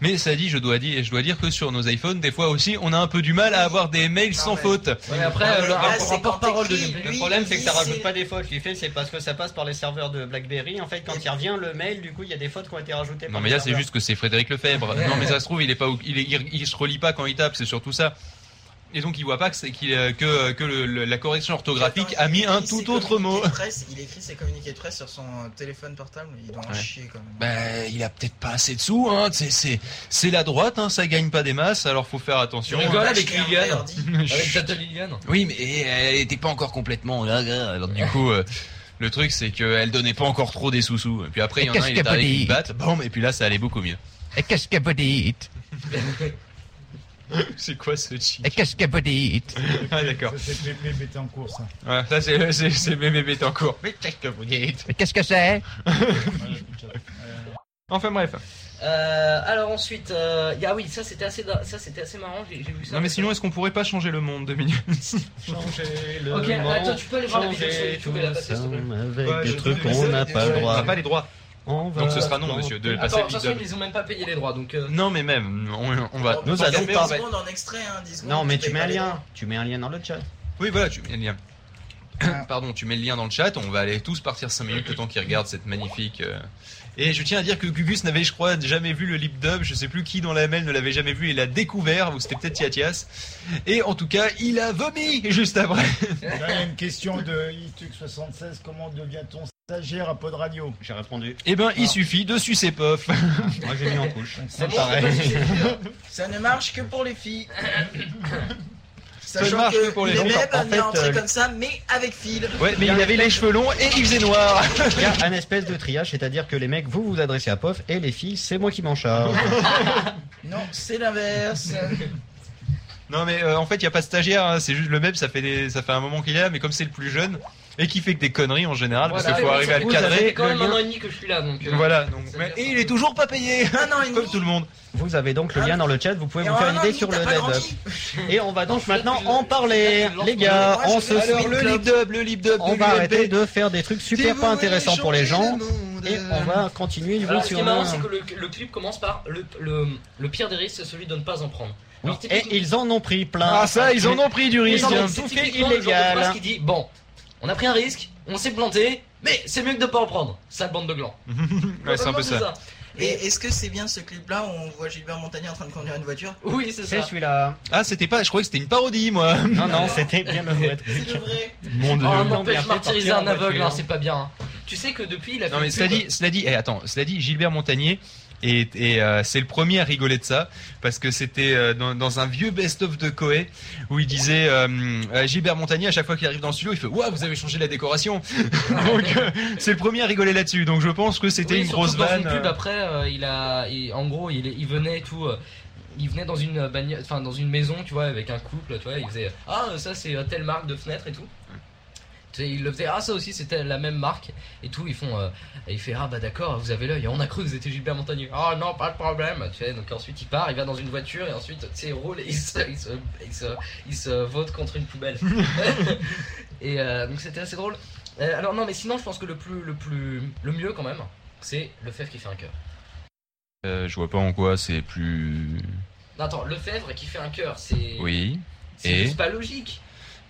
Speaker 1: Mais ça dit, je dois dire, je dois dire que sur nos iPhones, des fois aussi, on a un peu du mal à avoir des mails sans
Speaker 6: mais-
Speaker 1: faute.
Speaker 3: Ouais, mais après,
Speaker 6: Non,
Speaker 3: euh,
Speaker 6: mais
Speaker 3: le
Speaker 6: là,
Speaker 3: rapport-
Speaker 6: c'est
Speaker 3: rapport
Speaker 6: quand t'écris,
Speaker 3: parole de
Speaker 6: lui.
Speaker 3: Zemmour.
Speaker 4: Le problème, c'est que ça
Speaker 6: Oui,
Speaker 4: rajoute
Speaker 6: c'est-
Speaker 4: pas des fautes. Lui fait, c'est parce que ça passe par les serveurs de BlackBerry. En fait, quand il revient le mail, du coup, il y a des fautes qui ont été rajoutées.
Speaker 1: Non,
Speaker 4: par
Speaker 1: mais
Speaker 4: les
Speaker 1: là, c'est
Speaker 4: serveurs.
Speaker 1: juste que c'est Frédéric Lefebvre. Non, mais ça se trouve, il est pas, au- il, est- il, il se relit pas quand il tape, c'est surtout ça. Et donc, il voit pas que, c'est- qu'il, euh, que, que le- le- la correction orthographique
Speaker 6: Attends,
Speaker 1: a
Speaker 6: il
Speaker 1: mis
Speaker 6: écrit
Speaker 1: un
Speaker 6: ses
Speaker 1: tout autre [laughs] mot.
Speaker 6: communiqués de presse, il écrit ses communiqués de presse sur son euh, téléphone portable, il doit en
Speaker 1: Ouais.
Speaker 6: chier quand même.
Speaker 1: Ben, il a peut-être pas assez de sous, hein. C'est, c'est, c'est la droite, hein. Ça gagne pas des masses, alors faut faire attention.
Speaker 3: Tu rigoles avec
Speaker 6: Acheter un
Speaker 3: Liliane.
Speaker 6: vrai ordi.
Speaker 3: Avec Tata Liliane.
Speaker 1: Oui, mais elle était pas encore complètement là. là. Alors du coup, euh, le truc c'est qu'elle donnait pas encore trop des sous-sous. Et puis après, il y en a
Speaker 2: Qu'est-ce
Speaker 1: un, il
Speaker 2: que
Speaker 1: est arrivé
Speaker 2: vous
Speaker 1: avec une batte.
Speaker 2: dites
Speaker 1: Bon, et puis là, ça allait beaucoup mieux.
Speaker 2: Et qu'est-ce que vous dites
Speaker 1: [laughs] c'est quoi ce chi
Speaker 2: Et qu'est-ce que vous dites
Speaker 1: Ah d'accord.
Speaker 5: Ça, c'est Pépé Bettencourt, ça.
Speaker 1: Ouais, ça c'est c'est c'est bébé Bettencourt. Mais qu'est-ce que vous dites
Speaker 2: Mais qu'est-ce que c'est
Speaker 5: hein.
Speaker 6: [laughs]
Speaker 1: Enfin bref.
Speaker 3: Euh, alors ensuite, euh, il y a- ah oui, ça c'était assez, da- ça c'était assez marrant, j'ai j'ai vu ça.
Speaker 1: Non mais sinon, est-ce qu'on pourrait pas changer le monde deux minutes
Speaker 4: Changer le
Speaker 3: Ok,
Speaker 4: monde,
Speaker 3: attends, tu peux aller voir la vidéo sur
Speaker 4: changer
Speaker 3: YouTube et la passer, s'il te plaît.
Speaker 4: ensemble avec
Speaker 7: Ouais,
Speaker 4: des
Speaker 7: je-
Speaker 4: trucs
Speaker 7: je-
Speaker 4: qu'on
Speaker 7: je-
Speaker 4: n'a
Speaker 6: je-
Speaker 4: pas
Speaker 6: je-
Speaker 4: le
Speaker 6: je-
Speaker 1: On
Speaker 4: droit.
Speaker 1: n'a pas les droits.
Speaker 4: On va
Speaker 1: Donc ce sera non, monsieur, de le
Speaker 3: Attends,
Speaker 1: passer
Speaker 3: de toute façon,
Speaker 1: épisode.
Speaker 3: ils ont même pas payé les droits, donc. euh,
Speaker 1: Non mais même, on, on va.
Speaker 6: Bon,
Speaker 4: Nous
Speaker 6: on
Speaker 4: allons
Speaker 6: fait
Speaker 4: pas-
Speaker 6: 10 secondes en extrait, hein, 10 secondes,
Speaker 4: Non, mais tu
Speaker 6: payes
Speaker 4: mets
Speaker 6: pas
Speaker 4: un
Speaker 6: les
Speaker 4: lien. Tu mets un lien dans le chat.
Speaker 1: Oui, voilà, tu mets le lien. [coughs] Pardon, tu mets le lien dans le chat, on va aller tous partir 5 minutes le temps qu'ils regardent cette magnifique. euh, Et je tiens à dire que Gugus n'avait, je crois, jamais vu le lip dub. Je sais plus qui dans la mail ne l'avait jamais vu et l'a découvert, ou c'était peut-être Tiatias. Et en tout cas, il a vomi juste après.
Speaker 5: Là, il y a une question de Itux76. Comment devient-on stagiaire à Pod Radio.
Speaker 4: J'ai répondu.
Speaker 1: Eh ben, il suffit de sucer pof. Moi, j'ai mis en
Speaker 4: [laughs]
Speaker 1: couche.
Speaker 4: Ah
Speaker 6: C'est bon,
Speaker 4: pareil.
Speaker 6: c'est pas sûr. Ça ne marche que pour les filles. Sachant
Speaker 1: marche
Speaker 6: que
Speaker 1: que pour les
Speaker 6: les
Speaker 1: filles.
Speaker 6: mecs,
Speaker 4: En
Speaker 6: on est
Speaker 4: fait,
Speaker 6: entré
Speaker 4: euh,
Speaker 6: comme ça, mais avec fil.
Speaker 1: Ouais, mais il avait les cheveux longs et il faisait noir. [laughs]
Speaker 4: Il y a un espèce de triage, c'est-à-dire que les mecs, vous vous adressez à POF et les filles, c'est moi qui m'en [laughs] charge.
Speaker 6: Non, c'est l'inverse.
Speaker 1: Non, mais euh, en fait, il y a pas de stagiaire. hein, C'est juste le même. Ça fait des... ça fait un moment qu'il est là, mais comme c'est le plus jeune et qui fait que des conneries en général, parce
Speaker 3: [laughs] Voilà.
Speaker 1: qu'il faut arriver à le
Speaker 3: Vous, ça fait
Speaker 1: cadrer.
Speaker 3: quand
Speaker 1: le
Speaker 3: même
Speaker 1: lien-
Speaker 3: un an et demi que je suis là, donc. euh,
Speaker 1: Voilà. Donc,
Speaker 3: Ça
Speaker 1: mais-
Speaker 3: veut dire
Speaker 1: Et
Speaker 3: ça.
Speaker 1: il est toujours pas payé. [laughs]
Speaker 6: Un an et demi.
Speaker 1: Comme tout le monde.
Speaker 4: Vous avez donc le lien dans le chat, vous pouvez
Speaker 6: Et
Speaker 4: vous
Speaker 6: en
Speaker 4: faire
Speaker 6: un
Speaker 4: une
Speaker 6: an
Speaker 4: idée
Speaker 6: et
Speaker 4: sur
Speaker 6: demi,
Speaker 4: le
Speaker 6: t'as pas
Speaker 4: dead up.
Speaker 6: grandi.
Speaker 4: Et on va donc maintenant en parler, les gars.
Speaker 6: Moi, je
Speaker 4: On
Speaker 6: suis
Speaker 4: se
Speaker 6: d'accord.
Speaker 4: suit.
Speaker 6: Alors, le Club.
Speaker 1: dub, le lip dub,
Speaker 4: On va arrêter de faire des trucs super pas intéressants pour les gens et on
Speaker 6: Euh,
Speaker 4: va continuer du coup,
Speaker 3: Alors, ce qui
Speaker 4: sur
Speaker 3: est marrant,
Speaker 4: un-
Speaker 3: c'est que le, le clip commence par le, le, le pire des risques, c'est celui de ne pas en prendre. Alors,
Speaker 4: Et
Speaker 3: typiquement-
Speaker 4: ils en ont pris plein.
Speaker 1: Ah ça, ils en ont pris du
Speaker 4: Ils
Speaker 1: risque.
Speaker 4: en ont
Speaker 1: hein.
Speaker 4: pris.
Speaker 3: C'est
Speaker 4: tout fait
Speaker 3: typiquement le genre de
Speaker 4: illégal.
Speaker 3: phrase qui dit bon, on a pris un risque, on s'est planté, mais c'est mieux que de pas en prendre. Sale bande de glands.
Speaker 1: Ouais, c'est un peu
Speaker 3: Globalement,
Speaker 1: ça.
Speaker 6: Et est-ce que c'est bien ce clip-là où on voit Gilbert Montagnier en train de conduire une voiture
Speaker 3: Oui, c'est
Speaker 4: C'est
Speaker 3: ça.
Speaker 4: celui-là.
Speaker 1: Ah, c'était pas. Je croyais que c'était une parodie, moi.
Speaker 4: Non, non, c'était bien le vrai.
Speaker 6: C'est le vrai.
Speaker 1: Mon
Speaker 3: Oh,
Speaker 4: Non, mais
Speaker 3: n'empêche
Speaker 4: après,
Speaker 3: martyriser
Speaker 4: partir en
Speaker 3: un aveugle,
Speaker 4: voiture.
Speaker 3: hein, c'est pas bien. hein. Tu sais que depuis, il a fait
Speaker 1: Non mais
Speaker 3: une
Speaker 1: cela
Speaker 3: pub-
Speaker 1: dit, cela dit, eh, attends, cela dit, Gilbert Montagnier est, est, euh, c'est le premier à rigoler de ça parce que c'était euh, dans, dans un vieux best-of de Coé où il disait euh, euh, Gilbert Montagnier à chaque fois qu'il arrive dans le studio, il fait waouh vous avez changé la décoration. [laughs] donc euh, c'est le premier à rigoler là-dessus. Donc je pense que c'était
Speaker 3: Oui,
Speaker 1: une
Speaker 3: surtout
Speaker 1: grosse
Speaker 3: dans
Speaker 1: vanne.
Speaker 3: Une pub,
Speaker 1: euh,
Speaker 3: après, euh, il a, il- en gros, il, il venait et tout. euh, il venait dans une bagnole, enfin dans une maison, tu vois, avec un couple, tu vois. Il faisait ah ça c'est euh, telle marque de fenêtre et tout. Tu sais, Il le faisait ah ça aussi c'était la même marque et tout. Ils font, euh, et il fait ah bah d'accord, vous avez l'œil. On a cru que vous étiez Gilbert Montagnier. Ah non pas de problème. Tu sais, donc ensuite il part, il va dans une voiture et ensuite tu sais, il roule et il se, il se, il se, il se vote contre
Speaker 1: [laughs]
Speaker 3: une poubelle. et euh, donc c'était assez drôle. Euh, alors non mais sinon je pense que le plus, le plus, le mieux quand même c'est Lefebvre qui fait un cœur.
Speaker 1: euh, je vois pas en quoi c'est plus.
Speaker 3: Non, attends, Lefebvre qui fait un cœur, c'est.
Speaker 1: Oui,
Speaker 3: C'est
Speaker 1: et-
Speaker 3: juste pas logique.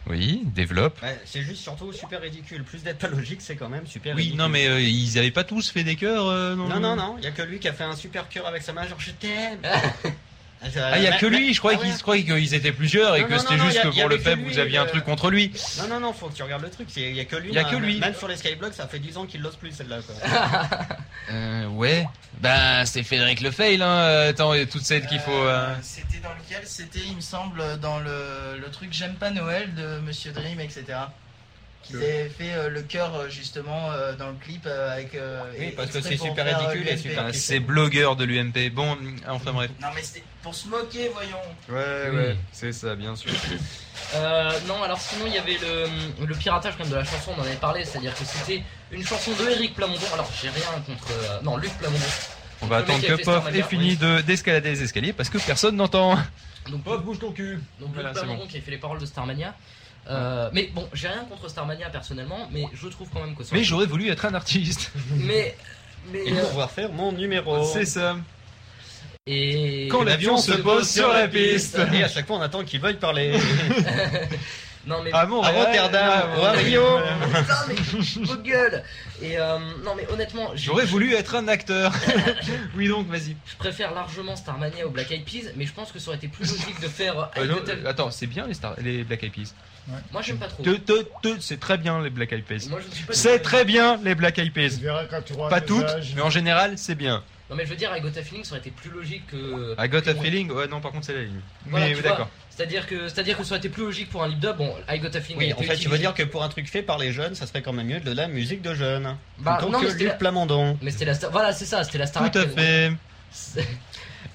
Speaker 1: oui, développe.
Speaker 4: Ouais, c'est juste surtout super ridicule. Plus d'être pas logique, c'est quand même super
Speaker 1: Oui,
Speaker 4: ridicule.
Speaker 1: non mais euh, ils avaient pas tous fait des cœurs. euh, dans
Speaker 4: Non,
Speaker 1: le-
Speaker 4: non, non, il y a que lui qui a fait un super cœur avec sa main, genre je t'aime.
Speaker 1: Ah, il y a que lui, je croyais
Speaker 4: Ah
Speaker 1: qu'ils
Speaker 4: ouais.
Speaker 1: je croyais qu'ils étaient plusieurs et
Speaker 4: Non,
Speaker 1: que
Speaker 4: non,
Speaker 1: c'était
Speaker 4: non,
Speaker 1: juste
Speaker 4: y a-
Speaker 1: que
Speaker 4: y
Speaker 1: pour
Speaker 4: avait
Speaker 1: le
Speaker 4: que
Speaker 1: peuple
Speaker 4: lui,
Speaker 1: vous aviez un
Speaker 4: euh,
Speaker 1: truc contre lui.
Speaker 4: Non, non, non, faut que tu regardes le truc. c'est- Il y a que lui.
Speaker 1: Il y a
Speaker 4: même-
Speaker 1: que lui.
Speaker 4: Même sur les Skyblock, ça fait 10 ans qu'ils l'osent plus celle-là. quoi.
Speaker 1: Euh, ouais. Bah, c'est Frédéric Le Fail, hein. euh, Attends, il y a toute celle qu'il faut. euh,
Speaker 6: Euh, C'était dans lequel C'était, il me semble, dans le, le truc J'aime pas Noël de Monsieur Dream, etc. Qu'ils avaient fait euh, le cœur euh, justement euh, dans le clip euh, avec. euh,
Speaker 4: Oui,
Speaker 6: et-
Speaker 4: parce que
Speaker 6: exprès
Speaker 4: c'est
Speaker 6: pour
Speaker 4: super
Speaker 6: faire, euh,
Speaker 4: ridicule et
Speaker 6: l'UMP.
Speaker 4: super-
Speaker 1: Enfin, c'est blogueur de l'UMP. Bon, mm, enfin bref.
Speaker 6: Non, mais c'était pour se moquer, voyons.
Speaker 1: [laughs] Ouais,
Speaker 3: Oui. ouais,
Speaker 1: c'est ça, bien sûr.
Speaker 3: Euh, non, alors sinon, il y avait le, le piratage quand même de la chanson, on en avait parlé, c'est-à-dire que c'était une chanson de Eric Plamondon. Alors, j'ai rien contre. euh, non, Luc Plamondon.
Speaker 1: On va
Speaker 3: Le mec
Speaker 1: attendre
Speaker 3: qui a
Speaker 1: que
Speaker 3: fait
Speaker 1: Pop
Speaker 3: Starmania,
Speaker 1: ait fini
Speaker 3: oui.
Speaker 1: de d'escalader les escaliers parce que personne n'entend.
Speaker 3: Donc,
Speaker 5: bouge ton cul.
Speaker 3: Donc
Speaker 1: Voilà,
Speaker 3: Luc
Speaker 1: c'est
Speaker 3: Plamondon qui a fait les paroles de Starmania. Euh, mais bon, j'ai rien contre Starmania personnellement, mais je trouve quand même que ça.
Speaker 1: Mais j'aurais voulu être un artiste.
Speaker 4: Et
Speaker 3: Mais. mais
Speaker 4: pour
Speaker 3: euh,
Speaker 4: pouvoir faire mon numéro.
Speaker 1: C'est ça.
Speaker 3: et.
Speaker 1: Quand l'avion se pose sur la piste.
Speaker 4: Et à chaque fois, on attend qu'il
Speaker 1: [laughs]
Speaker 4: veuille parler.
Speaker 3: Non, mais
Speaker 1: Ah bon,
Speaker 4: à
Speaker 1: ouais,
Speaker 4: Rotterdam,
Speaker 1: ouais,
Speaker 4: ou
Speaker 1: ouais.
Speaker 4: à Rio.
Speaker 3: Putain, mais vos gueules Et euh, non, mais honnêtement, j'ai-
Speaker 1: J'aurais voulu être un acteur. oui donc, vas-y.
Speaker 3: je préfère largement Starmania au Black Eyed Peas, mais je pense que ça aurait été plus logique de faire. euh, Oh.
Speaker 1: Euh,
Speaker 3: Eyed
Speaker 1: non,
Speaker 3: Metal.
Speaker 1: euh, attends, c'est bien les, Star- les Black Eyed Peas.
Speaker 3: Moi, j'aime pas trop.
Speaker 1: Te- te- te- C'est très bien les Black Eyed Peas.
Speaker 3: Moi, je ne suis pas-
Speaker 1: C'est très bien les Black Eyed
Speaker 5: Tu
Speaker 1: Peas.
Speaker 5: verras quand tu auras
Speaker 1: Pas
Speaker 5: tes
Speaker 1: toutes,
Speaker 5: âges.
Speaker 1: mais en général, c'est bien.
Speaker 3: Non, mais je veux dire, I Got a Feeling, ça aurait été plus logique que.
Speaker 1: I got a
Speaker 3: que-
Speaker 1: feeling, ouais, non, par contre, c'est la ligne.
Speaker 3: Voilà,
Speaker 1: mais
Speaker 3: tu
Speaker 1: d'accord.
Speaker 3: vois, C'est-à-dire que, c'est-à-dire que ça aurait été plus logique pour un lip dub. Bon, I Got a Feeling.
Speaker 4: Oui,
Speaker 3: a
Speaker 4: en fait,
Speaker 3: été
Speaker 4: tu veux
Speaker 3: utilisé.
Speaker 4: dire que pour un truc fait par les jeunes, ça serait quand même mieux de la musique de jeunes.
Speaker 3: Bah,
Speaker 4: Plutôt
Speaker 3: non,
Speaker 4: que
Speaker 3: mais c'était
Speaker 4: Luc
Speaker 3: la-
Speaker 4: Plamondon.
Speaker 3: Mais c'était la star. Voilà, c'est ça, c'était la star.
Speaker 1: Tout à fait.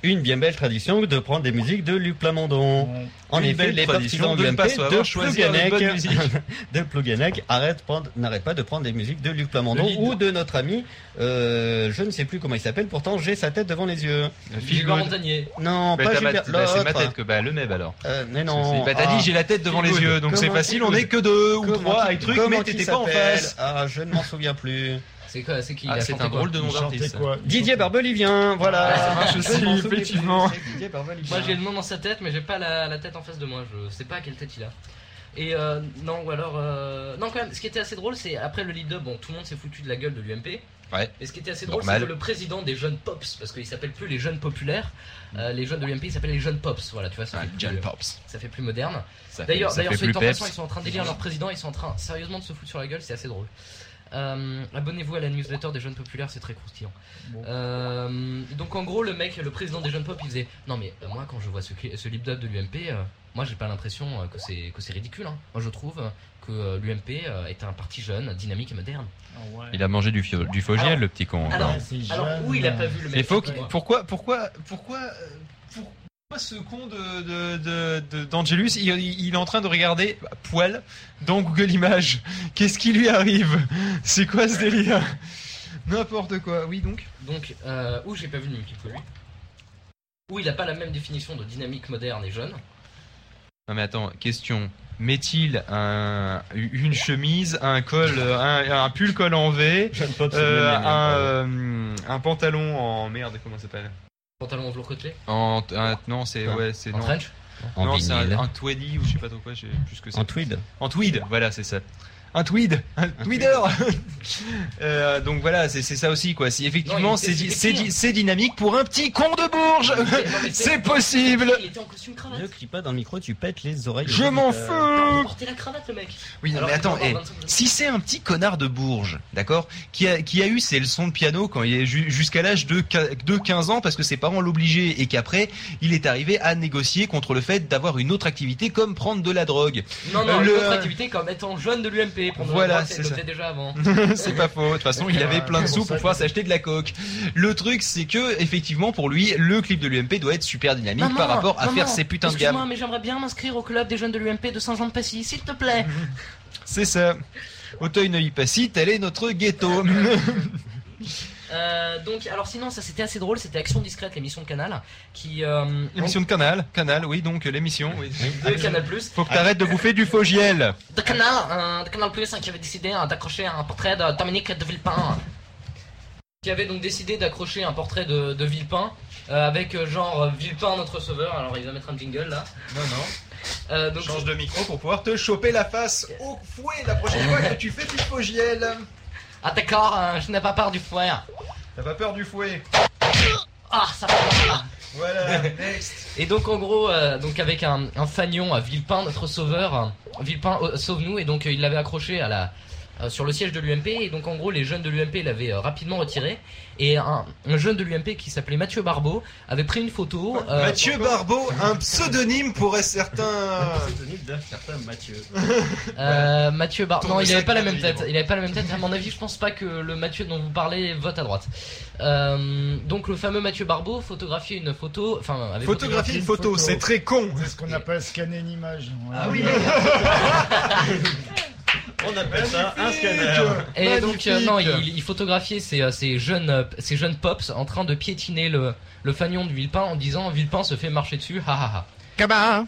Speaker 4: Une bien belle tradition de prendre des musiques de Luc Plamondon.
Speaker 5: Bon,
Speaker 4: En
Speaker 1: Une
Speaker 4: effet,
Speaker 1: belle
Speaker 4: les
Speaker 1: tradition
Speaker 4: partisans
Speaker 1: de
Speaker 4: de
Speaker 1: ne
Speaker 4: l'UMP
Speaker 1: pas savoir
Speaker 4: de
Speaker 1: choisir les bonnes musiques.
Speaker 4: Plouguenec, [laughs] de Plouguenec arrête prendre- n'arrête pas de prendre des musiques de Luc Plamondon
Speaker 1: Le lead.
Speaker 4: ou de notre ami, euh, je ne sais plus comment il s'appelle, pourtant j'ai sa tête devant les yeux.
Speaker 3: Gilbert Montagnier.
Speaker 4: Non,
Speaker 1: Bah,
Speaker 4: pas
Speaker 1: t'as ma-
Speaker 4: Gilbert,
Speaker 1: bah, c'est ma
Speaker 4: l'autre.
Speaker 1: tête que bah le même alors.
Speaker 4: Euh, mais
Speaker 1: Parce
Speaker 4: non.
Speaker 1: que c'est- bah, t'as
Speaker 4: Ah.
Speaker 1: dit j'ai la tête devant les
Speaker 4: Feel
Speaker 1: yeux
Speaker 4: good.
Speaker 1: donc c'est
Speaker 4: Comment
Speaker 1: facile,
Speaker 4: Feel
Speaker 1: on
Speaker 4: good
Speaker 1: est que deux ou
Speaker 4: Comment
Speaker 1: trois
Speaker 4: qu'il-
Speaker 1: avec truc
Speaker 4: comment
Speaker 1: mais
Speaker 4: qu'il
Speaker 1: t'étais pas en
Speaker 4: s'appelle
Speaker 1: face.
Speaker 4: Ah, je ne m'en souviens plus.
Speaker 3: C'est quoi C'est qui il
Speaker 1: Ah,
Speaker 3: a
Speaker 1: c'est
Speaker 3: chanté
Speaker 1: un
Speaker 3: quoi
Speaker 1: drôle de nom
Speaker 5: il chantait
Speaker 1: d'artiste.
Speaker 5: quoi Il
Speaker 4: Didier
Speaker 5: chantait-
Speaker 4: Barbelivien, voilà.
Speaker 1: Ah, ça marche
Speaker 4: Je
Speaker 1: aussi,
Speaker 4: m'en souviens plus,
Speaker 1: effectivement.
Speaker 4: c'est Didier Barbelivien.
Speaker 3: Moi j'ai le nom dans sa tête, mais j'ai pas la, la tête en face de moi. Je sais pas à quelle tête il a. Et euh, non, ou alors. euh, Non, quand même, ce qui était assez drôle, c'est après le lead-up, bon, tout le monde s'est foutu de la gueule de l'UMP.
Speaker 1: Ouais.
Speaker 3: Et ce qui était assez drôle,
Speaker 1: Normal.
Speaker 3: c'est que le président des jeunes Pops, parce qu'ils s'appellent plus les jeunes populaires, euh, les jeunes de l'UMP, ils s'appellent les jeunes Pops. Voilà, tu vois, ça,
Speaker 1: Ah,
Speaker 3: fait, plus,
Speaker 1: John Pops.
Speaker 3: ça fait plus moderne.
Speaker 1: Ça fait-
Speaker 3: D'ailleurs,
Speaker 1: ça
Speaker 3: d'ailleurs,
Speaker 1: fait
Speaker 3: soit dit
Speaker 1: plus
Speaker 3: en passant, ils
Speaker 1: peps.
Speaker 3: sont en train d'élire leur président, ils sont en train sérieusement de se foutre sur la gueule, c'est assez drôle. Euh, Abonnez-vous à la newsletter des jeunes populaires, c'est très croustillant.
Speaker 5: Bon.
Speaker 3: Euh, donc en gros, le mec, le président des jeunes pop, il faisait Non, mais euh, moi, quand je vois ce, qui- ce lip dub de l'UMP, euh, moi, j'ai pas l'impression euh, que c'est que c'est ridicule. hein. Moi, je trouve euh, que l'UMP euh, est un parti jeune, dynamique et moderne.
Speaker 1: Il a mangé du, fio- du Fogiel,
Speaker 3: Alors-
Speaker 1: le petit con.
Speaker 3: alors-
Speaker 1: hein.
Speaker 5: Ah c'est
Speaker 3: Ah Alors,
Speaker 5: jeune,
Speaker 3: où il a
Speaker 5: euh,
Speaker 3: pas vu le mec
Speaker 1: Mais faut qu'il-
Speaker 3: Ouais.
Speaker 1: pourquoi, pourquoi,
Speaker 7: Pourquoi, euh, pour- pourquoi ce con de,
Speaker 1: de- de- de- d'Angelus, il, il- il est en train de regarder bah, poil dans Google Images. Qu'est-ce qui lui arrive C'est quoi ce délire N'importe quoi. Oui, donc.
Speaker 3: Donc, euh, où j'ai pas vu le même clip que lui, où il a pas la même définition de dynamique moderne et jeune.
Speaker 1: Non mais attends, question. Met-il un- une chemise, un col, un, un pull col en V,
Speaker 4: Jeune pop, c'est mieux,
Speaker 1: euh,
Speaker 4: mais-
Speaker 1: un, euh, un pantalon en merde, comment ça s'appelle
Speaker 3: Pantalon en velours côtelé,
Speaker 1: En un- non, c'est
Speaker 3: Ah.
Speaker 1: ouais, c'est
Speaker 3: en
Speaker 1: non.
Speaker 3: trench.
Speaker 8: En
Speaker 1: non, c'est un,
Speaker 8: vinyle.
Speaker 1: un tweedy ou je sais pas trop quoi, j'ai plus que ça.
Speaker 8: En tweed.
Speaker 1: En tweed, voilà, c'est ça. Un tweed, un tweeder. [laughs] Euh, donc voilà, c'est c'est ça aussi quoi. Si
Speaker 3: Non,
Speaker 1: effectivement
Speaker 3: il-
Speaker 1: c'est
Speaker 3: il-
Speaker 1: di-
Speaker 3: il-
Speaker 1: c'est di- c'est dynamique pour un petit con de [laughs] Bourges,
Speaker 3: Non, mais
Speaker 1: c'est possible.
Speaker 3: Il était en costume cravate.
Speaker 4: Ne crie pas dans le micro, tu pètes les oreilles.
Speaker 1: Je
Speaker 4: aux
Speaker 1: m'en
Speaker 4: auditeurs.
Speaker 1: fous.
Speaker 3: Portez la cravate, le mec.
Speaker 1: Oui, non,
Speaker 3: Alors
Speaker 1: mais
Speaker 3: qu'il
Speaker 1: Euh, attends,
Speaker 3: doit
Speaker 1: eh,
Speaker 3: avoir 25
Speaker 1: si c'est un petit connard de Bourges, d'accord, qui a, qui a eu ses leçons de piano quand il est ju- jusqu'à l'âge de, quin- de 15 ans parce que ses parents l'obligeaient et qu'après il est arrivé à négocier contre le fait d'avoir une autre activité comme prendre de la drogue.
Speaker 3: Non, non,
Speaker 1: Euh,
Speaker 3: une
Speaker 1: le-
Speaker 3: autre activité qu'en étant jeune de l'UMP. prendre
Speaker 1: Voilà,
Speaker 3: le droit,
Speaker 1: c'est
Speaker 3: le
Speaker 1: ça.
Speaker 3: fait déjà avant.
Speaker 1: c'est pas faux. De toute façon, il avait plein de sous pour pouvoir s'acheter de la coke. Le truc, c'est que effectivement pour lui, le clip de l'UMP doit être super dynamique
Speaker 3: Maman,
Speaker 1: par rapport à
Speaker 3: maman,
Speaker 1: faire ses putains de
Speaker 3: Excuse-moi,
Speaker 1: gammes.
Speaker 3: mais j'aimerais bien m'inscrire au club des jeunes de l'UMP de Saint-Jean-de-Passy, s'il te plaît.
Speaker 1: Mhm. C'est ça. Auteuil-Neuilly-Passy, tel est notre [laughs] ghetto.
Speaker 3: Euh, donc, alors sinon, ça c'était assez drôle, c'était Action Discrète, l'émission de Canal, qui. Euh,
Speaker 1: Émission de Canal, Canal, oui, donc l'émission. oui.
Speaker 3: de Canal Plus,
Speaker 1: Faut que t'arrêtes de bouffer du faux giel.
Speaker 3: de Canal, euh, de Canal Plus, qui avait décidé euh, d'accrocher un portrait de Dominique de Villepin, qui avait donc décidé d'accrocher un portrait de, de Villepin euh, avec euh, genre euh, Villepin notre sauveur. Alors il va mettre un jingle là.
Speaker 7: Non, non.
Speaker 3: Euh, donc,
Speaker 7: Change de micro pour pouvoir te choper la face au fouet la prochaine fois que tu fais du fogiel.
Speaker 3: Ah d'accord, euh, je n'ai pas peur du foyer.
Speaker 7: T'as pas peur du fouet
Speaker 3: Ah ça fait mal.
Speaker 6: Euh,
Speaker 7: Voilà, next.
Speaker 3: Et donc en gros, euh, donc avec un, un fanion à Villepin, notre sauveur, euh, Villepin euh, sauve nous, et donc euh, il l'avait accroché à la euh, sur le siège de l'UMP, et donc en gros les jeunes de l'UMP l'avaient euh, rapidement retiré, et un, un jeune de l'UMP qui s'appelait Mathieu Barbeau avait pris une photo. euh,
Speaker 7: Mathieu Barbeau, un pseudonyme pour être certain.
Speaker 4: Pseudonyme d'un certain Mathieu.
Speaker 3: euh, Mathieu Barbeau.
Speaker 7: Ton
Speaker 3: Non, il avait
Speaker 7: sac
Speaker 3: pas la
Speaker 7: de
Speaker 3: même tête.
Speaker 7: livres.
Speaker 3: Il avait pas la même tête. À mon avis, je pense pas que le Mathieu dont vous parlez vote à droite. Euh, donc le fameux Mathieu Barbeau photographiait une photo, enfin avait
Speaker 7: Photographier une photo, c'est très con.
Speaker 5: C'est ce qu'on appelle scanner une image.
Speaker 4: Ah oui, On appelle ça un scanner.
Speaker 7: Magnifique.
Speaker 3: Et donc, euh, non,
Speaker 7: Magnifique.
Speaker 3: il, il photographiait ces, euh, ces jeunes, euh, ces jeunes pops en train de piétiner le, le fanion de Villepin en disant Villepin se fait marcher dessus, ha ha ha.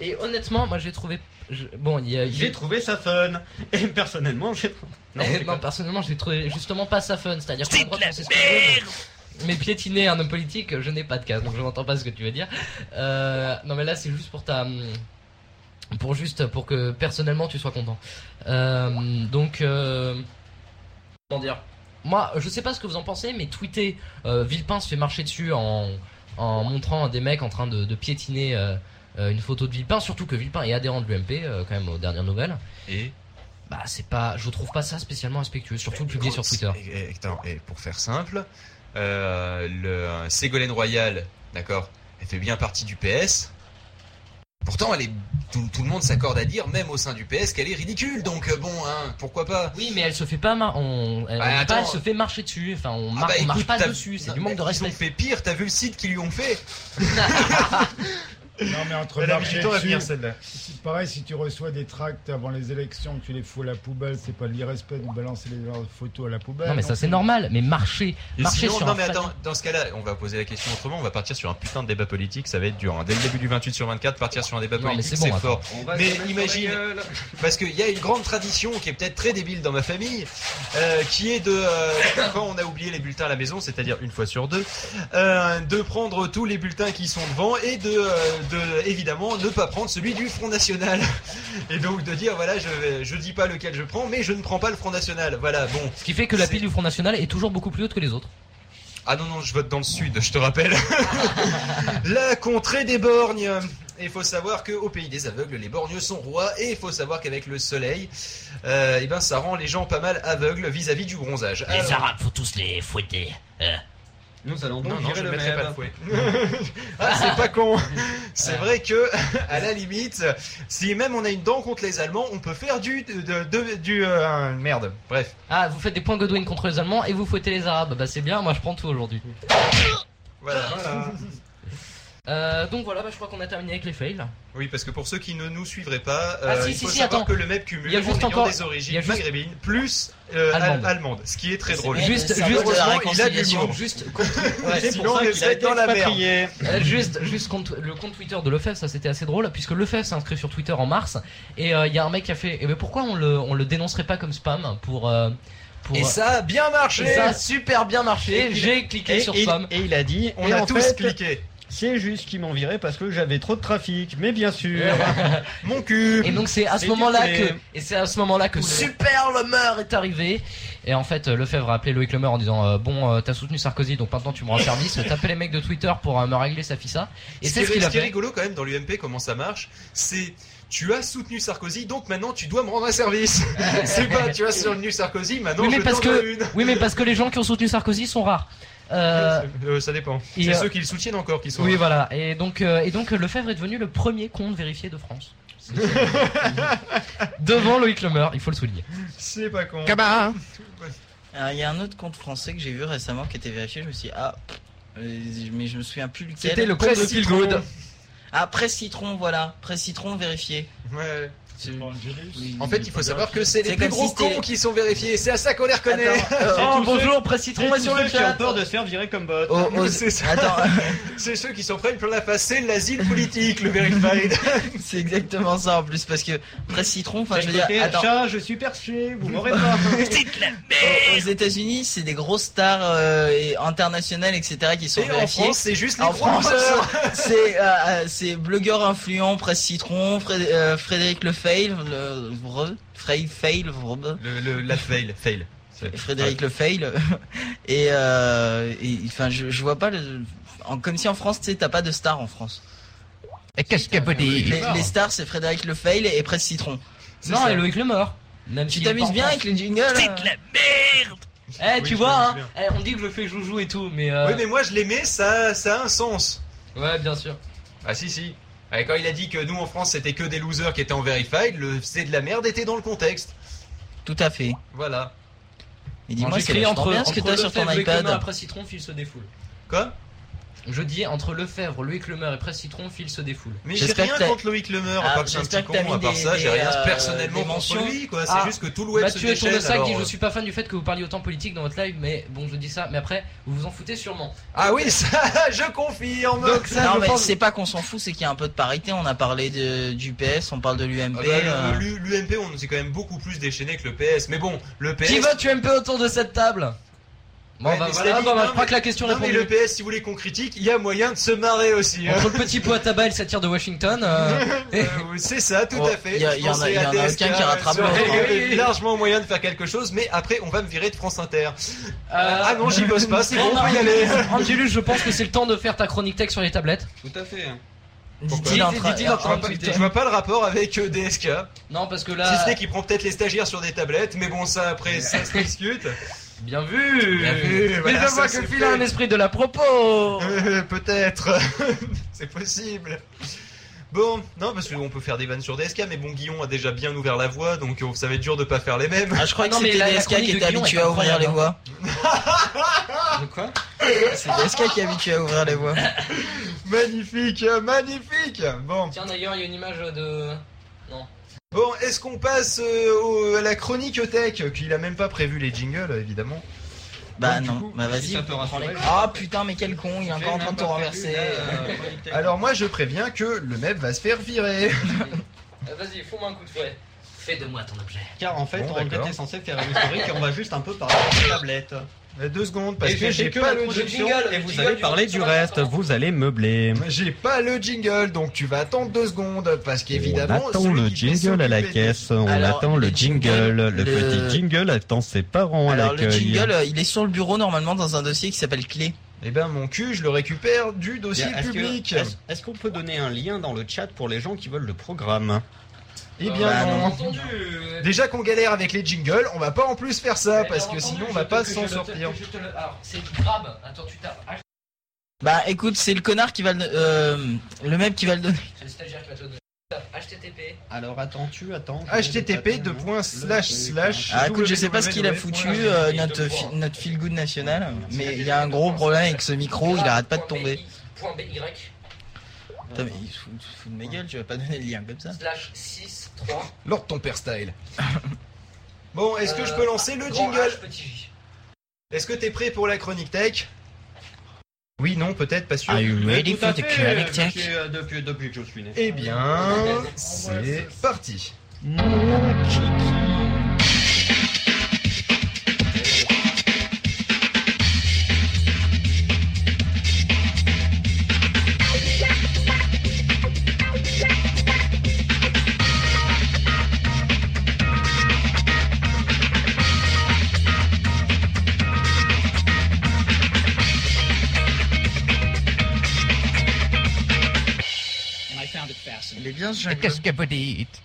Speaker 3: Et honnêtement, moi j'ai trouvé. je- bon, il y a. il y a-
Speaker 4: J'ai trouvé ça fun. Et personnellement, j'ai
Speaker 3: Eh, Non,
Speaker 4: c'est quoi
Speaker 3: personnellement, j'ai trouvé justement pas ça fun. C'est-à-dire qu'on a le droit de penser ce qu'on veut, mais- mais piétiner un homme politique, je n'ai pas de casse, donc je n'entends pas ce que tu veux dire. Euh, non, mais là, c'est juste pour ta. hum, Pour juste pour que personnellement tu sois content. Euh, donc, euh, comment dire Moi, je sais pas ce que vous en pensez, mais tweeter euh, Villepin se fait marcher dessus en, en montrant des mecs en train de, de piétiner euh, euh, une photo de Villepin, surtout que Villepin est adhérent de l'UMP euh, quand même aux dernières nouvelles.
Speaker 1: Et
Speaker 3: Bah c'est pas, je trouve pas ça spécialement respectueux, surtout le publier sur Twitter.
Speaker 1: Et, et- attends, et pour faire simple, euh, le Ségolène Royal, d'accord, elle fait bien partie du PS. Pourtant, elle est, tout, tout le monde s'accorde à dire, même au sein du PS, qu'elle est ridicule. Donc euh, bon, hein, pourquoi pas
Speaker 3: Oui, mais elle se fait pas, mar- on, elle,
Speaker 1: Bah,
Speaker 3: on dit pas,
Speaker 1: attends.
Speaker 3: elle se fait marcher dessus. Enfin, on,
Speaker 1: Ah
Speaker 3: mar-
Speaker 1: bah,
Speaker 3: on marche
Speaker 1: écoute,
Speaker 3: pas
Speaker 1: t'as-
Speaker 3: dessus. C'est
Speaker 1: non,
Speaker 3: du manque de
Speaker 1: mais Ils
Speaker 3: respect.
Speaker 1: ont fait pire. T'as vu le site qu'ils lui ont fait
Speaker 5: Non, mais entre
Speaker 7: Elle a mis
Speaker 5: marcher
Speaker 7: du temps à venir
Speaker 5: dessus,
Speaker 7: celle-là.
Speaker 5: c'est pareil, si tu reçois des tracts avant les élections, que tu les fous à la poubelle, c'est pas de l'irrespect de balancer les leurs photos à la poubelle.
Speaker 3: Non, mais ça c'est normal. Mais marcher,
Speaker 1: Et
Speaker 3: marcher
Speaker 1: sinon,
Speaker 3: sur
Speaker 1: non
Speaker 3: un
Speaker 1: mais
Speaker 3: fan-
Speaker 1: attends, dans ce cas-là, on va poser la question autrement, on va partir sur un putain de débat politique, ça va être dur. hein. Dès le début du 28 sur 24, partir sur un débat
Speaker 3: Non, mais
Speaker 1: politique,
Speaker 3: c'est bon,
Speaker 1: c'est fort.
Speaker 3: attends.
Speaker 7: On va
Speaker 1: Mais
Speaker 7: se mettre sur
Speaker 1: imagine-
Speaker 7: la gueule.
Speaker 1: Parce qu'il y a une grande tradition qui est peut-être très débile dans ma famille, euh, qui est de, euh, quand on a oublié les bulletins à la maison, c'est-à-dire une fois sur deux, euh, de prendre tous les bulletins qui sont devant et de, euh, de évidemment ne pas prendre celui du Front National. Et donc de dire, voilà, je, vais- je dis pas lequel je prends, mais je ne prends pas le Front National. Voilà, bon.
Speaker 3: Ce qui fait que la
Speaker 1: C'est-
Speaker 3: pile du Front National est toujours beaucoup plus haute que les autres.
Speaker 1: Ah non, non, je vote dans le sud, je te rappelle. la contrée des borgnes. Et il faut savoir qu'au pays des aveugles, les borgnes sont rois. Et il faut savoir qu'avec le soleil, euh, eh ben, ça rend les gens pas mal aveugles vis-à-vis du bronzage. Alors,
Speaker 9: Arabes, faut tous les fouetter.
Speaker 4: Nous allons
Speaker 1: non,
Speaker 4: donc
Speaker 1: non,
Speaker 4: virer
Speaker 1: je ne
Speaker 4: le
Speaker 1: mettrai
Speaker 4: même.
Speaker 1: pas le fouet. [laughs] ah, c'est pas con. C'est vrai que, à la limite, si même on a une dent contre les Allemands, on peut faire du, de- de- du, euh, merde. Bref.
Speaker 3: Ah, vous faites des points Godwin contre les Allemands et vous fouettez les Arabes. Bah c'est bien, moi je prends tout aujourd'hui.
Speaker 1: Voilà.
Speaker 3: Euh, donc voilà, bah, je crois qu'on a terminé avec les fails.
Speaker 1: Oui, parce que pour ceux qui ne nous suivraient pas,
Speaker 3: Ah,
Speaker 1: euh,
Speaker 3: si,
Speaker 1: il
Speaker 3: si,
Speaker 1: faut
Speaker 3: si,
Speaker 1: savoir
Speaker 3: attends.
Speaker 1: que le MEP cumule
Speaker 3: Il y a juste
Speaker 1: en ayant
Speaker 3: encore-
Speaker 1: des
Speaker 3: il y
Speaker 1: origines
Speaker 3: a juste-
Speaker 1: maghrébines plus euh, al-
Speaker 3: Allemande.
Speaker 1: allemande. ce qui est très drôle.
Speaker 6: Ouais,
Speaker 3: juste,
Speaker 6: mais ça
Speaker 3: juste,
Speaker 6: va de la
Speaker 3: heureusement,
Speaker 1: il a de
Speaker 6: réconciliation.
Speaker 1: l'humour.
Speaker 3: Juste, compte-
Speaker 1: [laughs]
Speaker 4: Ouais, c'est
Speaker 1: Sinon,
Speaker 4: pour
Speaker 1: on
Speaker 4: ça
Speaker 1: est
Speaker 4: qu'il a
Speaker 1: peut-être
Speaker 4: été
Speaker 1: dans la merde.
Speaker 4: expatrié.
Speaker 3: euh, juste, juste compte- le compte Twitter de Lefebvre, ça c'était assez drôle puisque Lefebvre s'est inscrit sur Twitter en mars et euh, il y a un mec qui a fait. Eh ben pourquoi on le, on le dénoncerait pas comme spam pour euh, pour
Speaker 1: Et ça a bien marché.
Speaker 3: Et ça a super bien marché. J'ai cliqué
Speaker 4: Et,
Speaker 3: sur
Speaker 4: et-
Speaker 3: spam.
Speaker 4: et il a dit,
Speaker 1: On
Speaker 4: et
Speaker 1: a
Speaker 4: en
Speaker 1: tous
Speaker 4: fait,
Speaker 1: cliqué.
Speaker 4: C'est juste qu'ils m'ont viré parce que j'avais trop de trafic. Mais bien sûr,
Speaker 1: Mon cul.
Speaker 3: Et donc c'est à ce
Speaker 4: Et
Speaker 3: moment-là
Speaker 4: du
Speaker 3: que
Speaker 4: coup,
Speaker 3: et c'est à ce moment-là que super Lemeur est arrivé et en fait euh, Lefebvre a appelé Loïc Lemeur en disant euh, bon euh, t'as soutenu Sarkozy donc maintenant tu me rends service tapez les mecs de Twitter pour euh, me régler sa fissa et
Speaker 1: Ce
Speaker 3: c'est
Speaker 1: qui
Speaker 3: ce qu'il
Speaker 1: est-
Speaker 3: a
Speaker 1: ce qui est
Speaker 3: fait
Speaker 1: rigolo quand même dans l'UMP, comment ça marche, c'est tu as soutenu Sarkozy, donc maintenant tu dois me rendre un
Speaker 3: [laughs]
Speaker 1: service. c'est pas tu as soutenu Sarkozy, maintenant
Speaker 3: Oui, mais
Speaker 1: je
Speaker 3: parce
Speaker 1: t'en dois
Speaker 3: que-
Speaker 1: une.
Speaker 3: oui mais parce que les gens qui ont soutenu Sarkozy sont rares euh,
Speaker 1: Euh, ça dépend.
Speaker 3: et,
Speaker 1: C'est
Speaker 3: euh,
Speaker 1: ceux qui le soutiennent encore qui sont.
Speaker 3: oui voilà et donc euh, et donc euh, Lefebvre est devenu le premier compte vérifié de France C'est-
Speaker 6: [laughs]
Speaker 3: devant Loïc Lemeur il faut le souligner
Speaker 1: C'est pas con.
Speaker 2: Cabara.
Speaker 6: Alors, Ah, il y a un autre compte français que j'ai vu récemment qui était vérifié. Je me suis dit, ah, euh, mais je me souviens plus lequel.
Speaker 3: c'était le compte de Phil Good
Speaker 6: Ah, Presse Citron, voilà. Presse Citron vérifié.
Speaker 1: Ouais.
Speaker 6: C'est-
Speaker 10: Angelus.
Speaker 6: oui.
Speaker 1: En fait, il faut savoir que c'est les
Speaker 6: C'est
Speaker 1: plus
Speaker 6: comme
Speaker 1: gros
Speaker 6: si c'était-
Speaker 1: cons qui sont vérifiés. C'est à ça qu'on les reconnaît.
Speaker 6: Attends, euh,
Speaker 4: C'est tous
Speaker 3: bonjour Presse
Speaker 4: c'est
Speaker 3: Citron est
Speaker 4: tous
Speaker 3: sur le
Speaker 4: ceux qui ont
Speaker 3: chat
Speaker 4: peur de se faire virer comme bot. [laughs]
Speaker 6: oh, oh,
Speaker 1: C'est ça.
Speaker 6: Attends,
Speaker 1: C'est ceux qui s'en prennent plein la face. C'est l'asile politique, le verified.
Speaker 6: [laughs] c'est exactement ça en plus parce que Presse Citron, enfin
Speaker 4: Enfin,
Speaker 6: je veux dire, attends,
Speaker 4: chat, je suis perché, vous m'aurez pas.
Speaker 6: [laughs] aux- aux États-Unis, c'est des grosses stars euh, et internationales, etc., qui sont
Speaker 1: Et en
Speaker 6: vérifiées.
Speaker 1: France, [laughs] c'est juste les
Speaker 6: En
Speaker 1: gros
Speaker 6: France,
Speaker 1: bosseurs.
Speaker 6: c'est euh, euh, c'est blogueur influent, presse citron, Fré- euh, Frédéric Lefebvre, le Vre- Frey- Feilvre,
Speaker 1: Le, le- la fail, fail. C'est-
Speaker 6: Frédéric Lefebvre, [laughs] et euh, et- enfin je, je vois pas le, en- comme si en France tu sais t'as pas de stars en France.
Speaker 2: Et qu'est-ce qu'elle peut dire
Speaker 6: Les,
Speaker 3: hein.
Speaker 6: les stars c'est Frédéric Lefebvre et presse citron.
Speaker 1: C'est
Speaker 3: non
Speaker 1: ça.
Speaker 3: et Loïc Lemeur même
Speaker 6: Tu
Speaker 3: s'il est pas
Speaker 6: t'amuses
Speaker 3: en
Speaker 6: bien
Speaker 3: France.
Speaker 6: avec les jingles euh,
Speaker 3: Eh,
Speaker 1: Oui,
Speaker 3: tu
Speaker 1: je
Speaker 3: vois,
Speaker 1: me
Speaker 3: hein, eh, on dit que je fais joujou et tout, mais. euh,
Speaker 1: Oui, mais moi je l'aimais, ça, ça a un sens.
Speaker 3: Ouais, bien sûr.
Speaker 1: Ah si, si. Ah, Quand il a dit que nous en France c'était que des losers qui étaient en verified, le c'est de la merde était dans le contexte.
Speaker 6: Tout à fait.
Speaker 1: Voilà.
Speaker 6: Et
Speaker 3: Moi,
Speaker 6: dis-moi c'est vachement bien ce que t'as sur ton iPad.
Speaker 3: Après Citron, fil se défoule.
Speaker 1: Quoi
Speaker 3: Je dis entre Lefebvre, Loïc Lemeur et Presse Citron, fil se défoule.
Speaker 1: Mais j'ai
Speaker 6: J'espère
Speaker 1: rien
Speaker 6: que t'as-
Speaker 1: contre Loïc Lemeur, à
Speaker 6: Ah,
Speaker 1: part que c'est un
Speaker 6: j'espère
Speaker 1: petit
Speaker 6: que t'as
Speaker 1: con, à
Speaker 6: mis
Speaker 1: part
Speaker 6: des-
Speaker 1: ça, j'ai
Speaker 6: des,
Speaker 1: rien
Speaker 6: euh,
Speaker 1: personnellement contre
Speaker 6: des mentions.
Speaker 1: lui, quoi. C'est
Speaker 3: Ah.
Speaker 1: juste que tout le web se
Speaker 3: Mathieu
Speaker 1: déchaîne.
Speaker 3: Tournesac dit
Speaker 1: alors,
Speaker 3: Je
Speaker 1: euh,
Speaker 3: suis pas fan du fait que vous parliez autant politique dans votre live, mais bon, je dis ça, mais après, vous vous en foutez sûrement.
Speaker 1: Ah oui, ça, [laughs] je confirme.
Speaker 3: Donc, ça,
Speaker 6: non
Speaker 3: je
Speaker 6: mais
Speaker 3: pense-
Speaker 6: c'est pas qu'on s'en fout, c'est qu'il y a un peu de parité. On a parlé de, du PS, on parle de l'UMP.
Speaker 1: Ah bah,
Speaker 6: euh,
Speaker 1: le- le- L'UMP, on s'est quand même beaucoup plus déchaîné que le PS. Mais bon, le PS.
Speaker 3: Qui vote UMP autour de cette table Bon,
Speaker 1: Ouais,
Speaker 3: bah
Speaker 1: mais
Speaker 3: voilà,
Speaker 1: cela dit,
Speaker 3: bah, bah,
Speaker 1: non,
Speaker 3: je crois
Speaker 1: mais-
Speaker 3: que la question est
Speaker 1: Non mais le
Speaker 3: répondue.
Speaker 1: PS, si vous voulez qu'on critique, il y a moyen de se marrer aussi. hein.
Speaker 3: Entre le petit pot à tabac et le satire de Washington, euh,
Speaker 1: Euh, c'est ça, tout
Speaker 6: Oh,
Speaker 1: à fait.
Speaker 6: y a-
Speaker 1: Je
Speaker 6: y en a-
Speaker 1: pense que
Speaker 6: y en a
Speaker 1: la
Speaker 6: aucun
Speaker 1: TSK
Speaker 6: qui rattrape
Speaker 1: serait
Speaker 6: l'autre.
Speaker 1: eu largement moyen de faire quelque chose, mais après on va me virer de France Inter.
Speaker 3: euh,
Speaker 1: Ah non, j'y bosse pas,
Speaker 6: [laughs]
Speaker 1: c'est bon,
Speaker 3: Non,
Speaker 1: on peut y
Speaker 3: non.
Speaker 1: aller.
Speaker 3: Angelus, je pense que c'est le temps de faire ta chronique tech sur les tablettes.
Speaker 1: Tout à fait.
Speaker 6: Dit-il en train-
Speaker 3: Dit-il en
Speaker 1: Je vois, pas, Ah, je vois pas le rapport avec euh, DSK,
Speaker 3: Non, parce que
Speaker 1: si
Speaker 3: là.
Speaker 1: ce n'est qu'il prend peut-être les stagiaires sur des tablettes, mais bon ça après ça se discute.
Speaker 3: Bien vu
Speaker 1: Bien vu,
Speaker 3: Mais
Speaker 1: voilà,
Speaker 3: je
Speaker 1: ça,
Speaker 3: vois
Speaker 1: c'est
Speaker 3: que Phil
Speaker 1: fait.
Speaker 3: a un esprit de
Speaker 1: [laughs]
Speaker 3: la propos
Speaker 1: Euh, peut-être, [laughs] c'est possible. Bon, non parce qu'on peut faire des vannes sur DSK, mais bon Guillon a déjà bien ouvert la voie, donc euh, ça va être dur de pas faire les mêmes. [laughs]
Speaker 6: Ah, je crois que
Speaker 3: Non, mais
Speaker 6: c'était
Speaker 3: la- la
Speaker 6: DSK
Speaker 3: chronique
Speaker 6: qui
Speaker 3: de
Speaker 6: était
Speaker 3: Guillaume
Speaker 6: habitué
Speaker 3: est
Speaker 6: à ouvrir les
Speaker 3: incroyable,
Speaker 6: voies.
Speaker 3: quoi
Speaker 6: C'est DSK qui est habitué à ouvrir les voies.
Speaker 1: Magnifique, magnifique. Bon.
Speaker 3: Tiens, d'ailleurs, il y a une image [laughs] de.
Speaker 1: Bon, est-ce qu'on passe euh, au- à la chronique tech Qu'il a même pas prévu les jingles, évidemment.
Speaker 6: Bah
Speaker 4: Ah
Speaker 1: du
Speaker 6: non,
Speaker 1: coup,
Speaker 6: bah
Speaker 4: si
Speaker 6: vas-y.
Speaker 4: ça peut
Speaker 6: prends-les.
Speaker 4: rassurer,
Speaker 6: Ah putain, mais quel con, il est encore en train de te renverser. Euh,
Speaker 4: euh,
Speaker 1: Alors moi, je préviens que le MEP va se faire virer. [laughs]
Speaker 3: Euh, Vas-y, fous-moi un coup de fouet. Fais de moi ton objet.
Speaker 4: Car en fait,
Speaker 1: Bon,
Speaker 4: on
Speaker 1: d'accord.
Speaker 4: était censé faire une historique et on va juste un peu parler de tablette.
Speaker 1: Euh, Deux secondes, parce
Speaker 4: Et
Speaker 1: que
Speaker 4: j'ai
Speaker 1: j'ai
Speaker 4: que
Speaker 1: pas
Speaker 4: la
Speaker 1: le
Speaker 4: production.
Speaker 1: jingle.
Speaker 3: jingle,
Speaker 4: Et
Speaker 3: le
Speaker 4: vous
Speaker 3: jingle
Speaker 4: allez
Speaker 3: du
Speaker 4: parler
Speaker 3: jour,
Speaker 4: du
Speaker 3: ça va,
Speaker 4: reste,
Speaker 3: ça va.
Speaker 4: vous allez meubler.
Speaker 1: J'ai pas le jingle, donc tu vas attendre deux secondes, parce
Speaker 4: On
Speaker 1: qu'évidemment.
Speaker 4: attend
Speaker 1: celui
Speaker 4: le
Speaker 1: qui devait
Speaker 4: jingle à la
Speaker 1: s'occuper des-
Speaker 4: caisse, on
Speaker 6: Alors,
Speaker 4: attend le
Speaker 6: le jingle,
Speaker 4: jingle, le,
Speaker 6: le-
Speaker 4: petit jingle attend ses parents à
Speaker 6: Alors le
Speaker 4: l'accueil.
Speaker 6: jingle, euh, il est sur le bureau normalement dans un dossier qui s'appelle clé.
Speaker 7: eh ben mon cul, je le récupère du dossier
Speaker 4: Est-ce que-
Speaker 7: public.
Speaker 4: est-ce- Est-ce qu'on peut donner un lien dans le chat pour les gens qui veulent le programme
Speaker 7: Eh bien,
Speaker 6: Bah,
Speaker 7: non.
Speaker 6: non.
Speaker 3: entendu. euh,
Speaker 7: déjà qu'on galère avec les jingles, on va pas en plus faire ça
Speaker 3: mais
Speaker 7: parce
Speaker 3: t'as
Speaker 7: que
Speaker 3: entendu,
Speaker 7: sinon on
Speaker 3: je
Speaker 7: va
Speaker 3: te-
Speaker 7: pas
Speaker 3: que
Speaker 7: s'en
Speaker 3: je te-
Speaker 7: sortir.
Speaker 3: que je te le- Alors, c'est grave. Attends, tu tapes. Ah,
Speaker 6: Bah écoute, c'est le connard qui va le. euh, le mec qui va le donner.
Speaker 3: C'est le stagiaire qui va te le donner. Tape HTTP.
Speaker 4: Alors attends, tu attends.
Speaker 7: http deux points slash slash
Speaker 6: Ah écoute, je sais pas ce qu'il a foutu, euh, notre, fi- notre feel good national, mais il y a un gros problème avec ce micro,
Speaker 3: Ah,
Speaker 6: il arrête pas de tomber.
Speaker 3: Point BY
Speaker 6: Putain, mais il se fout, il se fout de ma gueule, tu vas pas donner le lien comme ça.
Speaker 3: slash 6 3.
Speaker 7: Lord ton père
Speaker 3: [laughs]
Speaker 7: style. Bon, est-ce que je peux
Speaker 3: Euh,
Speaker 7: lancer le
Speaker 3: grand
Speaker 7: jingle
Speaker 3: H, petit J.
Speaker 7: Est-ce que t'es prêt pour la chronique tech Oui, non, peut-être pas sûr.
Speaker 6: Are you ready
Speaker 4: Tout à
Speaker 6: for the
Speaker 4: fait,
Speaker 6: chronic tech
Speaker 4: depuis, euh, depuis, depuis que je suis né.
Speaker 7: Eh bien, c'est parti.
Speaker 6: Il est bien ce jingle.
Speaker 2: que vous dites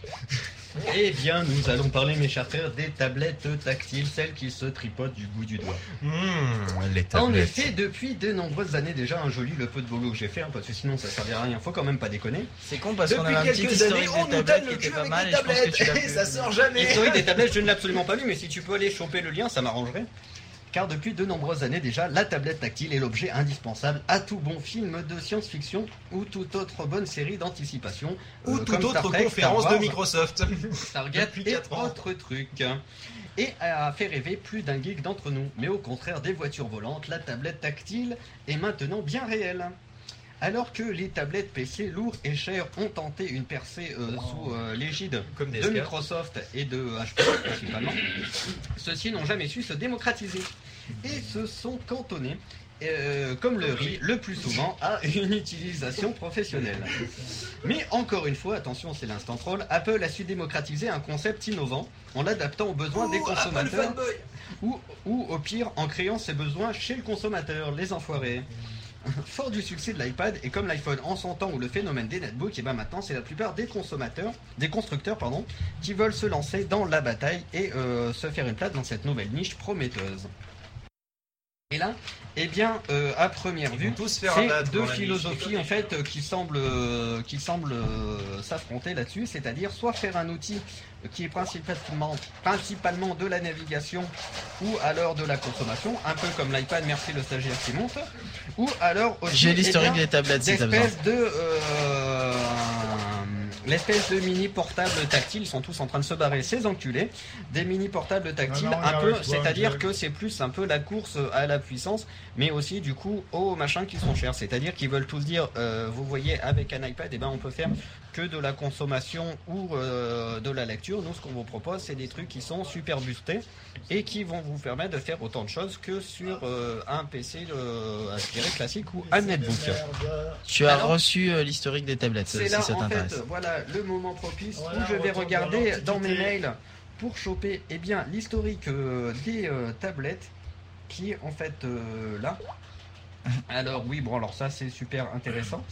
Speaker 4: Eh bien, nous allons parler, mes chers frères, des tablettes tactiles, celles qui se tripotent du bout du doigt.
Speaker 6: Ah,
Speaker 7: Mmh, les
Speaker 4: En
Speaker 7: tablettes.
Speaker 4: effet, depuis de nombreuses années déjà, un joli le peu de boulot que j'ai fait, hein, parce que sinon ça servira à rien, faut quand même pas déconner.
Speaker 6: C'est con parce qu'on
Speaker 7: Depuis
Speaker 6: avait un petit
Speaker 7: quelques années,
Speaker 6: historique
Speaker 7: on
Speaker 6: des
Speaker 7: nous donne
Speaker 6: tablettes
Speaker 7: le
Speaker 6: qui était
Speaker 7: cul
Speaker 6: pas
Speaker 7: avec
Speaker 6: mal
Speaker 7: des
Speaker 6: et je pense que
Speaker 7: tablettes
Speaker 6: tu l'as
Speaker 7: [laughs]
Speaker 6: euh,
Speaker 7: et
Speaker 6: pu-
Speaker 7: ça sort jamais.
Speaker 4: Historique des tablettes, je ne l'ai absolument pas lu, mais si tu peux aller choper le lien, ça m'arrangerait. Car depuis de nombreuses années déjà, la tablette tactile est l'objet indispensable à tout bon film de science-fiction ou toute autre bonne série d'anticipation.
Speaker 7: Ou
Speaker 4: euh,
Speaker 7: toute
Speaker 4: comme Star
Speaker 7: autre
Speaker 4: Trek,
Speaker 7: conférence
Speaker 4: Star
Speaker 7: de
Speaker 4: Wars.
Speaker 7: Microsoft.
Speaker 4: Target
Speaker 7: Depuis
Speaker 4: et
Speaker 7: quatre ans.
Speaker 4: autres trucs. Et a fait rêver plus d'un geek d'entre nous. Mais au contraire des voitures volantes, la tablette tactile est maintenant bien réelle. Alors que les tablettes PC lourdes et chères ont tenté une percée euh,
Speaker 7: Oh.
Speaker 4: sous euh, l'égide
Speaker 7: Comme des
Speaker 4: de Microsoft et de HP principalement, ceux-ci n'ont jamais su se démocratiser et se sont cantonnés, euh, comme le riz, le plus souvent à une utilisation professionnelle. Mais encore une fois, attention, c'est l'instant troll, Apple a su démocratiser un concept innovant en l'adaptant aux besoins des consommateurs ou, ou au pire en créant ses besoins chez le consommateur, les enfoirés. Fort du succès de l'iPad et comme l'iPhone en son temps ou le phénomène des netbooks, et ben maintenant c'est la plupart des consommateurs, des constructeurs pardon, qui veulent se lancer dans la bataille et euh, se faire une place dans cette nouvelle niche prometteuse. Et là, eh bien, euh, à première
Speaker 7: Ils
Speaker 4: vue,
Speaker 7: vont tous faire
Speaker 4: c'est
Speaker 7: abattre dans
Speaker 4: deux
Speaker 7: la vie.
Speaker 4: philosophies en fait euh, qui semblent euh, qui semblent euh, s'affronter là-dessus, c'est-à-dire soit faire un outil qui est principalement principalement de la navigation ou alors de la consommation, un peu comme l'iPad, merci le stagiaire qui monte, ou alors aussi,
Speaker 6: J'ai
Speaker 4: eh
Speaker 6: l'historique
Speaker 4: bien,
Speaker 6: des tablettes si t'as besoin.
Speaker 4: l'espèce de euh, l'espèce de mini portable tactile sont tous en train de se barrer ces enculés des mini portables tactiles
Speaker 5: Non, non,
Speaker 4: un peu
Speaker 5: arrête-toi,
Speaker 4: c'est à dire
Speaker 5: Jack.
Speaker 4: que c'est plus un peu la course à la puissance mais aussi du coup aux machins qui sont chers c'est à dire qu'ils veulent tous dire euh, vous voyez avec un iPad et ben on peut faire que de la consommation ou euh, de la lecture nous ce qu'on vous propose c'est des trucs qui sont super boostés et qui vont vous permettre de faire autant de choses que sur euh, un PC euh, aspiré classique ou un netbook
Speaker 6: Tu as
Speaker 7: Ah
Speaker 4: Alors,
Speaker 6: reçu euh, l'historique des tablettes,
Speaker 4: c'est
Speaker 6: euh, si
Speaker 4: là,
Speaker 6: ça
Speaker 4: en fait,
Speaker 6: t'intéresse.
Speaker 4: voilà le moment propice
Speaker 5: Voilà,
Speaker 4: où je vais
Speaker 5: retour dans
Speaker 4: regarder dans mes
Speaker 5: l'antiquité.
Speaker 4: mails pour choper eh bien, l'historique euh, des euh, tablettes qui est en fait euh,
Speaker 6: [laughs]
Speaker 4: là. Alors oui, bon alors ça c'est super intéressant.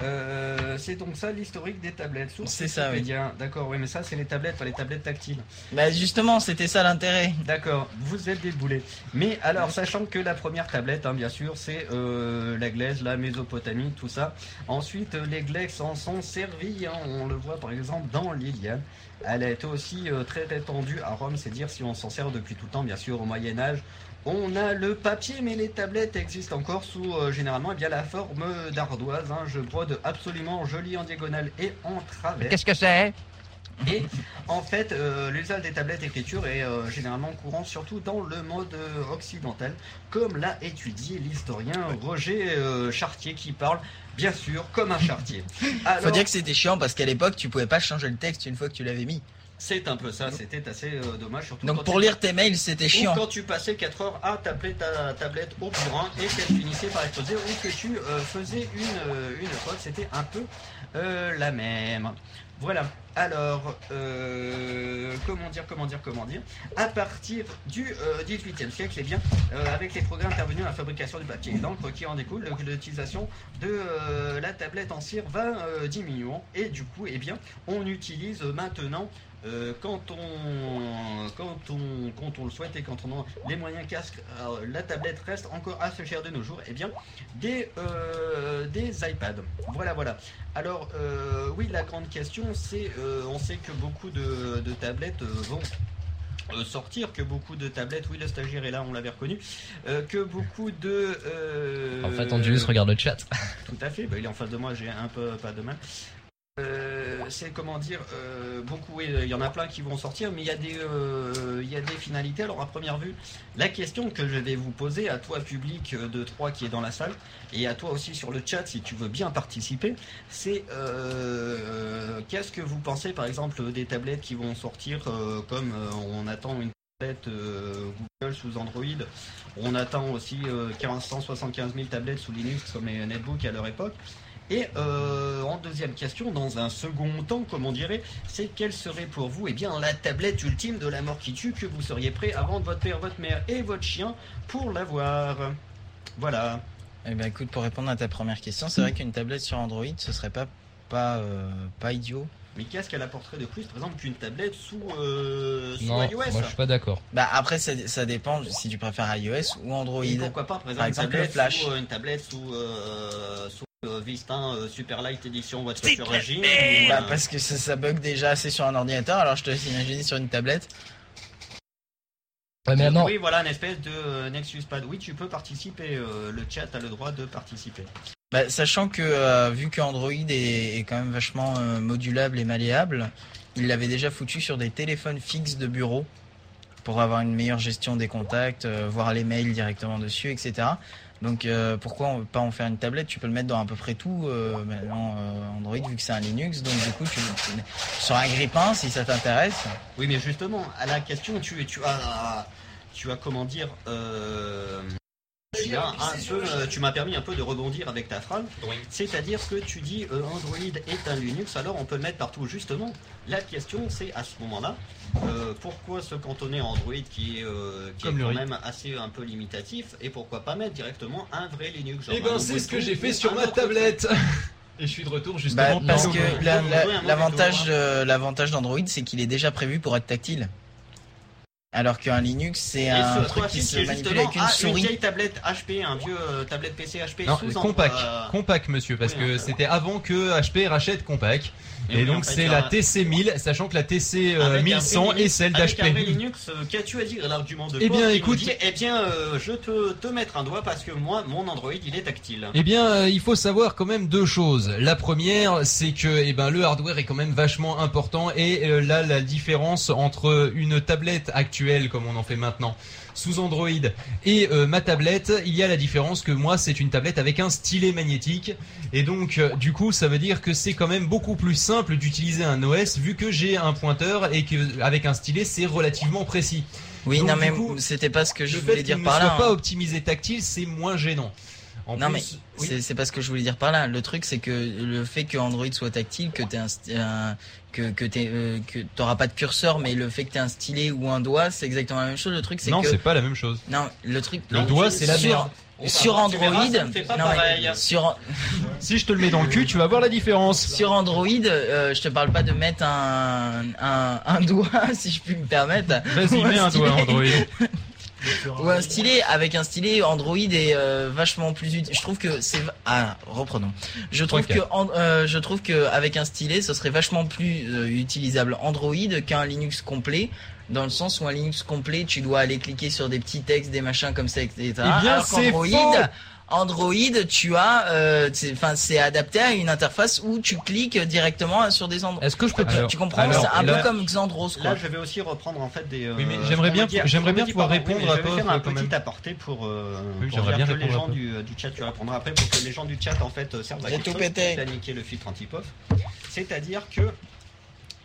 Speaker 4: Euh, c'est donc ça l'historique des tablettes. Source
Speaker 6: C'est ça, oui.
Speaker 4: Wikipédia. D'accord, oui mais ça c'est les tablettes, pas les tablettes tactiles.
Speaker 6: Bah justement, c'était ça l'intérêt.
Speaker 4: D'accord, vous êtes des boulets. Mais alors, sachant que la première tablette, hein, bien sûr, c'est euh, la glaise, la Mésopotamie, tout ça. Ensuite, euh, les Grecs s'en sont servis. hein. on le voit par exemple dans l'Iliade. Elle a été aussi euh, très étendue à Rome, c'est dire si on s'en sert depuis tout le temps, bien sûr, au Moyen Âge. On a le papier, mais les tablettes existent encore sous euh, généralement eh bien la forme d'ardoise. hein. je brode absolument joli en diagonale et en travers.
Speaker 2: que c'est
Speaker 4: Et en fait, euh, l'usage des tablettes d'écriture est euh, généralement courant, surtout dans le mode euh, occidental, comme l'a étudié l'historien Roger euh, Chartier, qui parle bien sûr comme un chartier. Alors,
Speaker 6: Faut dire que c'était chiant parce qu'à l'époque, tu pouvais pas changer le texte une fois que tu l'avais mis.
Speaker 4: c'est un peu ça, c'était assez euh, dommage, surtout
Speaker 6: Donc
Speaker 4: quand
Speaker 6: pour
Speaker 4: tu-
Speaker 6: lire tes mails, c'était
Speaker 4: ou
Speaker 6: chiant.
Speaker 4: quand tu passais 4 heures à taper ta tablette au burin et qu'elle finissait par exploser ou que tu euh, faisais une, euh, une faute, c'était un peu euh, la même. Voilà. Alors, euh, comment dire, comment dire, comment dire À partir du XVIIIe siècle, eh bien, euh, avec les progrès intervenus dans la fabrication du papier et de l'encre qui en découle, l'utilisation de euh, la tablette en cire va euh, diminuant. Et du coup, eh bien, on utilise maintenant euh, quand on quand on quand on le souhaite et quand on a les moyens casques alors, la tablette reste encore assez chère de nos jours et bien des euh, des iPads voilà voilà alors euh, oui la grande question c'est euh, on sait que beaucoup de, de tablettes euh, vont euh, sortir que beaucoup de tablettes oui le stagiaire est là on l'avait reconnu euh, que beaucoup de euh,
Speaker 3: En fait, Angelus regarde le chat.
Speaker 4: tout à fait. Bah, il est en face de moi, j'ai un peu pas de mal. Euh, c'est comment dire, euh, beaucoup, oui, il y en a plein qui vont sortir, mais il y, a des, euh, il y a des finalités. Alors à première vue, la question que je vais vous poser à toi public euh, de 3 qui est dans la salle, et à toi aussi sur le chat si tu veux bien participer, c'est euh, qu'est-ce que vous pensez par exemple des tablettes qui vont sortir euh, comme euh, on attend une tablette euh, Google sous Android on attend aussi euh, 175 000 tablettes sous Linux comme les netbooks à leur époque. Et euh, en deuxième question, dans un second temps, comme on dirait, c'est quelle serait pour vous eh bien, la tablette ultime de la mort qui tue que vous seriez prêt à vendre votre père, votre mère et votre chien pour l'avoir Voilà.
Speaker 6: Eh ben écoute, pour répondre à ta première question, c'est vrai qu'une tablette sur Android, ce serait pas pas euh, pas idiot.
Speaker 4: Mais qu'est-ce qu'elle apporterait de plus, par exemple, qu'une tablette sous, euh, sous
Speaker 3: Non,
Speaker 4: iOS
Speaker 3: moi
Speaker 1: hein.
Speaker 3: je suis pas d'accord.
Speaker 6: Bah après, ça, ça dépend si tu préfères iOS ou Android.
Speaker 4: Et pourquoi pas, par exemple,
Speaker 6: Par exemple,
Speaker 4: une, tablette
Speaker 6: le Flash.
Speaker 4: Sous, euh, une tablette sous, euh, sous euh, Vista euh, Super Light Edition Voiture Régime ou,
Speaker 6: Bah
Speaker 4: euh,
Speaker 6: parce que ça, ça bug déjà assez sur un ordinateur, alors je te laisse imaginer sur une tablette.
Speaker 3: Ouais, mais non.
Speaker 4: Oui, voilà, une espèce de euh, Nexus Pad. Oui, tu peux participer. euh, le chat a le droit de participer.
Speaker 6: Bah, sachant que euh, vu que Android est, est quand même vachement euh, modulable et malléable, il l'avait déjà foutu sur des téléphones fixes de bureau pour avoir une meilleure gestion des contacts, euh, voir les mails directement dessus, etc. Donc euh, pourquoi on, pas en faire une tablette Tu peux le mettre dans à peu près tout euh, maintenant euh, Android vu que c'est un Linux. Donc du coup tu, tu- sur un grippin si ça t'intéresse.
Speaker 4: Oui, mais justement, à la question, tu, tu as. Tu as, comment dire. euh, tu, as un peu, euh, tu m'as permis un peu de rebondir avec ta phrase. C'est-à-dire que tu dis euh, Android est un Linux, alors on peut le mettre partout. Justement, la question, c'est à ce moment-là, euh, pourquoi se cantonner à Android qui est, euh, qui est
Speaker 7: Comme le
Speaker 4: quand
Speaker 7: riz.
Speaker 4: même assez un peu limitatif et pourquoi pas mettre directement un vrai Linux genre
Speaker 7: Et
Speaker 4: un
Speaker 7: ben c'est ce que
Speaker 4: Ubuntu
Speaker 7: j'ai fait
Speaker 4: ou
Speaker 7: sur
Speaker 4: un
Speaker 7: ma
Speaker 4: autre truc.
Speaker 7: tablette. Et je suis de retour
Speaker 6: Bah,
Speaker 7: justement.
Speaker 6: parce
Speaker 7: pour-
Speaker 6: que
Speaker 4: non,
Speaker 6: la-
Speaker 4: non,
Speaker 6: la-
Speaker 4: non, non,
Speaker 6: l'avantage
Speaker 4: non,
Speaker 6: euh, l'avantage d'Android c'est qu'il est déjà prévu pour être tactile. Alors qu'un Linux c'est
Speaker 4: Et
Speaker 6: un
Speaker 4: ce,
Speaker 6: truc
Speaker 4: toi,
Speaker 6: qui
Speaker 4: si
Speaker 6: se
Speaker 4: c'est
Speaker 6: manipule
Speaker 4: justement
Speaker 6: avec une
Speaker 4: ah,
Speaker 6: souris.
Speaker 4: Une vieille tablette HP, un vieux euh, tablette PC HP
Speaker 1: Non,
Speaker 4: sous
Speaker 1: Compaq.
Speaker 4: euh,
Speaker 1: Compaq, monsieur, parce
Speaker 4: Oui,
Speaker 1: que
Speaker 4: hein.
Speaker 1: c'était avant que HP rachète Compaq.
Speaker 4: Et
Speaker 1: Et
Speaker 4: oui, en
Speaker 1: donc
Speaker 4: fait,
Speaker 1: c'est
Speaker 4: il y
Speaker 1: la euh,
Speaker 4: a-
Speaker 1: TC1000, sachant que la
Speaker 4: avec un
Speaker 1: TC1100
Speaker 4: vrai
Speaker 1: est celle
Speaker 4: Linux- avec un vrai
Speaker 1: d'HP.
Speaker 4: Linux, euh, qu'as-tu à dire à l'argument de
Speaker 1: Eh
Speaker 4: Paul
Speaker 1: bien,
Speaker 4: qui nous
Speaker 1: écoute-
Speaker 4: dit, Eh bien, euh, je te, te mettre un doigt parce que moi, mon Android, il est tactile.
Speaker 1: Eh bien, euh, il faut savoir quand même deux choses. La première, c'est que eh ben, le hardware est quand même vachement important et euh, là, la différence entre une tablette actuelle, comme on en fait maintenant, sous Android et euh, ma tablette, il y a la différence que moi, c'est une tablette avec un stylet magnétique et donc, euh, du coup, ça veut dire que c'est quand même beaucoup plus simple d'utiliser un OS vu que j'ai un pointeur et que avec un stylet, c'est relativement précis.
Speaker 6: Oui,
Speaker 1: Donc,
Speaker 6: non,
Speaker 1: du
Speaker 6: mais
Speaker 1: coup,
Speaker 6: c'était pas ce que je
Speaker 1: le
Speaker 6: voulais
Speaker 1: fait qu'il
Speaker 6: dire
Speaker 1: ne
Speaker 6: par là.
Speaker 1: soit pas
Speaker 6: hein.
Speaker 1: optimisé tactile, c'est moins gênant. En
Speaker 6: Non,
Speaker 1: plus-
Speaker 6: mais
Speaker 1: Oui.
Speaker 6: c'est- c'est pas ce que je voulais dire par là. Le truc, c'est que le fait que Android soit tactile, que t'aies un, st- un- que que t'aies, euh, que t'auras pas de curseur, mais le fait que t'aies un stylet ou un doigt, c'est exactement la même chose. Le truc, c'est
Speaker 1: non,
Speaker 6: que
Speaker 1: c'est pas la même chose.
Speaker 6: non, le truc.
Speaker 1: Le doigt, c'est la
Speaker 6: sur-
Speaker 1: merde.
Speaker 4: Tu
Speaker 6: Sur
Speaker 4: verras,
Speaker 6: Android,
Speaker 4: ça ne fait pas
Speaker 6: non, mais
Speaker 4: pareil.
Speaker 6: sur
Speaker 1: Si je te le mets dans le cul, tu vas voir la différence.
Speaker 6: sur Android, euh, je te parle pas de mettre un un, un doigt, [laughs] si je puis me permettre.
Speaker 1: Vas-y,
Speaker 6: Ou
Speaker 1: mets un doigt,
Speaker 6: stylet.
Speaker 1: Android.
Speaker 6: Ou un stylet, avec un stylet, Android est euh, vachement plus utile. Je trouve que c'est. va- Ah, reprenons. Je trouve
Speaker 1: Ok.
Speaker 6: que, en- euh, je trouve que avec un stylet, ce serait vachement plus euh, utilisable Android qu'un Linux complet. Dans le sens où un Linux complet, tu dois aller cliquer sur des petits textes, des machins comme ça, etc.
Speaker 1: Eh bien,
Speaker 6: Alors
Speaker 1: c'est
Speaker 6: qu'Android,
Speaker 1: faux
Speaker 6: Android, tu as, euh, c'est- enfin, c'est adapté à une interface où tu cliques directement sur des endroits.
Speaker 3: Est-ce que je peux
Speaker 6: Tu- tu comprends
Speaker 1: alors,
Speaker 6: C'est un
Speaker 1: là-
Speaker 6: peu comme Xandros, quoi.
Speaker 4: Là, je vais aussi reprendre en fait des. euh,
Speaker 1: Oui, mais
Speaker 4: ce
Speaker 1: j'aimerais
Speaker 4: qu'on
Speaker 1: bien-
Speaker 4: me dit-
Speaker 1: j'aimerais
Speaker 4: ce
Speaker 1: bien
Speaker 4: qu'on me dit
Speaker 1: pouvoir
Speaker 4: par rapport,
Speaker 1: répondre
Speaker 4: oui, mais
Speaker 1: à
Speaker 4: Je vais
Speaker 1: Paul,
Speaker 4: faire un
Speaker 1: quand
Speaker 4: petit
Speaker 1: même.
Speaker 4: aparté pour, euh,
Speaker 1: Oui,
Speaker 4: pour
Speaker 1: j'aimerais bien
Speaker 4: dire que les
Speaker 1: répondre à
Speaker 4: gens
Speaker 1: Paul.
Speaker 4: du, euh, du chat, tu répondras après pour que les gens du chat en fait euh, servent à
Speaker 6: J'ai
Speaker 4: quelque
Speaker 6: tout
Speaker 4: chose,
Speaker 6: pété.
Speaker 4: quitte à niquer le filtre anti-pof. C'est-à-dire que.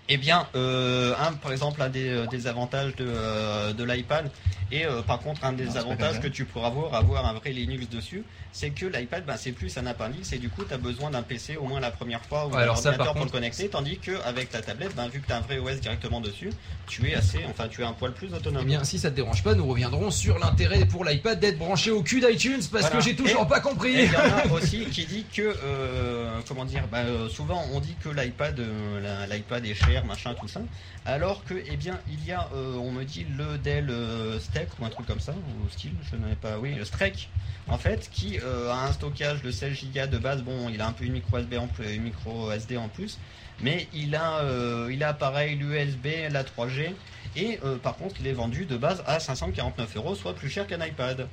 Speaker 4: Eh bien, euh, un, par exemple, un des, euh, des avantages de, euh, de l'iPad, Et euh, par contre, un des
Speaker 8: Non, c'est pas
Speaker 4: avantages
Speaker 8: comme
Speaker 4: que
Speaker 8: ça.
Speaker 4: tu pourras avoir, avoir un vrai Linux dessus, c'est que l'iPad, bah, c'est plus un appendice et du coup, tu as besoin d'un PC au moins la première fois ou
Speaker 1: Ouais,
Speaker 4: d'un
Speaker 1: alors ça, par
Speaker 4: ordinateur pour
Speaker 1: contre-
Speaker 4: le connecter, tandis qu'avec ta tablette, bah, vu que tu as un vrai OS directement dessus, tu es assez, enfin, tu es un poil plus autonome.
Speaker 11: Eh bien, si ça te dérange pas, nous reviendrons sur l'intérêt pour l'iPad d'être branché au cul d'iTunes parce
Speaker 4: Voilà.
Speaker 11: que j'ai toujours
Speaker 4: Et-
Speaker 11: pas
Speaker 4: Et
Speaker 11: compris.
Speaker 4: il y en a aussi qui dit que, euh, comment dire, bah, euh, souvent on dit que l'iPad, euh, la- l'iPad est cher, machin, tout ça, alors que, eh bien, il y a, euh, on me dit le Dell euh, Steck ou un truc comme ça, ou style, je n'en ai pas, oui, le Strek, en fait, qui euh, a un stockage de 16 Go de base, bon, il a un peu une micro USB en plus, une micro SD en plus, mais il a, euh, il a pareil l'USB, la 3G, et euh, par contre, il est vendu de base à 549 euros, soit plus cher qu'un iPad.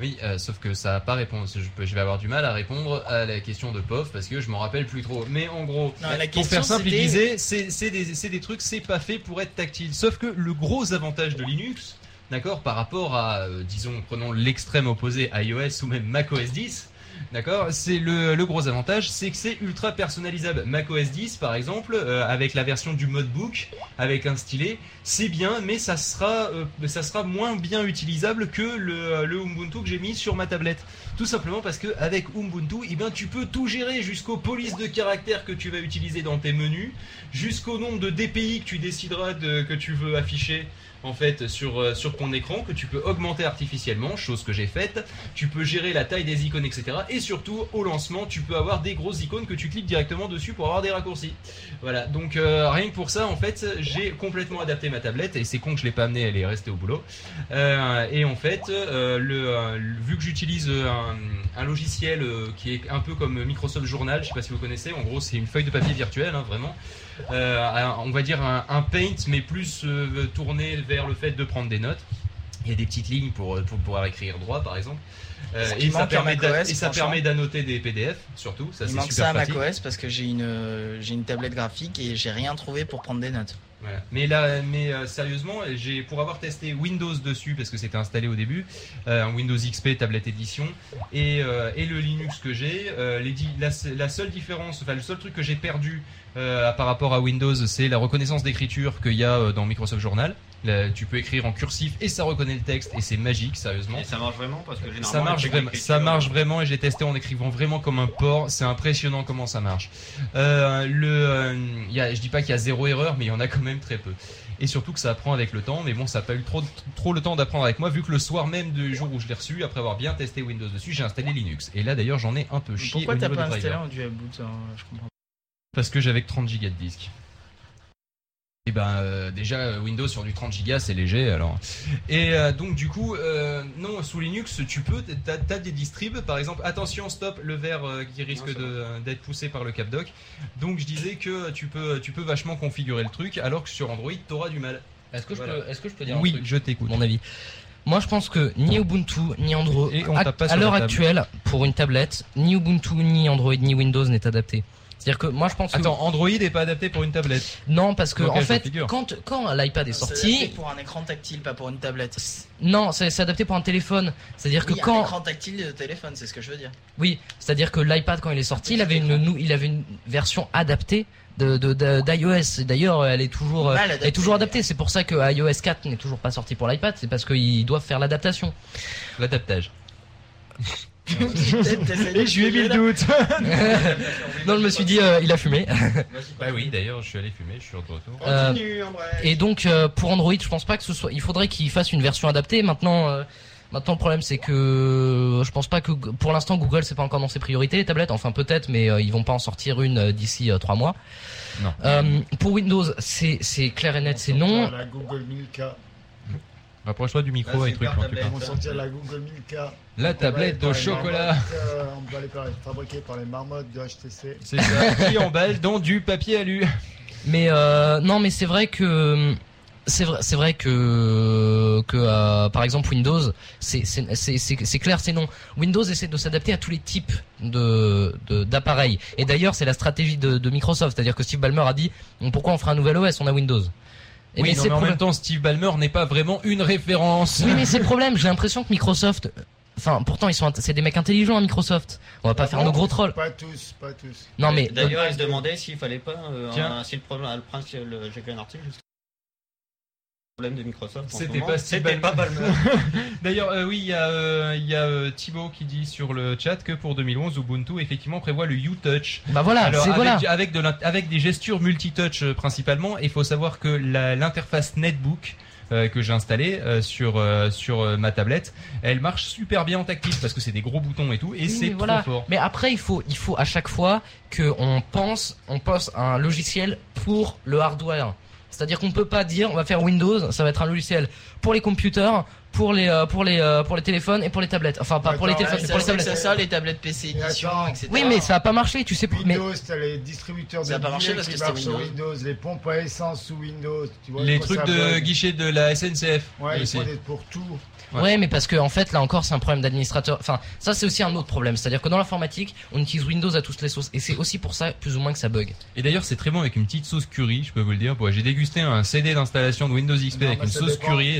Speaker 1: Oui, euh, sauf que ça n'a pas réponse. Je, peux- je vais avoir du mal à répondre à la question de POF parce que je m'en rappelle plus trop. Mais en gros,
Speaker 8: Non, la
Speaker 1: pour
Speaker 8: question,
Speaker 1: faire simple, il
Speaker 8: c'était-
Speaker 1: disait c'est c'est des, c'est des trucs, c'est pas fait pour être tactile. Sauf que le gros avantage de Linux, d'accord, par rapport à, euh, disons, prenons l'extrême opposé iOS ou même macOS 10, d'accord, c'est le, le gros avantage, c'est que c'est ultra personnalisable. macOS 10, par exemple, euh, avec la version du modebook, avec un stylet, c'est bien, mais ça sera, euh, ça sera moins bien utilisable que le, le Ubuntu que j'ai mis sur ma tablette. Tout simplement parce que avec Ubuntu, eh ben, tu peux tout gérer jusqu'aux polices de caractères que tu vas utiliser dans tes menus, jusqu'au nombre de DPI que tu décideras de, que tu veux afficher en fait sur, euh, sur ton écran, que tu peux augmenter artificiellement, chose que j'ai faite. Tu peux gérer la taille des icônes, etc. Et surtout, au lancement, tu peux avoir des grosses icônes que tu cliques directement dessus pour avoir des raccourcis. Voilà, donc euh, rien que pour ça, en fait, j'ai complètement adapté ma tablette et c'est con que je l'ai pas amenée, elle est restée au boulot. Euh, et en fait, euh, le, euh, le- vu que j'utilise euh, un, un logiciel euh, qui est un peu comme Microsoft Journal, je sais pas si vous connaissez, en gros, c'est une feuille de papier virtuelle, hein, vraiment. Euh, un- on va dire un, un paint, mais plus euh, tourné vers le fait de prendre des notes. Il y a des petites lignes pour, euh, pour pouvoir écrire droit, par exemple. Euh,
Speaker 8: Ce qui
Speaker 1: et, ça
Speaker 8: manque à
Speaker 1: permet d'a-
Speaker 8: macOS,
Speaker 1: et ça
Speaker 8: franchement.
Speaker 1: permet d'annoter des PDF, surtout. Ça,
Speaker 8: Il
Speaker 1: c'est
Speaker 8: manque
Speaker 1: super
Speaker 8: ça à
Speaker 1: pratique.
Speaker 8: macOS parce que j'ai une, euh, j'ai une tablette graphique et j'ai rien trouvé pour prendre des notes.
Speaker 1: Voilà. Mais là, mais euh, sérieusement, j'ai pour avoir testé Windows dessus parce que c'était installé au début, euh, un Windows XP tablette édition et, euh, et le Linux que j'ai, euh, les di- la, se- la seule différence, enfin le seul truc que j'ai perdu euh, par rapport à Windows, c'est la reconnaissance d'écriture qu'il y a euh, dans Microsoft Journal. Là, tu peux écrire en cursif et ça reconnaît le texte et c'est magique, sérieusement.
Speaker 4: Et ça marche vraiment parce que généralement
Speaker 1: Ça marche,
Speaker 4: les
Speaker 1: vraiment,
Speaker 4: techniques euh,
Speaker 1: ça marche vraiment et j'ai testé en écrivant vraiment comme un porc. C'est impressionnant comment ça marche. Euh, le, euh, il y a, je dis pas qu'il y a zéro erreur, mais il y en a quand même très peu. Et surtout que ça apprend avec le temps. Mais bon, ça n'a pas eu trop, trop le temps d'apprendre avec moi, vu que le soir même du jour où je l'ai reçu, après avoir bien testé Windows dessus, j'ai installé Linux. Et là d'ailleurs, j'en ai un peu chié
Speaker 8: Pourquoi
Speaker 1: au
Speaker 8: t'as
Speaker 1: niveau
Speaker 8: pas
Speaker 1: des
Speaker 8: installé
Speaker 1: drivers.
Speaker 8: en dual boot hein, Je comprends
Speaker 1: Parce que j'avais que 30 Go de disque. Et ben euh, déjà euh, Windows sur du 30 Go c'est léger alors. Et euh, donc du coup euh, non sous Linux tu peux t'as t'as des distribs par exemple attention stop le verre euh, qui risque
Speaker 4: c'est
Speaker 1: de- d'être poussé par le capdoc. Donc je disais que tu peux euh, tu peux vachement configurer le truc alors que sur Android t'auras du mal.
Speaker 3: Est-ce que, je
Speaker 1: Voilà.
Speaker 3: peux- est-ce que je peux dire un
Speaker 1: Oui
Speaker 3: truc
Speaker 1: je t'écoute.
Speaker 3: mon avis. Moi, je pense que ni Ubuntu ni Android
Speaker 1: Et on
Speaker 3: à,
Speaker 1: tape pas
Speaker 3: à
Speaker 1: sur la
Speaker 3: l'heure
Speaker 1: table.
Speaker 3: actuelle pour une tablette, ni Ubuntu ni Android ni Windows n'est adapté. C'est-à-dire que moi, je pense que-
Speaker 1: Attends Android est pas adapté pour une tablette.
Speaker 3: non parce que
Speaker 1: Dans
Speaker 3: en
Speaker 1: quel
Speaker 3: fait,
Speaker 1: configure
Speaker 3: quand quand l'iPad est
Speaker 8: Euh, C'est
Speaker 3: sorti,
Speaker 8: pour un écran tactile, pas pour une tablette.
Speaker 3: non, c'est c'est adapté pour un téléphone. C'est-à-dire
Speaker 8: Oui,
Speaker 3: que
Speaker 8: un
Speaker 3: quand
Speaker 8: écran tactile de téléphone, c'est ce que je veux dire.
Speaker 3: Oui, c'est-à-dire que l'iPad quand il est sorti,
Speaker 8: petit
Speaker 3: il avait une nou- il avait une version adaptée de de- de- d'iOS. Et D'ailleurs, elle est toujours euh,
Speaker 8: Mal
Speaker 3: elle est toujours
Speaker 8: adaptée, [laughs]
Speaker 3: adaptée. C'est pour ça que iOS 4 n'est toujours pas sorti pour l'iPad. C'est parce qu'ils doivent faire l'adaptation.
Speaker 1: L'adaptage.
Speaker 8: Et je lui ai mis le
Speaker 1: doute.
Speaker 3: non, je me suis dit, euh, il a fumé.
Speaker 1: bah oui d'ailleurs je suis allé fumer je suis de retour.
Speaker 3: Euh,
Speaker 4: Continue, en vrai.
Speaker 3: Et donc euh, pour Android, je pense pas que ce soit. Il faudrait qu'il fasse une version adaptée. Maintenant, euh, maintenant le problème c'est que euh, je pense pas que pour l'instant Google c'est pas encore dans ses priorités les tablettes. Enfin peut-être, mais euh, ils vont pas en sortir une euh, d'ici euh, trois mois.
Speaker 1: Non.
Speaker 3: Euh, pour Windows, c'est c'est clair et net, c'est
Speaker 5: On
Speaker 3: non.
Speaker 5: sortira La Google 1000K.
Speaker 1: Rapproche-toi du micro
Speaker 8: Vas-y,
Speaker 1: et truc.
Speaker 8: par
Speaker 1: hein, tu
Speaker 8: tablette.
Speaker 1: parles.
Speaker 5: On sortir la Google 1000K.
Speaker 1: La tablette
Speaker 5: On
Speaker 1: de
Speaker 5: va aller par les
Speaker 1: chocolat.
Speaker 5: marmottes, euh, On va aller par- fabriquée par les marmottes de HTC.
Speaker 1: C'est [laughs] ça, qui emballe dans du papier alu.
Speaker 3: Mais euh, non, mais c'est vrai que c'est vrai, c'est vrai que que euh, par exemple Windows, c'est c'est c'est- c'est c'est clair, c'est non. Windows essaie de s'adapter à tous les types de de- d'appareils. Et d'ailleurs, c'est la stratégie de, de Microsoft, c'est-à-dire que Steve Ballmer a dit pourquoi on fera un nouvel OS, on a Windows. Et
Speaker 1: Oui,
Speaker 3: mais
Speaker 1: non,
Speaker 3: c'est
Speaker 1: mais en
Speaker 3: problème-
Speaker 1: même temps, Steve Ballmer n'est pas vraiment une référence.
Speaker 3: Oui, mais c'est le problème. J'ai l'impression que Microsoft, enfin pourtant ils sont, int- c'est des mecs intelligents à Microsoft. On va pas faire nos gros trolls.
Speaker 5: Pas tous, pas tous.
Speaker 1: euh,
Speaker 3: Non mais euh,
Speaker 4: D'ailleurs, il se demandait s'il fallait pas. euh,
Speaker 1: Tiens.
Speaker 4: un- si le problème, le principe, le- j'ai fait un article. problème de Microsoft. en ce
Speaker 12: C'était
Speaker 4: moment.
Speaker 12: pas Steve
Speaker 4: C'était pas
Speaker 12: Ballmer.
Speaker 4: Ballmer.
Speaker 1: [laughs] D'ailleurs, euh, oui, il y a, euh, il y a euh, Thibaut qui dit sur le chat que pour 2011, Ubuntu effectivement prévoit le U-Touch.
Speaker 13: Bah voilà,
Speaker 1: Alors,
Speaker 13: c'est
Speaker 1: avec,
Speaker 13: voilà.
Speaker 1: avec, de l'int- avec des gestures multitouch euh, principalement, et il faut savoir que la- l'interface Netbook euh, que j'ai installée euh, sur, euh, sur euh, ma tablette, elle marche super bien en tactile parce que c'est des gros boutons et tout, et
Speaker 13: Oui,
Speaker 1: c'est
Speaker 13: mais
Speaker 1: trop
Speaker 13: voilà.
Speaker 1: fort.
Speaker 3: Mais après, il faut, il faut à chaque fois qu'on pense, on pense à un logiciel pour le hardware. C'est-à-dire qu'on peut pas dire, on va faire Windows, ça va être un logiciel pour les computers, pour les, euh, pour les, euh, pour les téléphones et pour les tablettes. Enfin, pas pour les
Speaker 5: Attends,
Speaker 3: téléphones,
Speaker 5: mais
Speaker 3: mais pour les
Speaker 5: ça,
Speaker 3: tablettes.
Speaker 5: c'est ça, les
Speaker 6: tablettes PC
Speaker 5: édition, attends. etc..
Speaker 3: Oui, mais ça a pas marché, tu sais. pas- Mais
Speaker 5: Windows, t'as les distributeurs de
Speaker 6: Ça a pas marché
Speaker 5: billets
Speaker 6: parce
Speaker 5: qui
Speaker 6: que c'était
Speaker 5: marchent sur
Speaker 6: Windows.
Speaker 5: Windows, les pompes à essence sous Windows, tu vois,
Speaker 1: Les
Speaker 5: quand bah, ça
Speaker 1: trucs de
Speaker 5: bug.
Speaker 1: guichet de la SNCF.
Speaker 5: Ouais, ils
Speaker 1: aussi.
Speaker 5: font des pour tout.
Speaker 3: Ouais. mais parce que en fait, là encore, c'est un problème d'administrateur. Enfin, ça, c'est aussi un autre problème. C'est-à-dire que dans l'informatique, on utilise Windows à toutes les sources, et c'est aussi pour ça, plus ou moins, que ça bug.
Speaker 1: Et d'ailleurs, c'est très bon avec une petite sauce curry, je peux vous le dire. Bon, j'ai dégusté un CD d'installation de Windows XP
Speaker 5: Non,
Speaker 1: avec
Speaker 5: mais
Speaker 1: une
Speaker 5: ça
Speaker 1: sauce
Speaker 5: dépend.
Speaker 1: curry et